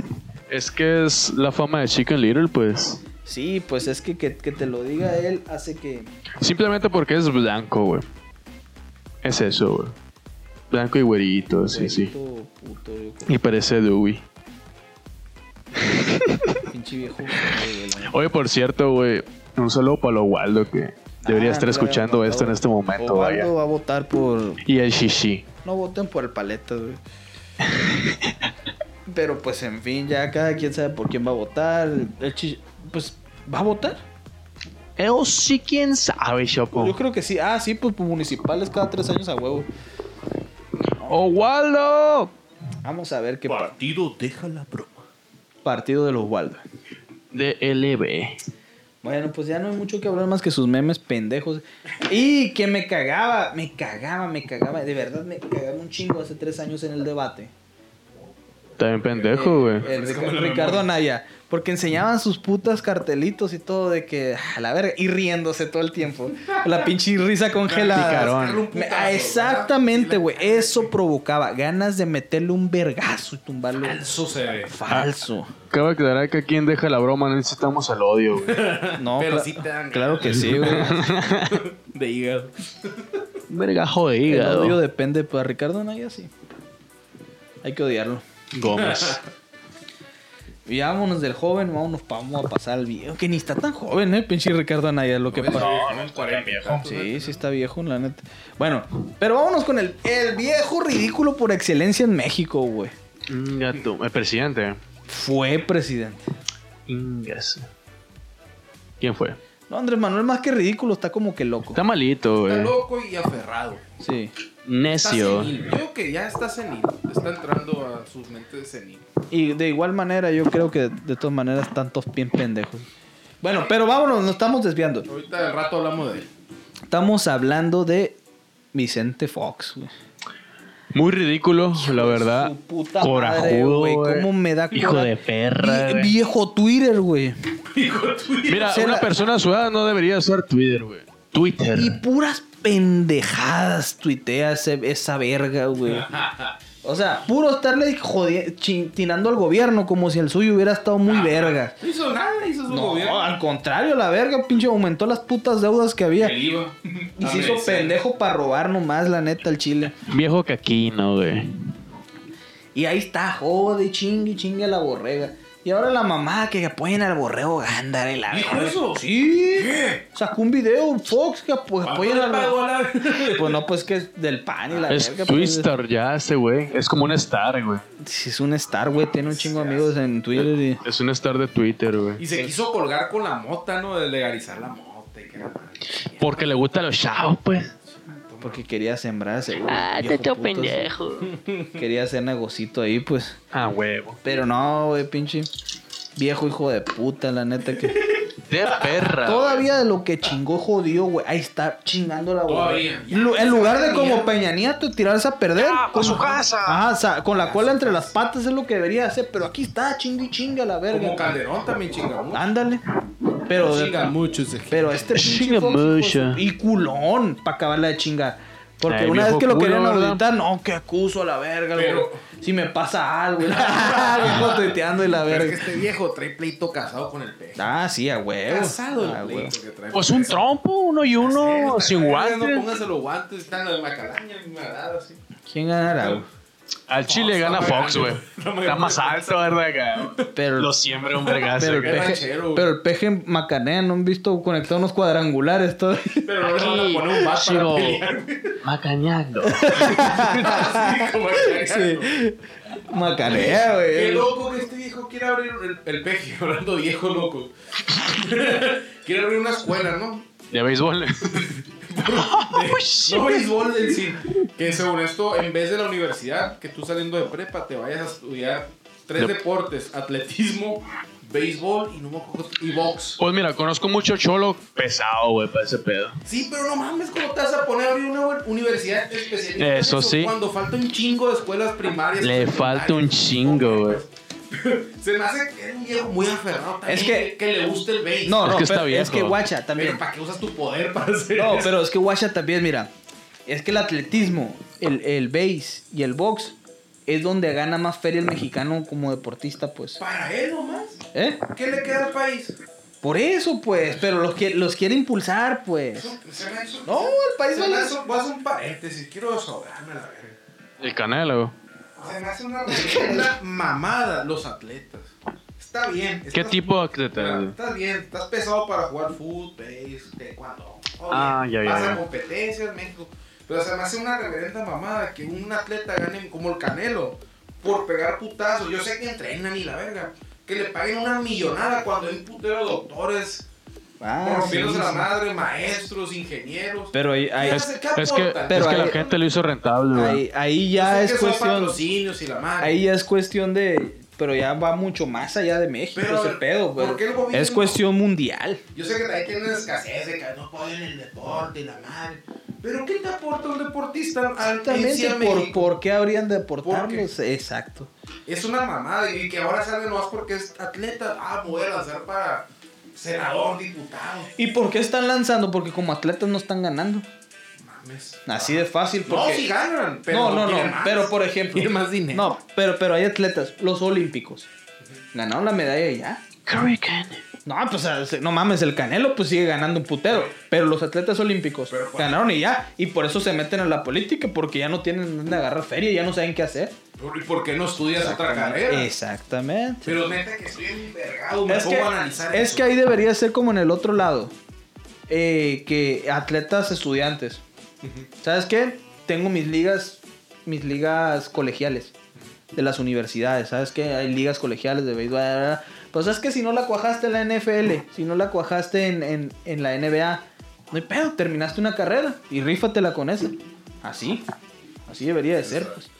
Speaker 4: Es que es la fama de Chicken Little, pues.
Speaker 2: Sí, pues es que, que que te lo diga él hace que...
Speaker 4: Simplemente porque es blanco, güey. Es eso, güey. Blanco y güerito, sí, sí.
Speaker 2: Puto, puto, yo creo,
Speaker 4: Y parece Dewey.
Speaker 2: pinche viejo. güey, güey, la neta.
Speaker 4: Oye, por cierto, güey. Un saludo para lo Waldo que Debería
Speaker 2: Ah,
Speaker 4: estar
Speaker 2: no
Speaker 4: escuchando
Speaker 2: había
Speaker 4: esto en
Speaker 2: votado.
Speaker 4: este momento,
Speaker 2: Osvaldo
Speaker 4: vaya.
Speaker 2: va a votar por.
Speaker 4: Y el shishi.
Speaker 2: No voten por el paleta, güey. Pero pues en fin, ya cada quien sabe por quién va a votar. El chi- Pues, ¿va a votar?
Speaker 4: Eso sí, quién sabe,
Speaker 2: Yo
Speaker 4: Chopo.
Speaker 2: creo que sí. Ah, sí, pues municipales cada tres años a huevo.
Speaker 4: ¡Oh, Waldo!
Speaker 2: Vamos a ver qué pa-
Speaker 3: Partido, deja la broma.
Speaker 2: partido de los Waldo.
Speaker 4: De LB.
Speaker 2: Bueno, pues ya no hay mucho que hablar más que sus memes pendejos. Y que me cagaba, me cagaba, me cagaba. De verdad me cagaba un chingo hace tres años en el debate.
Speaker 4: Está bien pendejo,
Speaker 2: Eh,
Speaker 4: güey.
Speaker 2: El Rica-
Speaker 3: Refrescame la
Speaker 2: Ricardo
Speaker 3: memoria.
Speaker 2: Anaya. Porque enseñaban sus putas cartelitos y todo de que a la verga. Y riéndose todo el tiempo. La pinche risa congelada.
Speaker 4: Picarón.
Speaker 2: Me- ah, exactamente, güey. Eso provocaba ganas de meterle un vergazo y tumbarlo.
Speaker 3: Falso se ve.
Speaker 2: Falso.
Speaker 4: Cabe aclarar que aquí en Deja la Broma no necesitamos el odio, güey.
Speaker 2: No,
Speaker 3: Pero
Speaker 2: cla-
Speaker 3: sí te dan
Speaker 2: claro que sí, güey.
Speaker 3: De hígado.
Speaker 4: Vergajo de
Speaker 2: El
Speaker 4: hígado.
Speaker 2: odio depende. Para Ricardo Anaya sí. Hay que odiarlo.
Speaker 4: Gómez.
Speaker 2: Y vámonos del joven, vámonos, pa- vamos a pasar al viejo. Que ni está tan joven, ¿eh? Pinche Ricardo Anaya, lo
Speaker 3: Pues,
Speaker 2: que pasa.
Speaker 3: no es 40 viejo.
Speaker 2: Sí, sí está viejo, la neta. Bueno, pero vámonos con el, el viejo ridículo por excelencia en México, güey.
Speaker 4: Gato. El presidente.
Speaker 2: Fue presidente.
Speaker 4: Ingas. ¿Quién fue?
Speaker 2: No, Andrés Manuel, más que ridículo, está como que loco.
Speaker 4: Está malito,
Speaker 3: Está
Speaker 4: güey.
Speaker 3: loco y aferrado.
Speaker 2: Sí.
Speaker 3: Está
Speaker 4: Necio.
Speaker 3: senil. Yo creo que ya está senil. Está entrando a sus mentes de senil.
Speaker 2: Y de igual manera, yo creo que de todas maneras, tantos bien pendejos. Bueno, pero vámonos, nos estamos desviando.
Speaker 3: Ahorita al rato hablamos de él.
Speaker 2: Estamos hablando de Vicente Fox, güey.
Speaker 4: Muy ridículo, la verdad.
Speaker 2: Su puta madre,
Speaker 4: Corajudo,
Speaker 2: güey.
Speaker 4: güey.
Speaker 2: ¿Cómo me da
Speaker 5: Ah, Hijo
Speaker 2: cora-
Speaker 5: de perra,
Speaker 2: Vi-
Speaker 5: güey.
Speaker 2: Viejo Twitter, güey.
Speaker 4: Mira,
Speaker 2: Se
Speaker 4: una
Speaker 2: la-
Speaker 4: persona a su edad no debería usar Twitter, güey. Twitter.
Speaker 2: Y puras pendejadas tuitea ese- esa verga, güey. O sea, puro estarle jodi- chin- tirando al gobierno como si el suyo hubiera estado muy verga.
Speaker 3: No hizo nada, hizo su
Speaker 2: No,
Speaker 3: Ah, gobierno.
Speaker 2: al contrario, la verga, pinche, aumentó las putas deudas que había.
Speaker 3: El IVA.
Speaker 2: Y se hizo pendejo para robar nomás, la neta, el chile.
Speaker 4: Viejo caquino, güey.
Speaker 2: Y ahí está, jode, chingue, chingue a la borrega. Y ahora la mamá que apoyen al borrego Gándara y la
Speaker 3: ¿Dijo
Speaker 2: verga.
Speaker 3: eso?
Speaker 2: Sí.
Speaker 3: ¿Qué?
Speaker 2: Sacó un video, Fox, que apo- apoyen al borrego.
Speaker 3: la...
Speaker 2: Pues no, pues que es del pan y la
Speaker 4: Es
Speaker 2: verga. pues,
Speaker 4: Twister ya este, güey. Es como un star, güey.
Speaker 2: Si es un star, güey, tiene un chingo de amigos en Twitter y...
Speaker 4: Es un star de Twitter, güey.
Speaker 3: Y se quiso colgar con la mota, ¿no? De legalizar la mota. Y que la madre.
Speaker 4: Porque le gustan los chavos, pues.
Speaker 2: Porque quería sembrarse, güey.
Speaker 5: Ah, te
Speaker 2: Viejo
Speaker 5: hecho
Speaker 2: puto,
Speaker 5: pendejo.
Speaker 2: sí. Quería hacer negocito ahí, pues.
Speaker 4: Ah, huevo.
Speaker 2: Pero no, güey, pinche. Viejo hijo de puta, la neta que...
Speaker 4: De perra.
Speaker 2: Todavía de lo que chingó jodió, güey. Ahí está chingando la bola.
Speaker 3: Todavía.
Speaker 2: Lu- En lugar de como Peña Nieto tirarse a perder. con su casa. Ajá, o sea, con la cola entre las patas es lo que debería hacer. Pero aquí está, chingue y chingue a la verga.
Speaker 3: Como Calderón también chinga mucho.
Speaker 2: Ándale. Pero de-
Speaker 3: Chinga mucho ese
Speaker 2: Pero este pinche
Speaker 4: Chinga
Speaker 2: Fox, hijo de
Speaker 4: mucho.
Speaker 2: su- y culón para acabarla de chingar. Porque
Speaker 4: Ay,
Speaker 2: una vez
Speaker 4: viejo
Speaker 2: que lo
Speaker 4: culo,
Speaker 2: querían
Speaker 4: ¿verdad?
Speaker 2: auditar, no, que acuso a la verga,
Speaker 3: Pero-
Speaker 2: güey. Si me pasa algo, viejo tuiteando y la
Speaker 3: Pero es que
Speaker 2: verga.
Speaker 3: este viejo trae pleito casado con el peje.
Speaker 2: Ah, sí, a huevo.
Speaker 3: Casado
Speaker 2: A
Speaker 3: el
Speaker 2: huevo.
Speaker 3: pleito que trae.
Speaker 4: Pues un trompo, uno y uno, sin
Speaker 3: No
Speaker 4: guantes.
Speaker 3: póngase los guantes, están en la calaña, en la edad, así.
Speaker 2: ¿Quién ganará? güey?
Speaker 4: Al Chile gana Fox, güey. Está más alto, ¿verdad? Acá.
Speaker 2: Pero,
Speaker 4: Lo siempre un vergazo.
Speaker 2: pero el
Speaker 4: acá.
Speaker 3: perro-
Speaker 2: peje,
Speaker 3: ranchero, güey.
Speaker 2: pero el peje macanea, no han visto conectar unos cuadrangulares todo.
Speaker 3: Pero no le van a poner un bat para
Speaker 4: Sigo
Speaker 3: pelear.
Speaker 4: macañando.
Speaker 3: Así como que-
Speaker 2: sí. Macanea,
Speaker 3: Qué
Speaker 2: güey.
Speaker 3: loco que este viejo quiere abrir el, el peje, hablando de viejo loco. quiere abrir una escuela, ¿no?
Speaker 4: De béisbol.
Speaker 3: No béisbol del cine. Que según esto, en vez de la universidad, que tú saliendo de prepa te vayas a estudiar tres
Speaker 4: Yep.
Speaker 3: deportes: atletismo, béisbol y, no me acuerdo- y box.
Speaker 4: Pues mira, conozco mucho cholo pesado, güey, para ese pedo.
Speaker 3: Sí, pero no mames, ¿cómo te vas a poner a abrir una universidad especialista? en
Speaker 4: Eso sí.
Speaker 3: Cuando falta un chingo de escuelas primarias.
Speaker 4: Le
Speaker 3: secundarias.
Speaker 4: falta un chingo, güey.
Speaker 3: Se me hace que es un viejo muy aferrado también.
Speaker 2: Es que-
Speaker 3: le guste el béisbol.
Speaker 2: No,
Speaker 4: Es
Speaker 2: no,
Speaker 4: que está
Speaker 2: pero es
Speaker 4: viejo.
Speaker 2: que guacha también.
Speaker 3: Pero ¿para qué usas tu poder para hacer
Speaker 2: No,
Speaker 3: eso?
Speaker 2: pero es que Washa también, mira. Es que el atletismo, el, el base y el box es donde gana más feria el mexicano como deportista, pues.
Speaker 3: Para él nomás.
Speaker 2: ¿Eh?
Speaker 3: ¿Qué le queda al país?
Speaker 2: Por eso, pues. Pero los, que, los quiere impulsar, pues.
Speaker 3: Se me hizo-
Speaker 2: No, el país
Speaker 3: Se
Speaker 2: va
Speaker 3: me
Speaker 2: a
Speaker 3: hace- voy a hacer un paréntesis, quiero desahogarme a la verga.
Speaker 4: El canelo.
Speaker 3: Se me hace una reverenda mamada los atletas. Está bien.
Speaker 4: ¿Qué
Speaker 3: estás-
Speaker 4: tipo de
Speaker 3: Mira,
Speaker 4: atleta?
Speaker 3: Estás bien, estás pesado para jugar fútbol, base, taekwondo. Oye,
Speaker 4: Ah, ya, ya,
Speaker 3: Pasa
Speaker 4: ya.
Speaker 3: competencias, México. Pero se me hace una reverenda mamada que un atleta gane como el Canelo por pegar putazos. Yo sé que entrenan y la verga. Que le paguen una millonada cuando hay un putero de doctores,
Speaker 2: Ah,
Speaker 3: por
Speaker 2: sí,
Speaker 3: rompiéndose la
Speaker 2: sí.
Speaker 3: madres, maestros, ingenieros.
Speaker 2: Pero ahí, ahí-
Speaker 3: Es-
Speaker 4: Es que,
Speaker 3: Pero
Speaker 4: es que la
Speaker 2: ahí-
Speaker 4: gente lo hizo rentable, güey.
Speaker 2: ahí- ahí
Speaker 3: Yo
Speaker 2: ya
Speaker 3: sé
Speaker 2: es
Speaker 3: que son
Speaker 2: cuestión.
Speaker 3: patrocinios y la madre.
Speaker 2: Ahí ya es cuestión de. Pero ya va mucho más allá de México
Speaker 3: Pero, a
Speaker 2: ese
Speaker 3: ver,
Speaker 2: pedo,
Speaker 3: ¿por
Speaker 2: güey.
Speaker 3: qué el gobierno-
Speaker 2: Es cuestión mundial.
Speaker 3: Yo sé que también tienen escasez de que no apoyan el deporte y la madre. Pero ¿qué te aporta un deportista al en sí
Speaker 2: Exactamente.
Speaker 3: a
Speaker 2: ¿Por,
Speaker 3: México?
Speaker 2: por qué habrían de deportarlos? Exacto.
Speaker 3: Es una mamada y que ahora sale nomás porque es atleta. Ah, voy a lanzar para senador, diputado.
Speaker 2: ¿Y por qué están lanzando? Porque como atletas no están ganando.
Speaker 3: Mames.
Speaker 2: Así de fácil.
Speaker 3: No,
Speaker 2: Porque...
Speaker 3: si ganan, pero
Speaker 2: no, no, no.
Speaker 3: quieren más.
Speaker 2: Pero por ejemplo.
Speaker 3: Quieren más dinero.
Speaker 2: No, pero, pero hay atletas, los olímpicos. Ganaron la medalla y ya. No, pues no mames, el Canelo pues sigue ganando un putero. Pero los atletas olímpicos
Speaker 3: Pero, ¿cuál?
Speaker 2: ganaron y ya. Y por eso se meten a la política, porque ya no tienen dónde agarrar feria, ya no saben qué hacer.
Speaker 3: ¿Y por qué no estudias otra carrera?
Speaker 2: Exactamente.
Speaker 3: Pero neta que estoy envergado, me
Speaker 2: es
Speaker 3: pongo
Speaker 2: que,
Speaker 3: a analizar
Speaker 2: es
Speaker 3: eso.
Speaker 2: que ahí debería ser como en el otro lado. Eh, que atletas estudiantes. ¿Sabes qué? Tengo mis ligas, mis ligas colegiales de las universidades. ¿Sabes qué? Hay ligas colegiales de béisbol. bla, bla, bla. Pues es que si no la cuajaste en la NFL, si no la cuajaste en, en- en la NBA, no hay pedo, terminaste una carrera y rífatela con esa. Así. Así debería de ser, pues.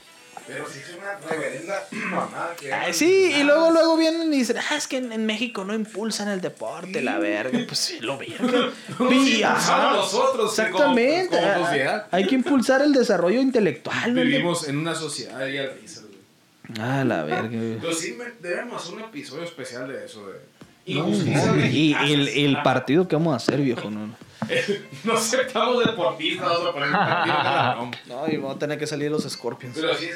Speaker 3: Pero si es una reverenda mamada que...
Speaker 2: Ay,
Speaker 3: hagan
Speaker 2: Ah, sí, y
Speaker 3: nada.
Speaker 2: luego, luego vienen y dicen, ah, es que en, en México no impulsan el deporte, la verga. Pues sí, lo verga.
Speaker 3: Sí, pues,
Speaker 2: Ajá.
Speaker 3: somos nosotros que como-
Speaker 2: Exactamente.
Speaker 3: como
Speaker 2: Ah, ah,
Speaker 3: sociedad.
Speaker 2: Hay que impulsar el desarrollo intelectual. ¿no?
Speaker 3: Vivimos en una sociedad y al risa, güey.
Speaker 2: Ah, la verga. güey.
Speaker 3: Pero sí, me- debemos hacer un episodio especial de eso, de injusticias
Speaker 2: No, y
Speaker 3: mexicanas.
Speaker 2: el, el partido que vamos a hacer, viejo. No, no.
Speaker 3: No aceptamos deportistas, vamos a poner un partido de la broma.
Speaker 2: No, y vamos a tener que salir los Scorpions.
Speaker 3: Pero sí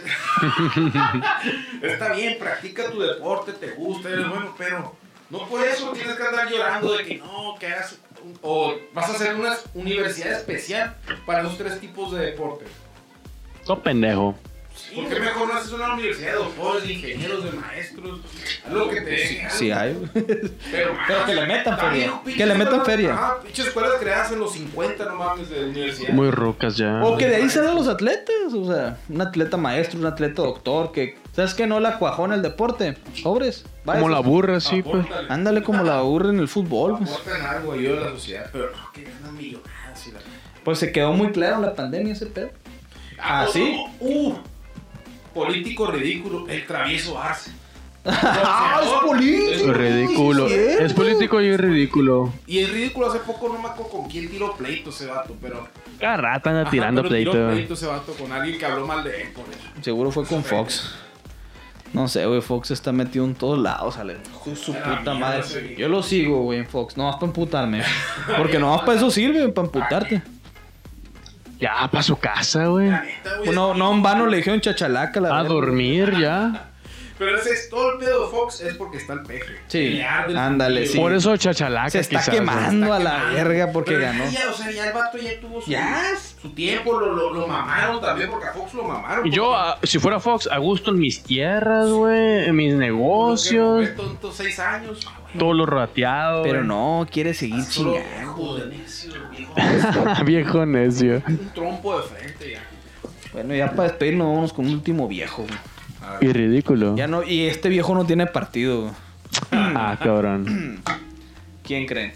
Speaker 3: es- Está bien, practica tu deporte, te gusta, eres bueno, pero no por eso tienes que andar llorando de que no, que hagas. un- o vas a hacer una universidad especial para los tres tipos de deportes.
Speaker 4: Todo pendejo.
Speaker 3: ¿Por qué mejor no haces una universidad de doctores, de ingenieros, de maestros? Haz lo que te deje.
Speaker 2: Sí, hay. güey.
Speaker 3: Pero,
Speaker 2: Pero que le metan feria. Que le metan feria.
Speaker 3: Ah, pinches escuelas creadas en los 50, no mames, de universidad.
Speaker 4: Muy rucas ya.
Speaker 3: Ah,
Speaker 2: O que de ahí salen los atletas. O sea, un atleta maestro, un atleta doctor. que ¿Sabes qué? No la cuajó en el deporte. Pobres. Vaya,
Speaker 4: Como la burra, sí, pues.
Speaker 3: Apórtale.
Speaker 2: Ándale como la aburre en el fútbol. Pues.
Speaker 3: Aportan algo ayuda a la sociedad, pero no, que ganan millonadas y la...
Speaker 2: Pues se quedó muy claro en la pandemia ese pedo. Ah, ¿sí?
Speaker 3: Uh, político ridículo, el travieso Arce.
Speaker 2: ¡Ah, es político!
Speaker 4: Ridículo.
Speaker 2: Sí, es cierto.
Speaker 4: Es político y es ridículo.
Speaker 3: Y el ridículo hace poco no me acuerdo con quién tiró pleito ese vato, pero.
Speaker 4: Cada rato anda
Speaker 3: Ajá,
Speaker 4: tirando
Speaker 3: pero
Speaker 4: pleito.
Speaker 3: Tiró pleito ese vato con alguien que habló mal de él por eso.
Speaker 2: Seguro fue con Fox. No sé, güey, Fox está metido en todos lados, Ale. Su,
Speaker 3: Ah,
Speaker 2: su puta madre. Yo lo sigo, güey, en Fox. No vas para emputarme. Porque no vas para eso sirve, para emputarte.
Speaker 4: Ya, para su casa, güey.
Speaker 3: La neta, güey.
Speaker 2: No, no, en vano le dijeron chachalaca, la
Speaker 4: A
Speaker 2: verdad.
Speaker 4: dormir ya.
Speaker 3: Pero ese es todo el pedo de Fox, es porque está el peje.
Speaker 2: Sí,
Speaker 3: Le arde el
Speaker 2: ándale,
Speaker 3: cuchillo.
Speaker 2: Sí.
Speaker 4: Por eso chachalaca
Speaker 2: Se está
Speaker 4: quizás,
Speaker 2: quemando a la
Speaker 3: quemando.
Speaker 2: verga porque
Speaker 3: Pero
Speaker 2: ganó.
Speaker 3: Ya, o sea, ya el vato ya tuvo su,
Speaker 2: Ya.
Speaker 3: su tiempo, lo, lo, lo mamaron también, porque a Fox lo mamaron.
Speaker 4: güey. Yo,
Speaker 3: porque-
Speaker 4: a- si fuera Fox, a gusto en mis tierras, güey. En mis negocios.
Speaker 3: Porque Roberto, entonces, seis años.
Speaker 2: Ah,
Speaker 4: Todo lo rateado.
Speaker 2: Pero
Speaker 4: güey.
Speaker 2: no, quiere seguir
Speaker 3: Ah, Solo
Speaker 2: chingando.
Speaker 3: viejo de necio, viejo.
Speaker 4: Ah, Viejo necio.
Speaker 3: Un trompo de frente ya.
Speaker 2: Bueno, ya para despedirnos, vamos con un último viejo, güey.
Speaker 4: Y ridículo.
Speaker 2: Ya no, y este viejo no tiene partido, güey.
Speaker 4: Ah, cabrón.
Speaker 2: ¿Quién creen?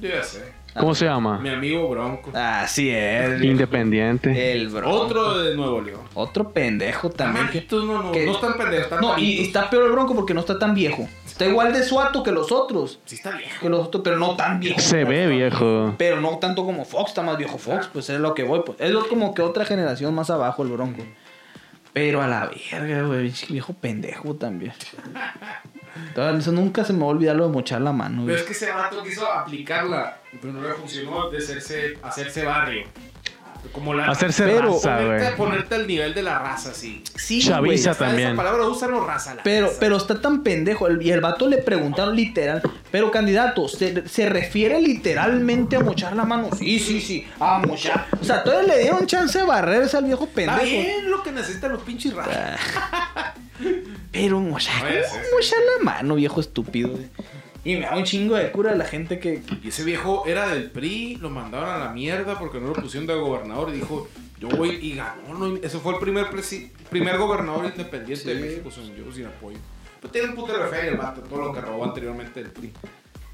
Speaker 3: Yo ya sé.
Speaker 4: ¿Cómo se llama?
Speaker 3: Mi amigo Bronco.
Speaker 2: Ah, Así es, güey.
Speaker 4: Independiente.
Speaker 2: El bro.
Speaker 3: Otro de Nuevo León.
Speaker 2: Otro pendejo también. que-
Speaker 3: Estos no, no,
Speaker 2: que-
Speaker 3: no están pendejos, están
Speaker 2: No, y
Speaker 3: malitos.
Speaker 2: está peor el bronco porque no está tan viejo. Está igual de suato que los otros.
Speaker 3: Sí está viejo.
Speaker 2: Que los otros, pero no tan viejo.
Speaker 4: Eh. Se ve viejo.
Speaker 2: Pero no tanto como Fox, está más viejo Fox, pues es lo que voy. Pues. Es lo- como que otra generación más abajo el bronco. Pero a la verga, güey, pinche viejo pendejo también. Entonces, eso nunca se me va a olvidar lo de mochar la mano,
Speaker 3: Pero
Speaker 2: güey.
Speaker 3: es que ese vato quiso aplicarla, pero no le funcionó de hacerse, hacerse barrio. Como la
Speaker 4: Hacerse
Speaker 2: Pero-
Speaker 4: raza,
Speaker 3: ponerte,
Speaker 4: güey.
Speaker 3: ponerte al nivel de la raza, sí.
Speaker 2: Sí,
Speaker 4: Chaviza
Speaker 2: güey.
Speaker 3: Ah, Esa-
Speaker 4: también.
Speaker 3: Esa palabra usan los raza. la
Speaker 2: Pero,
Speaker 3: raza.
Speaker 2: pero está tan pendejo. el- y el vato le preguntaron literal. Pero candidato, ¿se, se refiere literalmente a mochar la mano? Sí, sí, sí. A mochar. O sea, todavía le dieron chance de barrerse al viejo
Speaker 3: Está
Speaker 2: pendejo. Ah.
Speaker 3: bien lo que necesitan los pinches razas.
Speaker 2: Pero mochar,
Speaker 3: Oye, sí, sí.
Speaker 2: mochar la mano, viejo estúpido. güey. Y me da un chingo de cura la gente que.
Speaker 3: Y ese viejo era del PRI, lo mandaron a la mierda porque no lo pusieron de gobernador y dijo, yo voy y ganó. ¿no? Ese fue el primer, presi- primer gobernador independiente de México, según yo, sin apoyo. Pero tiene un puto de fe el vato, todo lo que robó anteriormente del PRI.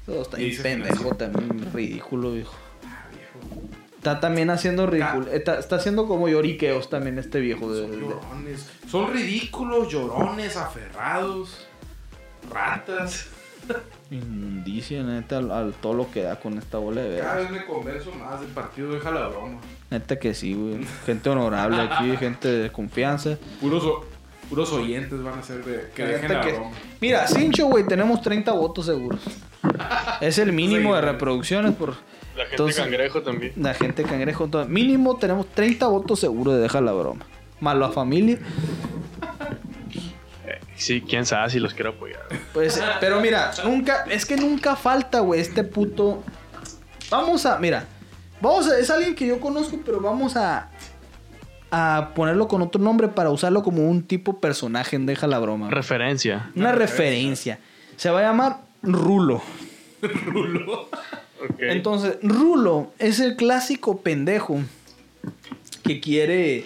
Speaker 2: Todo "Oh, está
Speaker 3: Y
Speaker 2: ahí
Speaker 3: dices,
Speaker 2: pendejo
Speaker 3: "Gracias".
Speaker 2: también, ridículo, viejo.
Speaker 3: Ah,
Speaker 2: Está también haciendo ridículo. Está, está haciendo como lloriqueos también este viejo. de-
Speaker 3: Son
Speaker 2: de-
Speaker 3: llorones. Son ridículos, llorones, aferrados, ratas.
Speaker 2: Inmundicia, neta, al, al- todo lo que da con esta bola de
Speaker 3: Cada
Speaker 2: verga.
Speaker 3: vez me converso más del partido de Jalabroma.
Speaker 2: Neta que sí, güey. Gente honorable aquí, gente de confianza.
Speaker 3: Puros, o- puros oyentes van a ser de que
Speaker 2: La
Speaker 3: dejen
Speaker 2: neta
Speaker 3: la
Speaker 2: que-
Speaker 3: broma.
Speaker 2: Mira, Sincho, güey, tenemos 30 votos seguros. Es el mínimo de reproducciones por
Speaker 4: La gente
Speaker 2: Entonces-
Speaker 4: cangrejo también.
Speaker 2: la gente cangrejo. Entonces, mínimo tenemos 30 votos seguros de dejar la broma. Más la familia.
Speaker 4: Sí, quién sabe si los quiero apoyar.
Speaker 2: Pues, pero mira, nunca, es que nunca falta, güey, este puto. Vamos a, mira, vamos a, es alguien que yo conozco, pero vamos a, a ponerlo con otro nombre para usarlo como un tipo personaje en Deja la broma. güey.
Speaker 4: Referencia.
Speaker 2: Una referencia. Se va a llamar Rulo.
Speaker 4: Ok.
Speaker 2: Entonces, Rulo es el clásico pendejo que quiere.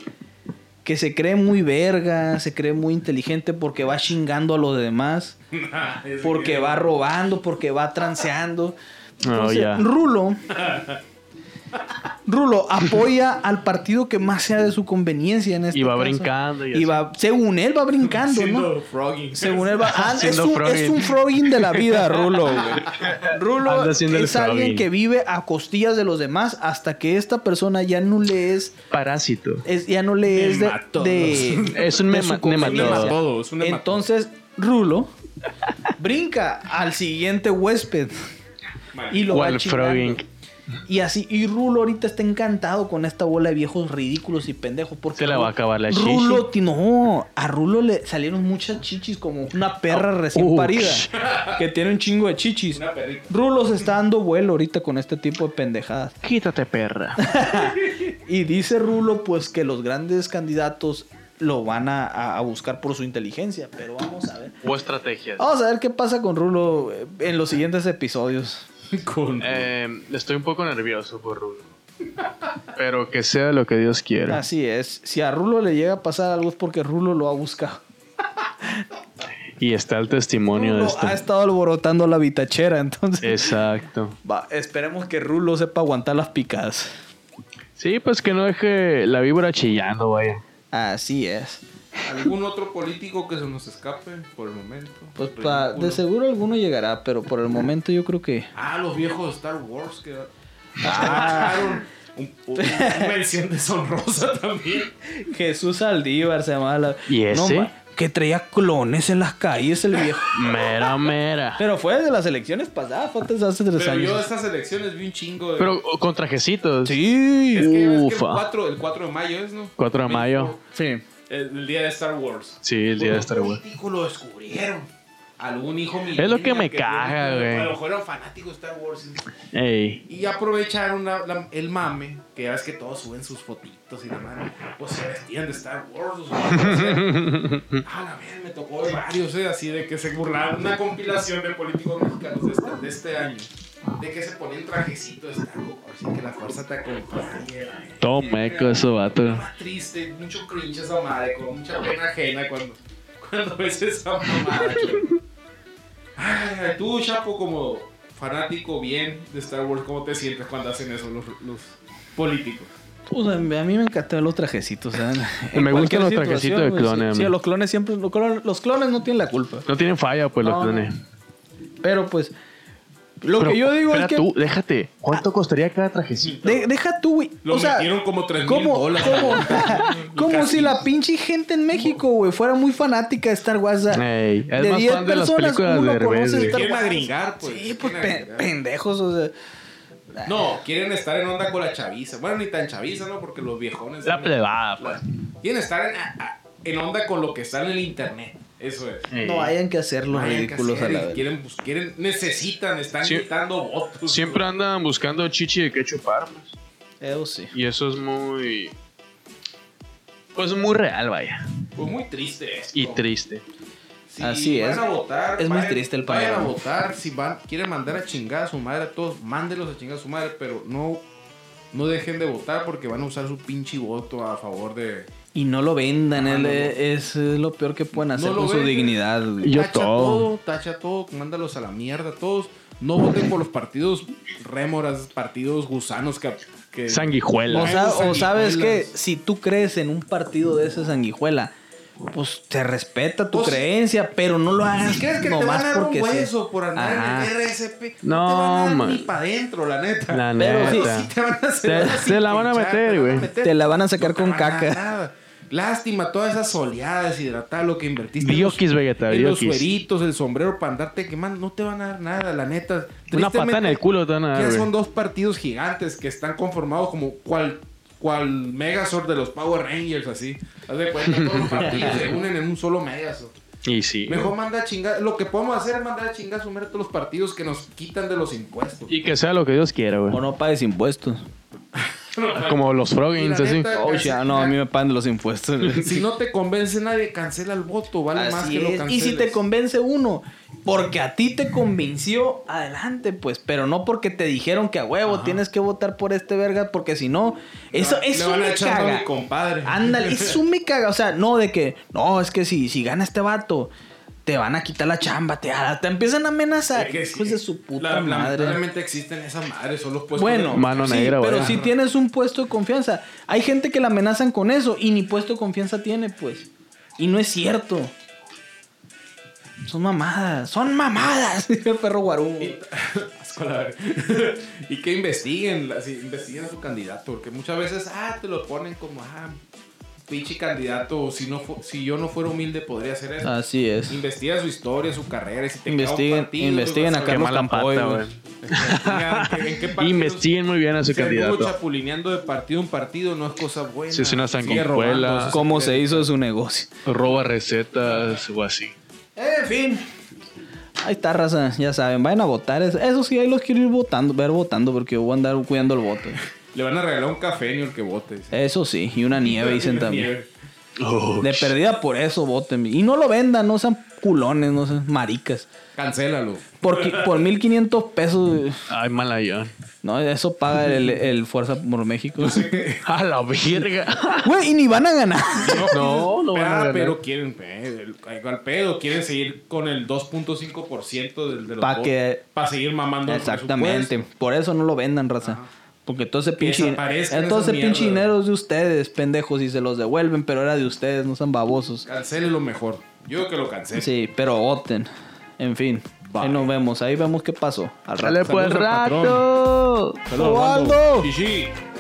Speaker 2: Que se cree muy verga, se cree muy inteligente porque va chingando a los demás,
Speaker 3: Ese
Speaker 2: porque
Speaker 3: Ah, que-
Speaker 2: va robando, porque va transeando.
Speaker 4: No,
Speaker 2: Entonces,
Speaker 4: Ah, oh, ya.
Speaker 2: Rulo. Rulo apoya al partido que más sea de su conveniencia en este
Speaker 4: Y va
Speaker 2: caso.
Speaker 4: brincando y
Speaker 2: Y
Speaker 4: así.
Speaker 2: va, según él va brincando, ¿no?
Speaker 3: Haciendo frogging.
Speaker 2: Según él va. ah, es,
Speaker 4: Haciendo
Speaker 2: un,
Speaker 4: frogging.
Speaker 2: es un frogging de la vida, Rulo, güey. Rulo
Speaker 4: Anda
Speaker 2: es
Speaker 4: haciendo el
Speaker 2: alguien
Speaker 4: frogging.
Speaker 2: que vive a costillas de los demás hasta que esta persona ya no le es.
Speaker 4: Parásito.
Speaker 2: es- ya no le es de.
Speaker 3: Nematodos.
Speaker 2: de-
Speaker 4: Es un
Speaker 2: de
Speaker 4: nema-
Speaker 2: su conveniencia.
Speaker 3: nematodo, es un nematodo.
Speaker 2: Entonces, Rulo brinca al siguiente huésped y lo
Speaker 4: O
Speaker 2: va
Speaker 4: al
Speaker 2: chingando.
Speaker 4: frogging.
Speaker 2: Y así, y Rulo ahorita está encantado con esta bola de viejos ridículos y pendejos. Porque
Speaker 4: Se la va a acabar la chichi.
Speaker 2: Rulo, ti- no, a Rulo le salieron muchas chichis como una perra recién
Speaker 4: uh,
Speaker 2: parida.
Speaker 4: sh.
Speaker 2: Que tiene un chingo de chichis.
Speaker 3: Una perrita.
Speaker 2: Rulo se está dando vuelo ahorita con este tipo de pendejadas.
Speaker 4: Quítate, perra.
Speaker 2: Y dice Rulo, pues que los grandes candidatos lo van a- a, a buscar por su inteligencia. Pero vamos a ver.
Speaker 4: o estrategias.
Speaker 2: Vamos a ver qué pasa con Rulo eh, en los siguientes episodios.
Speaker 3: Con-
Speaker 4: Eh, estoy un poco nervioso por Rulo. Pero que sea lo que Dios quiera.
Speaker 2: Así es. Si a Rulo le llega a pasar algo es porque Rulo lo ha buscado.
Speaker 4: Y está el testimonio de este.
Speaker 2: Rulo ah,
Speaker 4: esto. Eh.
Speaker 2: ha estado alborotando la bitachera, entonces.
Speaker 4: Exacto.
Speaker 2: Va, esperemos que Rulo sepa aguantar las picadas.
Speaker 4: Sí, pues que no deje la víbora chillando, vaya.
Speaker 2: Así es.
Speaker 3: ¿Algún otro político que se nos escape por el momento?
Speaker 2: Pues pa-
Speaker 3: Ridículo.
Speaker 2: de seguro alguno llegará, pero por el momento yo creo que.
Speaker 3: Ah, los viejos de Star Wars que
Speaker 2: Ah.
Speaker 3: sacaron un, un- un mención deshonrosa también.
Speaker 2: Jesús Aldívar se llamaba la.
Speaker 4: ¿Y ese?
Speaker 2: ma- que traía clones en las calles el viejo.
Speaker 4: Mera, mera.
Speaker 2: Pero fue de las elecciones pasadas, fue antes de hace tres
Speaker 3: Pero yo de
Speaker 2: años.
Speaker 3: estas elecciones vi un chingo de.
Speaker 4: Pero o, con trajecitos.
Speaker 2: Sí.
Speaker 3: es que, ya ves que
Speaker 4: ufa.
Speaker 3: el, 4, el 4 de mayo es, ¿no?
Speaker 4: 4 de mayo.
Speaker 2: Sí.
Speaker 3: El, el día de Star Wars.
Speaker 4: Sí, el día de Star Wars.
Speaker 3: Un político lo descubrieron. Algún hijo mío.
Speaker 4: lo que me caga, güey.
Speaker 3: A lo mejor eran fanáticos de Star Wars.
Speaker 4: Ey.
Speaker 3: Y aprovecharon la- la- el mame, que ya ves que todos suben sus fotitos y la mano. Pues se vestían de Star Wars. o sea, ah, la verga, me tocó de varios, eh, así de que se burlaron. Una compilación de políticos mexicanos de este, de este año. De que se ponían trajecito de Star Wars y que la fuerza te acompañe.
Speaker 4: Todo meco ese vato.
Speaker 3: Estaba triste, mucho cringe esa madre, con mucha pena ajena cuando, cuando ves esa mamada. chavo. Ay, tú, Chapo, como fanático bien de Star Wars, ¿cómo te sientes cuando hacen eso los, los políticos?
Speaker 2: Pues a mí a mí me encantan los trajecitos. ¿saben? En
Speaker 4: Me gustan
Speaker 2: cualquier
Speaker 4: los trajecitos
Speaker 2: situación,
Speaker 4: de
Speaker 2: güey, sí.
Speaker 4: clones a
Speaker 2: Sí,
Speaker 4: mí.
Speaker 2: los clones siempre. Los clones, los clones no tienen la culpa.
Speaker 4: No tienen falla, pues los
Speaker 2: No, no.
Speaker 4: clones.
Speaker 2: Pero pues. Lo
Speaker 4: Pero,
Speaker 2: que yo digo
Speaker 4: espera
Speaker 2: es que.
Speaker 4: tú, déjate. ¿Cuánto costaría cada trajecito?
Speaker 2: De- deja tú, güey.
Speaker 3: Lo
Speaker 2: o sea,
Speaker 3: metieron como 3 mil
Speaker 2: como,
Speaker 3: dólares.
Speaker 2: como, como
Speaker 3: Casi.
Speaker 2: si la pinche gente en México, güey, fuera muy fanática de Star Wars.
Speaker 4: Ey, es más fan de las películas de Derbez, güey.
Speaker 3: Quieren agringar, pues.
Speaker 2: Sí, pues
Speaker 3: Quieren
Speaker 2: pe-
Speaker 3: agringar.
Speaker 2: pendejos, o sea.
Speaker 3: No, quieren estar en onda con la chaviza. Bueno, ni tan chaviza, ¿no? Porque los viejones.
Speaker 4: La plebada, pues.
Speaker 3: La- Quieren estar en, a- a- en onda con lo que está en el internet. Eso es.
Speaker 4: Ey.
Speaker 2: No hayan que hacer los
Speaker 3: Ay, hay que
Speaker 2: ridículos a
Speaker 3: hacer,
Speaker 2: la
Speaker 3: y
Speaker 2: vez.
Speaker 3: quieren, bus- quieren, necesitan, están
Speaker 4: Sie-
Speaker 3: quitando votos.
Speaker 4: Siempre andan buscando chichi de qué chupar, pues.
Speaker 2: Eso sí.
Speaker 4: Y eso es muy. Pues muy real, vaya.
Speaker 3: Pues muy triste esto.
Speaker 4: Y triste.
Speaker 3: Si
Speaker 2: Así
Speaker 3: van
Speaker 2: es.
Speaker 3: A votar,
Speaker 2: Es muy
Speaker 3: vayan-
Speaker 2: triste el
Speaker 3: Vayan a
Speaker 2: panorama.
Speaker 3: votar. Si van, quieren mandar a chingar a su madre a todos, mándelos a chingar a su madre, pero no, no dejen de votar porque van a usar su pinche voto a favor de.
Speaker 2: Y no lo vendan,
Speaker 3: Ah,
Speaker 2: es,
Speaker 3: no.
Speaker 2: es lo peor que pueden hacer
Speaker 3: lo
Speaker 2: con su
Speaker 3: venden.
Speaker 2: dignidad. güey.
Speaker 4: Yo
Speaker 3: tacha
Speaker 4: todo.
Speaker 3: Tacha todo, mándalos a la mierda a todos. No voten por los partidos rémoras, partidos gusanos que. que
Speaker 4: Sanguijuela.
Speaker 2: O, sa- o
Speaker 3: sanguijuelas.
Speaker 2: sabes que si tú crees en un partido de esa sanguijuela, pues te respeta tu
Speaker 3: Pues,
Speaker 2: creencia, pero no lo hagas
Speaker 3: Si crees que te
Speaker 2: nomás
Speaker 3: van a dar un
Speaker 2: porque sí.
Speaker 3: hueso por andar
Speaker 2: Ajá.
Speaker 3: en el RSP,
Speaker 4: No,
Speaker 3: te van a dar
Speaker 4: man.
Speaker 3: ni para adentro, la neta.
Speaker 4: La
Speaker 2: Pero sí,
Speaker 4: neta.
Speaker 3: Sí te van a hacer
Speaker 4: Te-
Speaker 3: así,
Speaker 4: te la van a
Speaker 3: pinchar,
Speaker 4: meter,
Speaker 3: te la van
Speaker 4: güey.
Speaker 3: a meter.
Speaker 2: Te la van a sacar
Speaker 3: No te
Speaker 2: con
Speaker 3: van a dar
Speaker 2: caca.
Speaker 3: nada. Lástima, todas esas soleadas, hidratar lo que invertiste. en
Speaker 4: Diokis,
Speaker 3: los-
Speaker 4: Vegeta,
Speaker 3: en los
Speaker 4: diokis.
Speaker 3: sueritos, el sombrero para andarte quemando. No te van a dar nada, la neta.
Speaker 4: Una patada en el culo te van a dar,
Speaker 3: Ya
Speaker 4: güey.
Speaker 3: son dos partidos gigantes que están conformados como cual, cual Megazord de los Power Rangers, así. Haz de cuenta, todos los partidos se unen en un solo Megazord.
Speaker 4: Y sí. güey.
Speaker 3: Mejor manda a chingar. Lo que podemos hacer es mandar a chingar a su madre todos los partidos que nos quitan de los impuestos.
Speaker 4: Y que sea lo que Dios quiera,
Speaker 2: O
Speaker 4: güey.
Speaker 2: no pagues impuestos.
Speaker 4: Como los Froggins,
Speaker 3: Y la
Speaker 4: así.
Speaker 3: neta-
Speaker 2: Oh, ya, no, a mí me pagan los impuestos.
Speaker 3: Si no te convence nadie, cancela el voto. Vale más
Speaker 2: Así
Speaker 3: que lo
Speaker 2: es. Y
Speaker 3: canceles.
Speaker 2: si te convence uno, porque a ti te convenció, adelante, pues, pero no porque te dijeron que a huevo tienes que votar por este verga, porque si no, eso,
Speaker 3: Le
Speaker 2: eso
Speaker 3: van a
Speaker 2: me
Speaker 3: echar a
Speaker 2: caga.
Speaker 3: mi compadre.
Speaker 2: Ándale, eso me caga. O sea, no de que, no, es que si, si gana este vato, te van a quitar la chamba, te, ah, te empiezan a amenazar.
Speaker 3: Es que sí.
Speaker 2: Hijos de su puta
Speaker 3: La-
Speaker 2: madre.
Speaker 3: Lamentablemente existen esas madres, son los puestos.
Speaker 2: Bueno,
Speaker 3: de-
Speaker 4: Mano
Speaker 2: Pues, sí,
Speaker 4: negra,
Speaker 2: pero
Speaker 4: vaya.
Speaker 2: si tienes un puesto de confianza, hay gente que la amenazan con eso y ni puesto de confianza tiene, pues. Y no es cierto. Son mamadas, son mamadas, dice el perro guarú.
Speaker 3: Asco, la verdad. y que investiguen, la- sí, investiguen a su candidato, porque muchas veces, ah, te lo ponen como, ah, pinche candidato, si, no fu- si yo no fuera humilde podría hacer eso.
Speaker 2: Así es.
Speaker 3: Investiga su historia, su carrera, y si te cae un
Speaker 2: Investiguen,
Speaker 3: partido,
Speaker 2: investiguen
Speaker 3: tú
Speaker 2: a
Speaker 3: vas ver-
Speaker 2: Carlos
Speaker 4: mala
Speaker 2: Campoy,
Speaker 4: pata,
Speaker 2: güey.
Speaker 4: güey.
Speaker 3: Investigan en qué partidos-
Speaker 4: Investiguen muy bien a su
Speaker 3: Si anduvo
Speaker 4: candidato.
Speaker 3: chapulineando de partido en partido no es cosa buena.
Speaker 4: Sí, es una
Speaker 3: Sigue
Speaker 4: sanguijuela.
Speaker 3: robando, eso sí
Speaker 2: Cómo
Speaker 3: que-
Speaker 2: se hizo su negocio.
Speaker 4: Roba recetas o así.
Speaker 2: En fin. Ahí está, raza, ya saben, vayan a votar. Es- Eso sí, ahí los quiero ir votando, ver votando, porque yo voy a andar cuidando el voto.
Speaker 3: Le van a regalar un café ni el que vote. dice.
Speaker 2: Eso sí, y una nieve, dicen también.
Speaker 3: Nieve.
Speaker 2: De perdida por eso, voten. Y no lo vendan, no sean culones, no sean maricas.
Speaker 3: Cancélalo.
Speaker 2: Por, qui- por 1500 pesos,
Speaker 4: Ay, mala yo.
Speaker 2: no, eso paga el, el Fuerza por México.
Speaker 4: A la verga.
Speaker 2: Güey, y ni van a ganar.
Speaker 4: No, no van a
Speaker 3: Ah,
Speaker 4: ganar.
Speaker 3: pero quieren, eh, el- al pedo, quieren seguir con el 2.5% del de los
Speaker 2: Pa' que-
Speaker 3: Para seguir mamando. el
Speaker 2: Exactamente, por eso no lo vendan, raza. Porque todo ese pinche,
Speaker 3: desaparezcan
Speaker 2: eh, todo
Speaker 3: esas
Speaker 2: ese pinche
Speaker 3: mierdas.
Speaker 2: dinero es de ustedes, pendejos, y se los devuelven, pero era de ustedes, no sean babosos.
Speaker 3: presupuesto. Cancélelo mejor. Yo digo que lo cancele.
Speaker 2: Sí, pero voten. En fin, ahí nos vemos, ahí vemos qué pasó. Al rato.
Speaker 4: Dale pues
Speaker 3: Saludos al patrón.
Speaker 4: rato.
Speaker 3: Saludos,
Speaker 2: Waldo.
Speaker 3: Gigi.